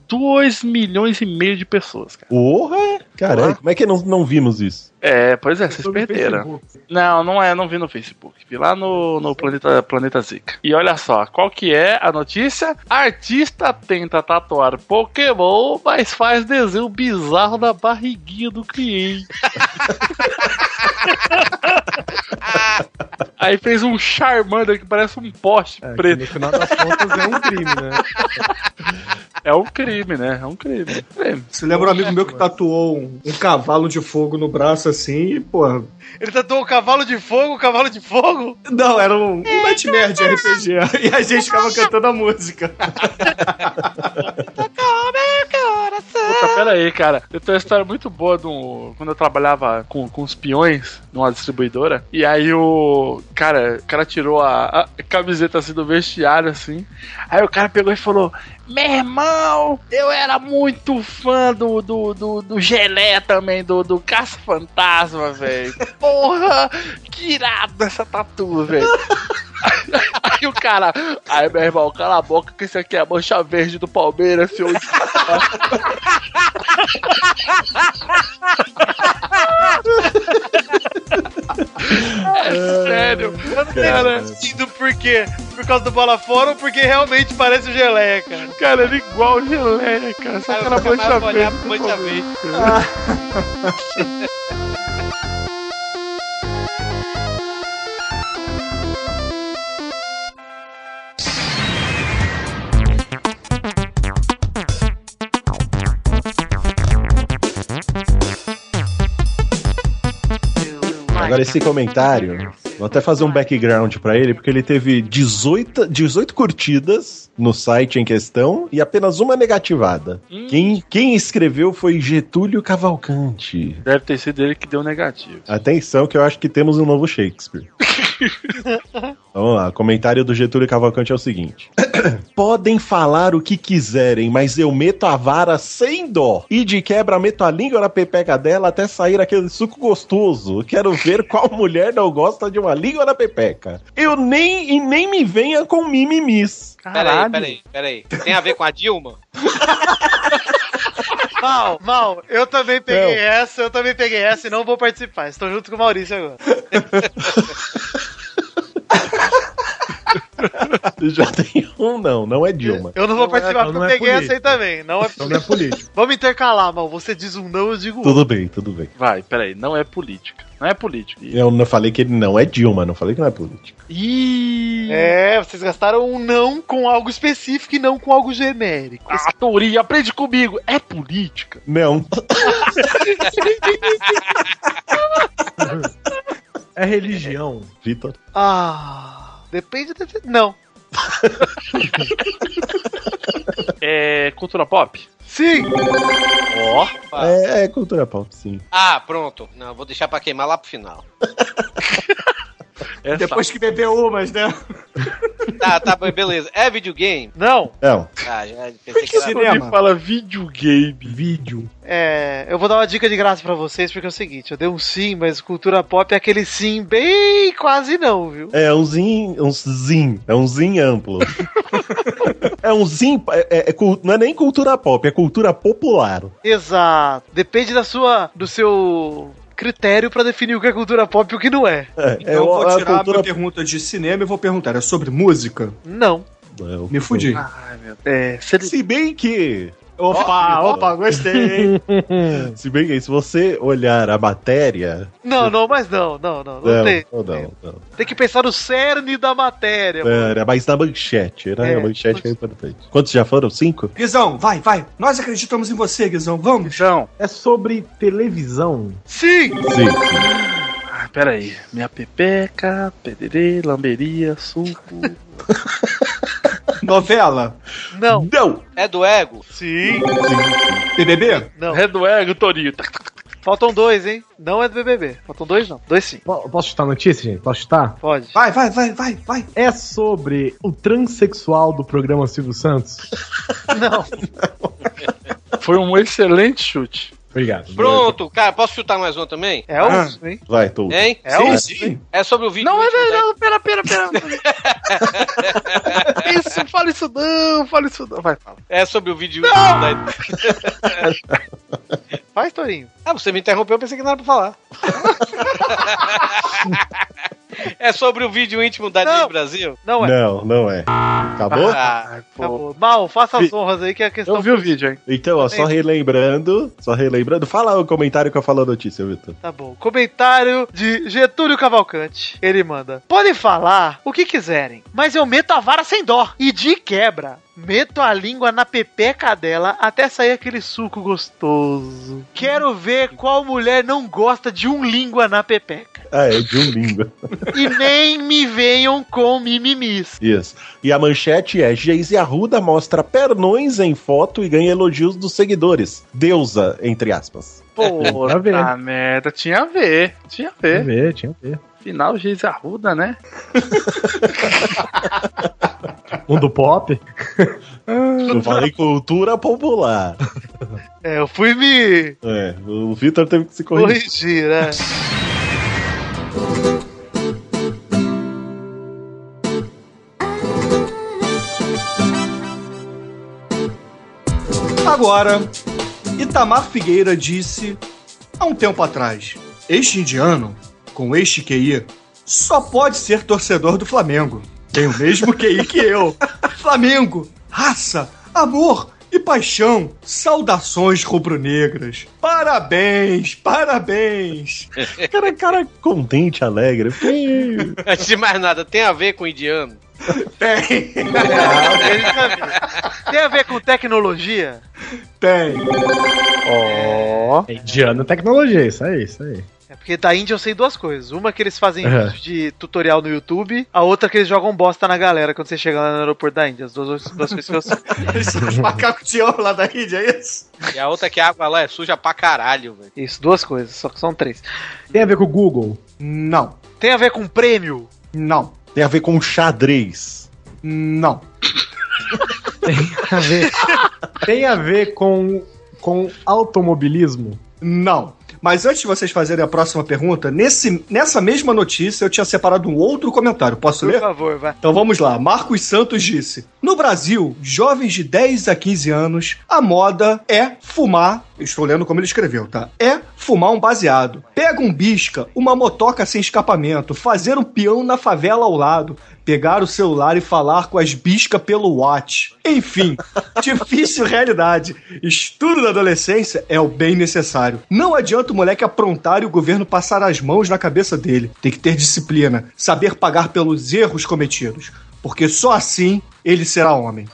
Speaker 6: 2 milhões e meio de pessoas, cara.
Speaker 7: Porra! Caralho, como é que não, não vimos isso?
Speaker 6: É, pois é, vocês perderam. Não, não é, não vi no Facebook. Vi lá no, no Planeta, Planeta Zica. E olha só, qual que é a notícia? Artista tenta tatuar Pokémon, mas faz desenho bizarro na barriguinha do cliente. Aí fez um Charmander que parece um poste
Speaker 3: É, que
Speaker 6: preto.
Speaker 3: no final das contas é um crime, né?
Speaker 6: É um crime, né? É um crime. É um crime.
Speaker 5: Você lembra um amigo meu que tatuou um, um cavalo de fogo no braço assim e, porra.
Speaker 14: Ele tatuou o cavalo de fogo, o cavalo de fogo?
Speaker 5: Não, era um, um nightmare de RPG. E a gente ficava cantando a música.
Speaker 6: Puta, pera aí, cara. Eu tenho uma história muito boa de um- quando eu trabalhava com, com os peões numa distribuidora. E aí o. Cara, o cara tirou a, a camiseta assim do vestiário, assim. Aí o cara pegou e falou: Meu irmão, eu era muito fã do, do, do, do Gelé também, do, do Caça Fantasma, velho. Porra, que irado essa tatu, velho. Aí o cara, aí meu irmão, cala a boca que isso aqui é a mancha verde do Palmeiras, senhor. É sério.
Speaker 14: Eu não tenho sentido por quê? Por causa do bola fora ou porque realmente parece o geleia, cara?
Speaker 6: Cara, era igual geleia, cara. Só que era mancha verde. do
Speaker 4: mancha
Speaker 6: Palmeiras.
Speaker 7: Agora esse comentário, vou até fazer um background pra ele, porque ele teve 18, 18 curtidas no site em questão e apenas uma negativada. Quem, quem escreveu foi Getúlio Cavalcante.
Speaker 6: Deve ter sido ele que deu negativo.
Speaker 7: Atenção que eu acho que temos um novo Shakespeare. Vamos lá, o comentário do Getúlio Cavalcante é o seguinte. Podem falar o que quiserem, mas eu meto a vara sem dó. E de quebra meto a língua na pepeca dela até sair aquele suco gostoso. Quero ver qual mulher não gosta de uma língua na pepeca. Eu nem e nem me venha com mimimis.
Speaker 4: Peraí, peraí, peraí. Tem a ver com a Dilma?
Speaker 1: Mal, mal, eu também peguei essa, eu também peguei essa e não vou participar. Estou junto com o Maurício agora.
Speaker 7: Já tem um não, não é Dilma.
Speaker 1: Eu não vou participar
Speaker 7: não
Speaker 1: porque eu
Speaker 7: é
Speaker 1: peguei essa
Speaker 7: político.
Speaker 1: aí também. Não é,
Speaker 7: Então não é político.
Speaker 1: Vamos intercalar, mal. Você diz um não, eu digo
Speaker 7: Tudo bem, tudo bem.
Speaker 6: Vai, peraí, não é política. Não é política.
Speaker 7: Eu não falei que ele não é Dilma, não falei que não é político.
Speaker 1: Ih! É, vocês gastaram um não com algo específico e não com algo genérico.
Speaker 6: Ah, Tori, aprende comigo. É política.
Speaker 7: Não.
Speaker 15: É religião.
Speaker 7: Vitor.
Speaker 1: Ah, depende da. Não.
Speaker 6: É cultura pop?
Speaker 1: Sim!
Speaker 6: Ó.
Speaker 7: É, é cultura pop, sim.
Speaker 4: Ah, pronto. Não, vou deixar pra queimar lá pro final.
Speaker 6: é
Speaker 3: Depois que beber umas, né?
Speaker 4: Tá, tá, beleza. É videogame?
Speaker 1: Não.
Speaker 7: Não.
Speaker 4: Ah, já pensei
Speaker 6: Por que
Speaker 4: era-
Speaker 6: você fala videogame?
Speaker 15: Vídeo.
Speaker 1: É, eu vou dar uma dica de graça pra vocês, porque é o seguinte, eu dei um sim, mas cultura pop é aquele sim bem quase não, viu?
Speaker 7: É um zin, um zin, é um zin amplo. é um zin, é- é- é cul- não é nem cultura pop, é cultura popular.
Speaker 1: Exato. Depende da sua, do seu critério pra definir o que é cultura pop e o que não é.
Speaker 3: Então eu vou tirar a minha pergunta de cinema e vou perguntar: é sobre música?
Speaker 1: Não.
Speaker 7: É
Speaker 3: Me fudi.
Speaker 15: Ah.
Speaker 6: Ai, meu É, se,
Speaker 7: bem que.
Speaker 3: Opa, opa, gostei.
Speaker 7: se bem que se você olhar a matéria.
Speaker 1: Não, não, mas não, não, não, não,
Speaker 7: Não,
Speaker 1: tem.
Speaker 7: não, não, não.
Speaker 1: Tem que pensar no cerne da matéria. mano.
Speaker 7: Era mais na manchete, né?
Speaker 1: É,
Speaker 7: a manchete que é importante. Quantos já foram? Cinco?
Speaker 3: Guizão, vai, vai. Nós acreditamos em você, Guizão. Vamos.
Speaker 6: Guizão.
Speaker 15: É sobre televisão.
Speaker 1: Sim!
Speaker 7: Sim.
Speaker 6: Ah, peraí. Minha pepeca, pererê, lamberia, suco.
Speaker 3: Novela?
Speaker 1: Não.
Speaker 7: Não.
Speaker 4: É do ego?
Speaker 1: Sim. então.
Speaker 3: BBB?
Speaker 1: Não.
Speaker 6: É do ego, Torinho.
Speaker 1: Faltam dois, hein? Não é do BBB. Faltam dois, não. Dois sim.
Speaker 15: Po- Posso chutar a notícia, gente? Posso chutar?
Speaker 1: Pode.
Speaker 3: Vai, vai, vai, vai, vai.
Speaker 15: É sobre o transexual do programa Silvio Santos.
Speaker 6: Foi um excelente chute.
Speaker 15: Obrigado.
Speaker 4: Pronto, cara, posso chutar mais uma também?
Speaker 1: É o hein?
Speaker 7: Vai, tu.
Speaker 4: Hein?
Speaker 1: É o
Speaker 4: É sobre o vídeo.
Speaker 6: Não, é
Speaker 4: íntimo da-
Speaker 6: verdade. Pera, pera, pera. isso, fala isso não, fala isso não. Vai, fala.
Speaker 4: É sobre o vídeo. íntimo da-
Speaker 1: Faz, Torinho.
Speaker 4: Ah, você me interrompeu, eu pensei que não era pra falar. é sobre o vídeo íntimo da
Speaker 1: Não.
Speaker 4: Disney Brasil?
Speaker 1: Não é.
Speaker 7: Não, não é. Acabou?
Speaker 4: Ah,
Speaker 1: Acabou. Mal, faça as honras aí que é a questão.
Speaker 6: Eu vi o vídeo, hein?
Speaker 7: Então, ó, só relembrando, só relembrando, fala o comentário que eu falo a notícia, Vitor.
Speaker 1: Tá bom. Comentário de Getúlio Cavalcante. Ele manda: Podem falar o que quiserem, mas eu meto a vara sem dó. E de quebra, meto a língua na pepeca dela até sair aquele suco gostoso. Quero ver qual mulher não gosta de um língua na pepeca.
Speaker 7: Ah, é de um língua.
Speaker 1: E nem me venham com mimimis.
Speaker 7: Isso. E a manchete é: Geise Arruda mostra pernões em foto e ganha elogios dos seguidores. Deusa, entre aspas.
Speaker 15: Pra ver.
Speaker 6: Puta merda, tinha a ver, tinha a
Speaker 15: Tinha a
Speaker 6: ver.
Speaker 15: ver, tinha a ver.
Speaker 6: Final Giz Arruda, né?
Speaker 15: Mundo pop?
Speaker 7: Eu falei cultura popular.
Speaker 1: É, eu fui me
Speaker 7: É, o Vitor teve que se corrigir.
Speaker 1: corrigir, né?
Speaker 3: Agora, Itamar Figueira disse há um tempo atrás: Este indiano, com este QI, só pode ser torcedor do Flamengo. Tem o mesmo QI que eu. Flamengo, raça, amor e paixão. Saudações rubro-negras. Parabéns, parabéns.
Speaker 7: Cara, cara, contente, alegre. Porque
Speaker 4: Antes de mais nada, tem a ver com o indiano?
Speaker 3: Tem,
Speaker 1: Tem a ver com tecnologia?
Speaker 3: tem.
Speaker 6: Ó.
Speaker 15: É indiano tecnologia, isso aí, isso aí.
Speaker 1: É porque da Índia eu sei duas coisas. Uma é que eles fazem
Speaker 15: Aham.
Speaker 1: vídeo de tutorial no YouTube, a outra é que eles jogam bosta na galera quando você chega lá no aeroporto da Índia. As duas, duas coisas que eu sei.
Speaker 3: Eles são os macacos de ouro lá da Índia, é isso?
Speaker 4: E a outra é que a água lá é suja pra caralho, velho.
Speaker 1: Isso, duas coisas, só que são três.
Speaker 15: Tem a ver com o Google?
Speaker 3: Não,
Speaker 1: Tem a ver com prêmio?
Speaker 3: não,
Speaker 7: tem a ver com xadrez.
Speaker 3: não. Tem a ver, tem a ver com, com automobilismo?
Speaker 5: Não. Mas antes de vocês fazerem a próxima pergunta, nesse, nessa mesma notícia eu tinha separado um outro comentário. Posso
Speaker 1: Por
Speaker 5: ler?
Speaker 1: favor, vai.
Speaker 5: Então vamos lá. Marcos Santos disse: No Brasil, jovens de 10 a 15 anos, a moda é fumar. eu Estou lendo como ele escreveu, tá? É fumar um baseado. Pega um bisca, uma motoca sem escapamento, fazer um peão na favela ao lado, pegar o celular e falar com as bisca pelo watch. Enfim, difícil realidade. Estudo da adolescência é o bem necessário. Não adianta o moleque aprontar e o governo passar as mãos na cabeça dele. Tem que ter disciplina, saber pagar pelos erros cometidos, porque só assim ele será homem.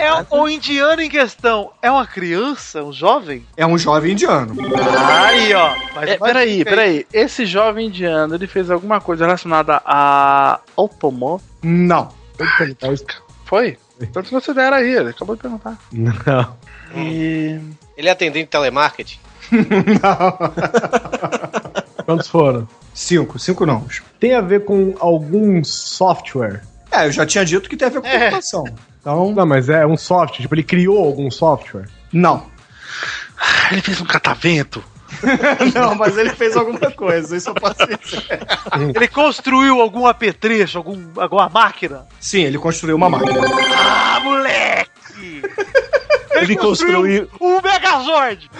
Speaker 1: É o- o indiano em questão. É uma criança? Um jovem?
Speaker 5: É um jovem indiano.
Speaker 1: Aí, ó. Mas
Speaker 6: É,
Speaker 1: vai
Speaker 6: peraí,
Speaker 1: ficar
Speaker 6: peraí. Esse jovem indiano, ele fez alguma coisa relacionada a automóvel?
Speaker 5: Não.
Speaker 6: Foi? Então desconsidera aí, ele acabou de perguntar.
Speaker 3: Não.
Speaker 4: Ele é atendente de telemarketing?
Speaker 3: Quantos foram?
Speaker 5: Cinco, cinco não.
Speaker 3: Tem a ver com algum software?
Speaker 5: É, eu já tinha dito que tem a ver com
Speaker 1: É.
Speaker 5: computação. Então...
Speaker 3: Não, mas é um software. Tipo, ele criou algum software?
Speaker 5: Não.
Speaker 6: Ele fez um catavento?
Speaker 5: não, mas ele fez alguma coisa, isso eu posso dizer.
Speaker 1: Ele construiu algum apetrecho, algum, alguma máquina?
Speaker 5: Sim, ele construiu uma máquina.
Speaker 1: Ah, moleque!
Speaker 7: Ele construiu.
Speaker 1: Um Megazord!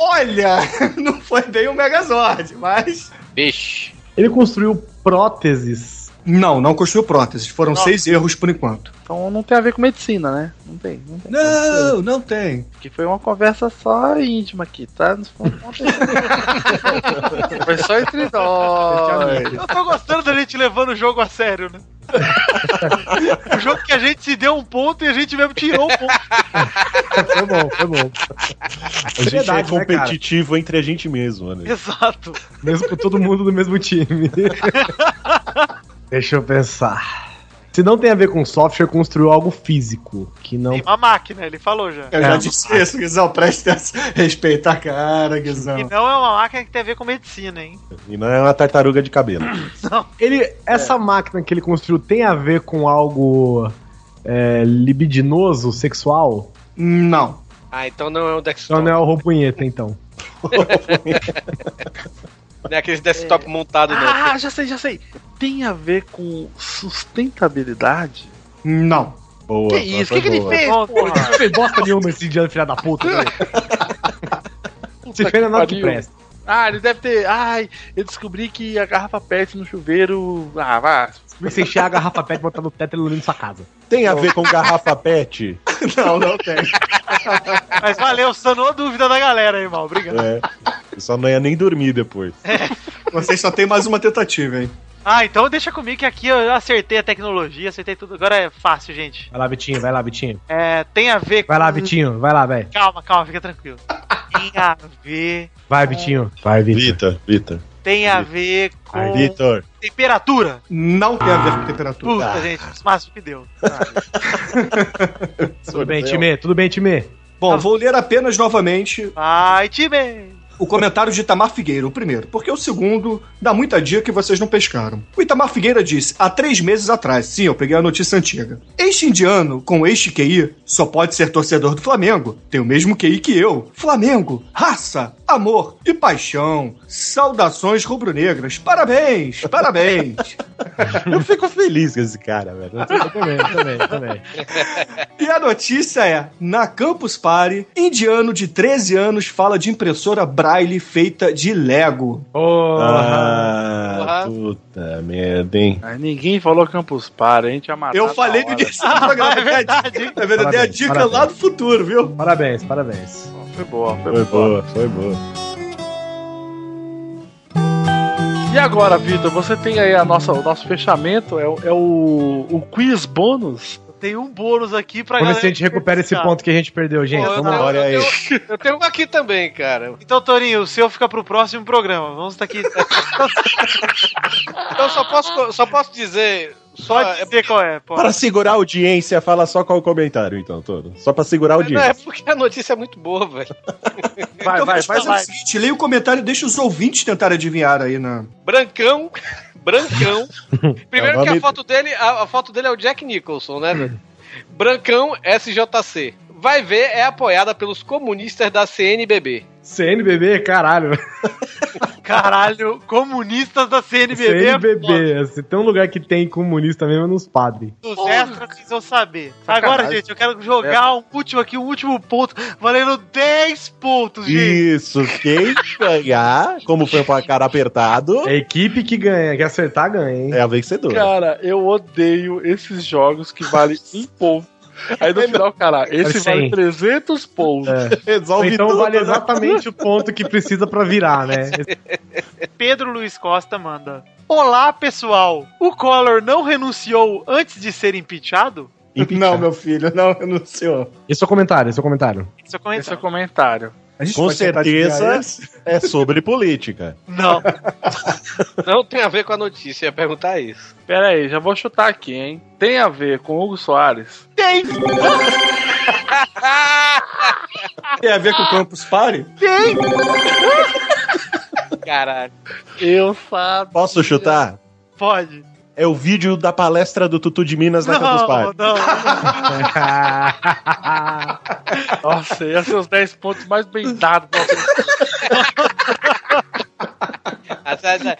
Speaker 5: Olha, não foi bem um Megazord, mas.
Speaker 4: Vixe.
Speaker 3: Ele construiu próteses.
Speaker 5: Não, não construiu próteses. Foram
Speaker 6: Nossa.
Speaker 5: seis erros por enquanto.
Speaker 6: Então não tem a ver com medicina, né? Não tem, não tem.
Speaker 5: Não, não tem.
Speaker 6: Que foi uma conversa só íntima aqui, tá? Não foi- não tem. Foi só entre nós.
Speaker 1: Eu tô gostando da gente levando o jogo a sério, né? o jogo que a gente se deu um ponto e a gente mesmo tirou um ponto.
Speaker 3: Foi bom, foi bom.
Speaker 7: A gente
Speaker 3: Verdade,
Speaker 7: é
Speaker 3: né, cara?
Speaker 7: competitivo entre a gente mesmo, né?
Speaker 1: Exato.
Speaker 3: Mesmo com todo mundo do mesmo time. Deixa eu pensar. Se não tem a ver com software, construiu algo físico. Que não. é.
Speaker 1: Tem uma máquina, ele falou já.
Speaker 5: Eu já disse isso, Guizão. Presta atenção. Respeita a cara,
Speaker 1: E
Speaker 5: Guizão.
Speaker 1: não é uma máquina que tem a ver com medicina, hein?
Speaker 7: E não é uma tartaruga de cabelo.
Speaker 3: Ele, essa máquina que ele construiu tem a ver com algo é, libidinoso, sexual?
Speaker 5: Não.
Speaker 4: Ah, então não é um
Speaker 3: Então
Speaker 4: desktop.
Speaker 3: não é o Robunheta, então.
Speaker 4: Não é aquele desktop montado, não.
Speaker 6: Ah, já sei, já sei. Tem a ver com sustentabilidade?
Speaker 5: Não.
Speaker 7: tá Boa.
Speaker 6: Que isso? O que, que ele fez, porra?
Speaker 3: Não fez bosta nenhuma esse indiano, filha da puta. né? Se fez na nota que
Speaker 6: pariu.
Speaker 3: presta.
Speaker 6: Ah, ele deve ter. Ai, eu descobri que a garrafa pet no chuveiro. Ah, vá.
Speaker 3: Você encher a garrafa pet e botar no teto e ilumina sua casa.
Speaker 7: Tem a ver com garrafa pet?
Speaker 5: Não, não tem.
Speaker 1: Mas valeu, sanou a dúvida da galera aí, mal. Obrigado.
Speaker 7: É. Eu só não ia nem dormir depois.
Speaker 5: Vocês só tem mais uma tentativa, hein?
Speaker 1: Ah, então deixa comigo que aqui eu acertei a tecnologia, acertei tudo. Agora é fácil, gente.
Speaker 3: Vai lá, Vitinho, vai lá, Vitinho.
Speaker 1: É, tem a ver com.
Speaker 3: Vai lá, Vitinho, vai lá, velho.
Speaker 1: Calma, calma, fica tranquilo. Tem a ver.
Speaker 3: Vai, Vitinho. Vai, Vitor.
Speaker 7: Vitor, Vitor.
Speaker 1: Tem a ver
Speaker 7: Vai,
Speaker 1: com.
Speaker 7: Vitor.
Speaker 1: Temperatura.
Speaker 5: Não tem a ver com temperatura.
Speaker 1: Puta,
Speaker 3: Ah.
Speaker 1: gente, os máximos que deu.
Speaker 3: Tudo bem, time? Tudo bem, time?
Speaker 5: Bom, vou ler apenas novamente
Speaker 1: Vai, time!
Speaker 5: o comentário de Itamar Figueira, o primeiro, porque o segundo dá muita dica que vocês não pescaram. O Itamar Figueira disse, há três meses atrás, sim, eu peguei a notícia antiga. Este indiano, com este QI, só pode ser torcedor do Flamengo. Tem o mesmo QI que eu. Flamengo, raça, amor e paixão. Saudações rubro-negras. Parabéns, parabéns.
Speaker 7: Eu fico feliz com esse cara, velho.
Speaker 3: Eu também, eu também, eu também.
Speaker 5: E a notícia é: na Campus Party, indiano de 13 anos fala de impressora braille feita de Lego.
Speaker 7: Ah, puta merda, hein?
Speaker 6: Ai, ninguém falou Campus Para, a gente ia matar.
Speaker 5: Eu
Speaker 6: na
Speaker 5: falei no
Speaker 6: hora.
Speaker 5: início do programa. É verdade, hein? É verdade, é a
Speaker 3: Parabéns,
Speaker 5: dica
Speaker 3: parabéns.
Speaker 5: lá do futuro, viu?
Speaker 3: Parabéns, parabéns.
Speaker 6: Foi boa, foi,
Speaker 7: Foi
Speaker 6: boa.
Speaker 7: boa, foi boa.
Speaker 6: E agora, Vitor, você tem aí a nossa, o nosso fechamento, é, o- é o, o quiz bônus.
Speaker 1: Tem um bônus aqui pra
Speaker 3: Vamos ver
Speaker 1: galera.
Speaker 3: se a gente recupera esse ponto que a gente perdeu, gente.
Speaker 4: Pô, eu
Speaker 3: Vamos
Speaker 4: tava-
Speaker 3: lá.
Speaker 7: Olha aí.
Speaker 4: Eu tenho um aqui também, cara.
Speaker 1: Então, Torinho, o seu fica pro próximo programa. Vamos estar aqui.
Speaker 4: Então só posso, só posso dizer. Só
Speaker 1: Pode dizer qual é, pô.
Speaker 7: Para segurar a audiência, fala só qual o comentário, então, todo. Só pra segurar a
Speaker 4: Não, é
Speaker 7: audiência.
Speaker 4: porque a notícia é muito boa, velho.
Speaker 5: então vai, faz o seguinte: leia o comentário e deixa os ouvintes tentarem adivinhar aí na.
Speaker 4: Brancão, brancão. Primeiro
Speaker 7: Não,
Speaker 4: que a
Speaker 7: vamos-
Speaker 4: foto dele, a, a foto dele é o Jack Nicholson, né, velho? Brancão SJC. Vai ver, é apoiada pelos comunistas da CNBB.
Speaker 3: CNBB, caralho.
Speaker 1: Caralho, comunistas da CNBB.
Speaker 3: CNBB. Se tem um lugar que tem comunista mesmo é nos padres.
Speaker 1: Os extras precisam saber. Agora,
Speaker 3: Sacanagem.
Speaker 1: gente, eu quero jogar um último aqui, um último ponto, valendo 10 pontos, gente.
Speaker 7: Isso, quem ganhar, como foi um placar apertado.
Speaker 3: A equipe que ganha, que acertar ganha, hein?
Speaker 7: É a vencedora.
Speaker 6: Cara, eu odeio esses jogos que valem um ponto. Aí no final, cara, esse
Speaker 3: Mas
Speaker 6: vale
Speaker 3: sim.
Speaker 6: 300 pontos.
Speaker 3: Resolve então
Speaker 6: tudo,
Speaker 3: vale
Speaker 6: né?
Speaker 3: exatamente o ponto que precisa pra virar, né?
Speaker 1: Pedro Luiz Costa manda. Olá, pessoal. O Collor não renunciou antes de ser impeachado?
Speaker 5: Não, meu filho, não renunciou.
Speaker 3: Esse é o comentário, esse é o comentário.
Speaker 1: Esse é o comentário.
Speaker 6: Esse é o comentário.
Speaker 7: Com certeza é sobre política.
Speaker 1: Não.
Speaker 4: Não tem a ver com a notícia, ia perguntar isso.
Speaker 6: Pera aí, já vou chutar aqui, hein? Tem a ver com Hugo Soares?
Speaker 1: Tem!
Speaker 5: Tem a ver com o Campus Party?
Speaker 1: Tem!
Speaker 4: Caralho.
Speaker 6: Eu falo.
Speaker 7: Posso chutar?
Speaker 1: Pode.
Speaker 7: É o vídeo da palestra do Tutu de Minas
Speaker 3: é
Speaker 7: na Campus
Speaker 1: Não,
Speaker 7: Party.
Speaker 1: não.
Speaker 6: Nossa, ia ser os 10 pontos mais bem dados. pra você.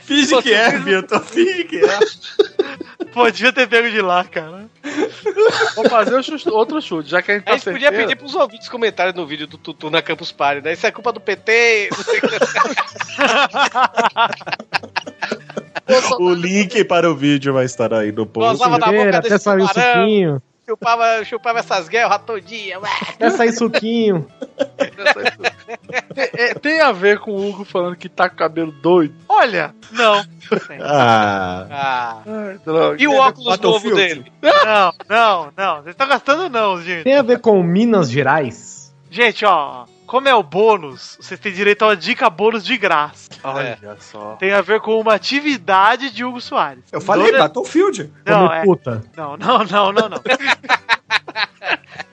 Speaker 5: Finge que é, Vitor, finge que é.
Speaker 1: Pô, devia ter pego de lá, cara.
Speaker 6: Vou fazer o chute- outro chute, já que a gente
Speaker 4: A
Speaker 6: tá
Speaker 4: gente podia
Speaker 6: certeiro.
Speaker 4: pedir pros ouvintes comentarem no vídeo do Tutu na Campus Party, né? Isso é culpa do PT. não sei o
Speaker 7: O link para o vídeo vai estar aí no post.
Speaker 4: Gozava da boca
Speaker 3: Primeira,
Speaker 4: desse
Speaker 3: até sair o
Speaker 4: tubarão.
Speaker 3: suquinho.
Speaker 4: que. chupava, chupava essas guerras todinha. ué.
Speaker 3: Até sair suquinho.
Speaker 6: Tem, é, tem a ver com o Hugo falando que tá com o cabelo doido?
Speaker 1: Olha, não.
Speaker 7: Ah,
Speaker 4: Ah.
Speaker 6: Ai, droga.
Speaker 1: E o óculos novo
Speaker 5: Battlefield.
Speaker 1: dele? Não, não, não. Vocês estão gastando não, gente.
Speaker 3: Tem a ver com Minas Gerais?
Speaker 1: Gente, ó. Como é o bônus, vocês têm direito a uma dica bônus de graça.
Speaker 6: Olha
Speaker 5: É.
Speaker 6: só.
Speaker 1: Tem a ver com uma atividade de Hugo Soares.
Speaker 5: Eu falei,
Speaker 1: Dona-
Speaker 5: Battlefield.
Speaker 1: Não,
Speaker 3: Como
Speaker 1: é.
Speaker 3: puta.
Speaker 1: Não, não, não, não, não.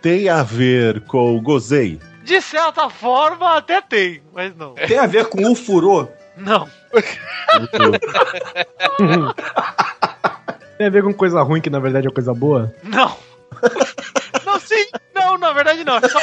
Speaker 7: tem a ver com o Gozei.
Speaker 1: De certa forma, até tem, mas não.
Speaker 5: Tem a ver com o furor?
Speaker 1: Não.
Speaker 7: Ah, é.
Speaker 3: Tem a ver com coisa ruim que na verdade é coisa boa?
Speaker 1: Não. Não, sim. Não, na verdade não. É só,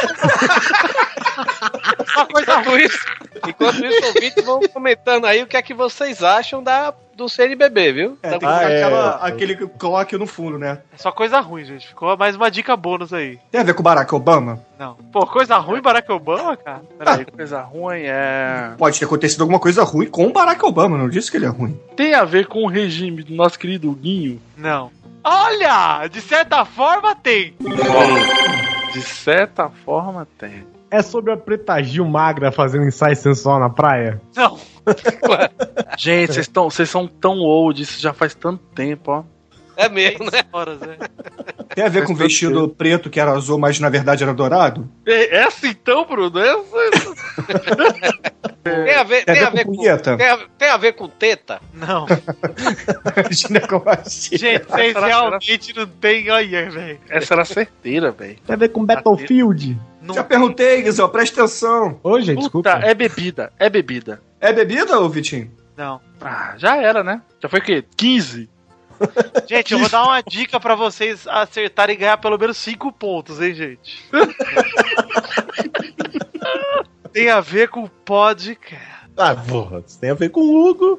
Speaker 1: só coisa ruim.
Speaker 4: Enquanto isso, é. enquanto isso, ouvintes vão comentando aí o que é que vocês acham da, do CNBB, viu?
Speaker 5: É,
Speaker 4: Da-
Speaker 5: tem que botar
Speaker 7: Ah, é.
Speaker 5: aquela- aquele clock no fundo, né?
Speaker 1: É só coisa ruim, gente. Ficou mais uma dica bônus aí.
Speaker 5: Tem a ver com o Barack Obama?
Speaker 1: Não. Pô, coisa ruim, Barack Obama, cara.
Speaker 6: Peraí, coisa ruim é.
Speaker 5: Pode ter acontecido alguma coisa ruim com o Barack Obama, não disse que ele é ruim.
Speaker 6: Tem a ver com o regime do nosso querido Huguinho?
Speaker 1: Não. Olha! De certa forma tem.
Speaker 6: De certa forma, tem.
Speaker 3: É sobre a Preta Gil magra fazendo ensaio sensual na praia?
Speaker 1: Não.
Speaker 6: Gente, vocês tão- vocês são tão old, isso já faz tanto tempo, ó.
Speaker 4: É mesmo, né?
Speaker 1: Horas, né?
Speaker 5: Tem a ver com o vestido preto que era azul, mas na verdade era dourado?
Speaker 6: É- Essa então, Bruno? Essa...
Speaker 4: Tem a ver,
Speaker 5: Tem
Speaker 4: tem
Speaker 5: a
Speaker 4: a
Speaker 5: ver
Speaker 4: ver
Speaker 5: com
Speaker 4: com,
Speaker 5: É punheta?
Speaker 4: tem a- tem a ver com teta?
Speaker 1: Não.
Speaker 5: Ginecomastia.
Speaker 1: Gente, vocês
Speaker 6: Será-
Speaker 1: realmente não tem. Olha, velho.
Speaker 6: Essa era certeira, velho.
Speaker 3: Tem a ver com Battlefield?
Speaker 1: Não
Speaker 5: Já perguntei, Guizão, presta atenção.
Speaker 3: Ô, gente,
Speaker 6: Puta,
Speaker 3: desculpa.
Speaker 6: é bebida, é bebida.
Speaker 5: É bebida, ô Vitinho?
Speaker 1: Não.
Speaker 6: Ah, já era, né? Já foi o quê? 15?
Speaker 1: Gente, eu vou dar uma dica pra vocês acertarem e ganhar pelo menos 5 pontos, hein, gente? Tem a ver com podcast.
Speaker 7: Ah, porra, isso tem a ver com o Hugo.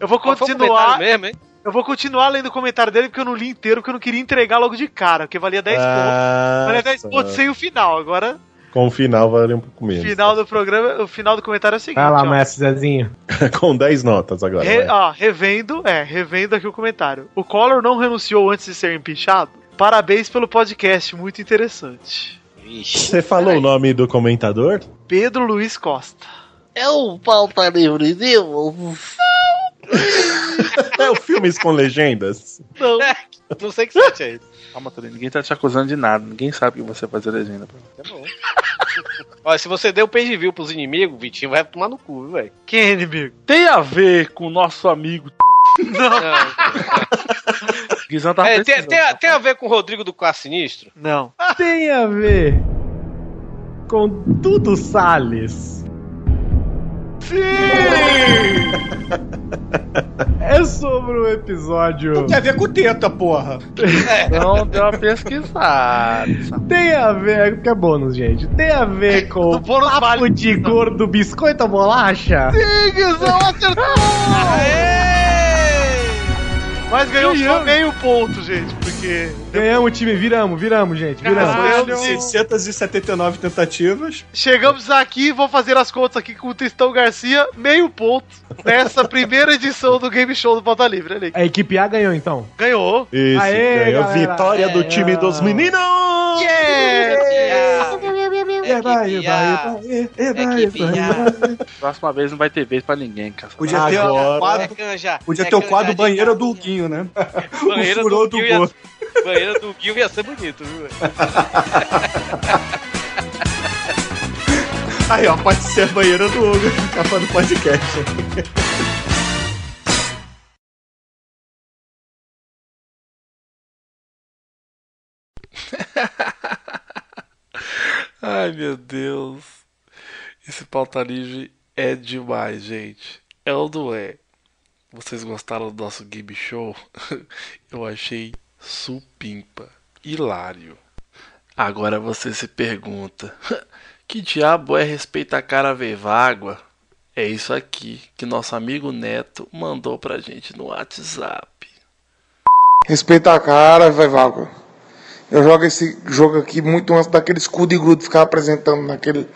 Speaker 1: Eu vou
Speaker 4: Qual foi o comentário
Speaker 1: continuar.
Speaker 4: Mesmo, hein?
Speaker 1: Eu vou continuar lendo o comentário dele porque eu não li inteiro, porque eu não queria entregar logo de cara, porque valia 10 pontos.
Speaker 7: Ah,
Speaker 1: Valia 10
Speaker 7: tá.
Speaker 1: pontos sem o final. Agora,
Speaker 7: Com o final vale um pouco
Speaker 1: o
Speaker 7: menos.
Speaker 1: final do programa, o final do comentário é o seguinte,
Speaker 3: Vai lá,
Speaker 1: ó.
Speaker 3: mestre Zezinho.
Speaker 7: com 10 notas agora.
Speaker 1: Re-
Speaker 7: vai.
Speaker 1: ó, revendo, é, revendo aqui o comentário. O Collor não renunciou antes de ser empichado? Parabéns pelo podcast, muito interessante.
Speaker 4: Vixe.
Speaker 7: Você falou o nome do comentador?
Speaker 1: Pedro Luiz Costa.
Speaker 13: É um pauta livre, viu?
Speaker 7: É o Filmes com Legendas?
Speaker 1: Não.
Speaker 4: Não sei que site é esse.
Speaker 6: Calma, Torinho, ninguém tá te acusando de nada. Ninguém sabe que você faz a legenda.
Speaker 4: Olha, se você deu page view pros inimigos, Vitinho vai tomar no cu, viu, velho?
Speaker 1: Quem é inimigo?
Speaker 6: Tem a ver com o nosso amigo. Guizão tava
Speaker 4: Ah, É, tem,
Speaker 6: pesquisando.
Speaker 4: tem a, tem a ver com o Rodrigo do Quarto Sinistro?
Speaker 1: Não.
Speaker 3: Tem a ver com Dudu Salles.
Speaker 1: Sim!
Speaker 3: É sobre o episódio. Não
Speaker 5: tem a ver com teta, porra.
Speaker 6: Não deu uma pesquisada.
Speaker 3: Tem a ver, porque é bônus, gente. Tem a ver com o
Speaker 1: bônus
Speaker 3: papo
Speaker 1: vale.
Speaker 3: de cor do biscoito ou bolacha?
Speaker 1: Sim, Guizão acertou! Mas ganhou só
Speaker 3: Ganhamos.
Speaker 1: meio ponto, gente, porque.
Speaker 3: Ganhamos, time, viramos, viramos, gente,
Speaker 5: Ah,
Speaker 3: viramos.
Speaker 1: Caralho.
Speaker 5: 679 tentativas.
Speaker 1: Chegamos aqui, vou fazer as contas aqui com o Tristão Garcia, meio ponto nessa primeira edição do Game Show do Pauta Livre. Olha aí.
Speaker 3: A equipe A ganhou, então.
Speaker 1: Ganhou!
Speaker 7: Isso,
Speaker 3: Aê,
Speaker 7: ganhou.
Speaker 3: galera.
Speaker 7: Vitória do time dos meninos!
Speaker 5: É,
Speaker 4: É,
Speaker 1: Yeah!
Speaker 3: Eba, eba, eba, eba, eba.
Speaker 6: Próxima vez não vai ter vez pra ninguém, cara.
Speaker 5: Podia ter o quadro,
Speaker 4: canja.
Speaker 5: podia
Speaker 4: é
Speaker 5: ter o
Speaker 4: canja
Speaker 5: quadro
Speaker 4: de-
Speaker 5: banheira do Huguinho, né?
Speaker 4: Banheira
Speaker 5: o furor
Speaker 4: do
Speaker 5: do,
Speaker 4: Huguinho ia-
Speaker 5: gordo.
Speaker 4: Banheira do Gil ia ser bonito, viu?
Speaker 5: Aí, ó, pode ser a banheira do Hugo, capa do podcast.
Speaker 6: Ai, meu Deus. Esse pauta livre é demais, gente. É ou não é? Vocês gostaram do nosso game show? Eu achei supimpa, hilário. Agora você se pergunta: que diabo é respeito à cara vaivágua? É isso aqui que nosso amigo Neto mandou pra gente no WhatsApp.
Speaker 16: Respeita a cara, vai Valga. Eu jogo esse jogo aqui muito antes daquele escudo e grudo ficar apresentando naquele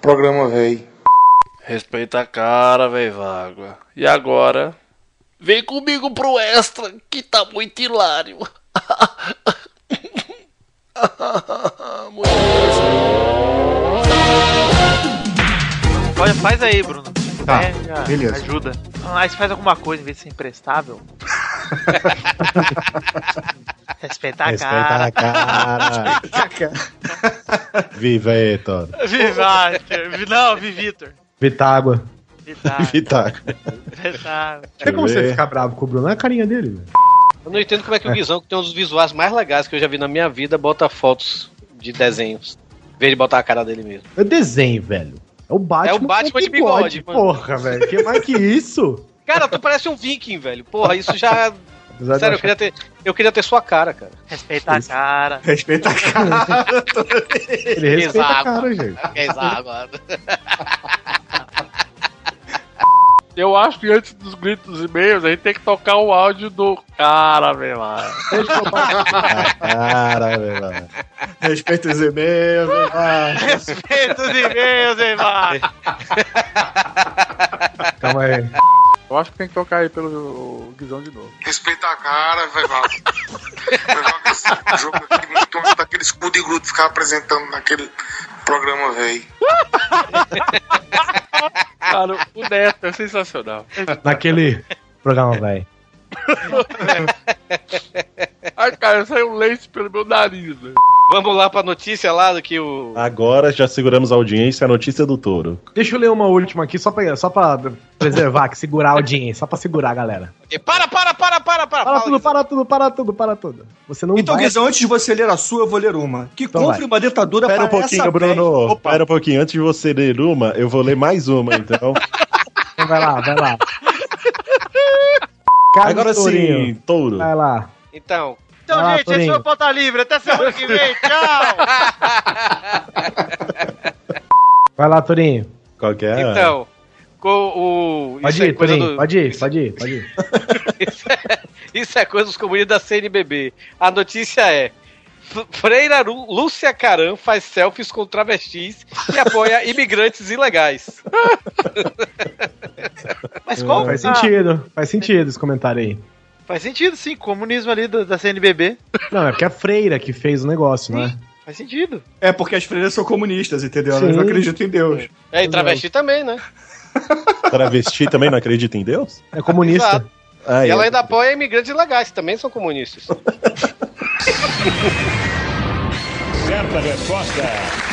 Speaker 16: programa, velho.
Speaker 6: Respeita a cara, vaivágua. E agora? Vem comigo pro extra, que tá muito hilário.
Speaker 14: Olha, faz aí, Bruno.
Speaker 16: Tá,
Speaker 14: Pega,
Speaker 16: beleza.
Speaker 14: Ajuda. Ah, você faz alguma coisa em vez de ser imprestável. Respeitar a cara.
Speaker 7: Respeita a cara. Viva aí, Toro.
Speaker 1: Tá.
Speaker 14: Viva, não, vi Vitor.
Speaker 3: Vitágua.
Speaker 14: Vitágua.
Speaker 7: Vitágua.
Speaker 14: Respeitar.
Speaker 3: Tem como
Speaker 4: Deixa eu
Speaker 3: você
Speaker 4: ver.
Speaker 3: ficar bravo com o Bruno? É a carinha dele, velho.
Speaker 4: Eu não entendo como é que o Guizão, que tem um dos visuais mais legais que eu já vi na minha vida, bota fotos de desenhos. Em vez de botar a cara dele mesmo.
Speaker 3: É desenho, velho. É o Batman.
Speaker 4: É o Batman
Speaker 3: com
Speaker 4: de bigode, mano.
Speaker 3: Porra, velho. Que mais que isso?
Speaker 4: Cara, tu parece um viking, velho. Porra, isso já.
Speaker 3: Apesar de
Speaker 4: Sério,
Speaker 3: eu
Speaker 4: eu queria, ter, eu queria ter sua cara, cara.
Speaker 14: Respeitar a cara.
Speaker 5: Respeita a
Speaker 4: cara.
Speaker 3: Ele respeita a cara, gente.
Speaker 6: Eu acho que antes dos gritos e meios, a gente tem que tocar o áudio do cara, velho.
Speaker 7: Cara, velho.
Speaker 5: Respeita os e-mails, velho.
Speaker 14: Respeita os e-mails, hein, mano?
Speaker 3: Calma aí.
Speaker 6: Eu acho que tem que tocar aí pelo Guizão de novo.
Speaker 16: Respeita a cara, vai Valga. Eu jogo esse jogo aqui muito antes daquele escudo e grudo ficar apresentando naquele programa, velho.
Speaker 6: Cara, o Neto é sensacional.
Speaker 3: Naquele programa, velho.
Speaker 6: Ai, cara, saiu leite pelo meu nariz, né? velho.
Speaker 4: Vamos lá pra notícia lá do que o.
Speaker 7: Agora já seguramos a audiência, a notícia do touro.
Speaker 3: Deixa eu ler uma última aqui, só pra, só pra preservar, que segurar a audiência, só pra segurar a galera.
Speaker 4: Para, para, para, para, para.
Speaker 3: Para tudo, para tudo, para tudo, para tudo. Você não
Speaker 5: Então,
Speaker 3: vai...
Speaker 5: Guizão, antes de você ler a sua, eu vou ler uma. Que
Speaker 3: Então
Speaker 5: compre
Speaker 3: vai.
Speaker 5: uma dentadura
Speaker 7: Pera um
Speaker 5: para essa
Speaker 7: pouquinho, Bruno. Pera um pouquinho. Antes de você ler uma, eu vou ler mais uma, então.
Speaker 3: Então Vai lá, vai lá.
Speaker 7: Agora sim,
Speaker 3: Tourinho.
Speaker 7: touro.
Speaker 3: Vai lá.
Speaker 4: Então.
Speaker 14: Então,
Speaker 3: Vai lá,
Speaker 14: gente, esse
Speaker 3: Torinho.
Speaker 14: foi o Pauta Livre. Até semana que vem. Tchau!
Speaker 3: Vai lá, Tourinho.
Speaker 7: Qual que é?
Speaker 4: Então. Com o.
Speaker 3: Pode
Speaker 4: isso é
Speaker 3: ir,
Speaker 4: coisa
Speaker 3: Tourinho.
Speaker 4: do-
Speaker 3: Pode ir, pode ir, pode ir.
Speaker 4: Isso é coisa dos comunistas da CNBB. A notícia é: F- Freira Lu- Lúcia Caram faz selfies com travestis e apoia imigrantes ilegais.
Speaker 14: Mas qual?
Speaker 3: Faz
Speaker 14: Ah,
Speaker 3: sentido, faz sentido esse comentário aí.
Speaker 14: Faz sentido, sim. Comunismo ali da, da CNBB.
Speaker 3: Não, é porque é a freira que fez o negócio, né?
Speaker 14: Faz sentido.
Speaker 5: É porque as freiras são comunistas, entendeu? Elas
Speaker 3: Sim.
Speaker 5: não acreditam em Deus.
Speaker 4: É, e travesti também, né?
Speaker 7: Travesti também não acredita em Deus?
Speaker 3: É comunista.
Speaker 4: Exato.
Speaker 7: Ah,
Speaker 4: e
Speaker 7: é.
Speaker 4: ela ainda apoia imigrantes ilegais, que também são comunistas.
Speaker 7: Certa resposta.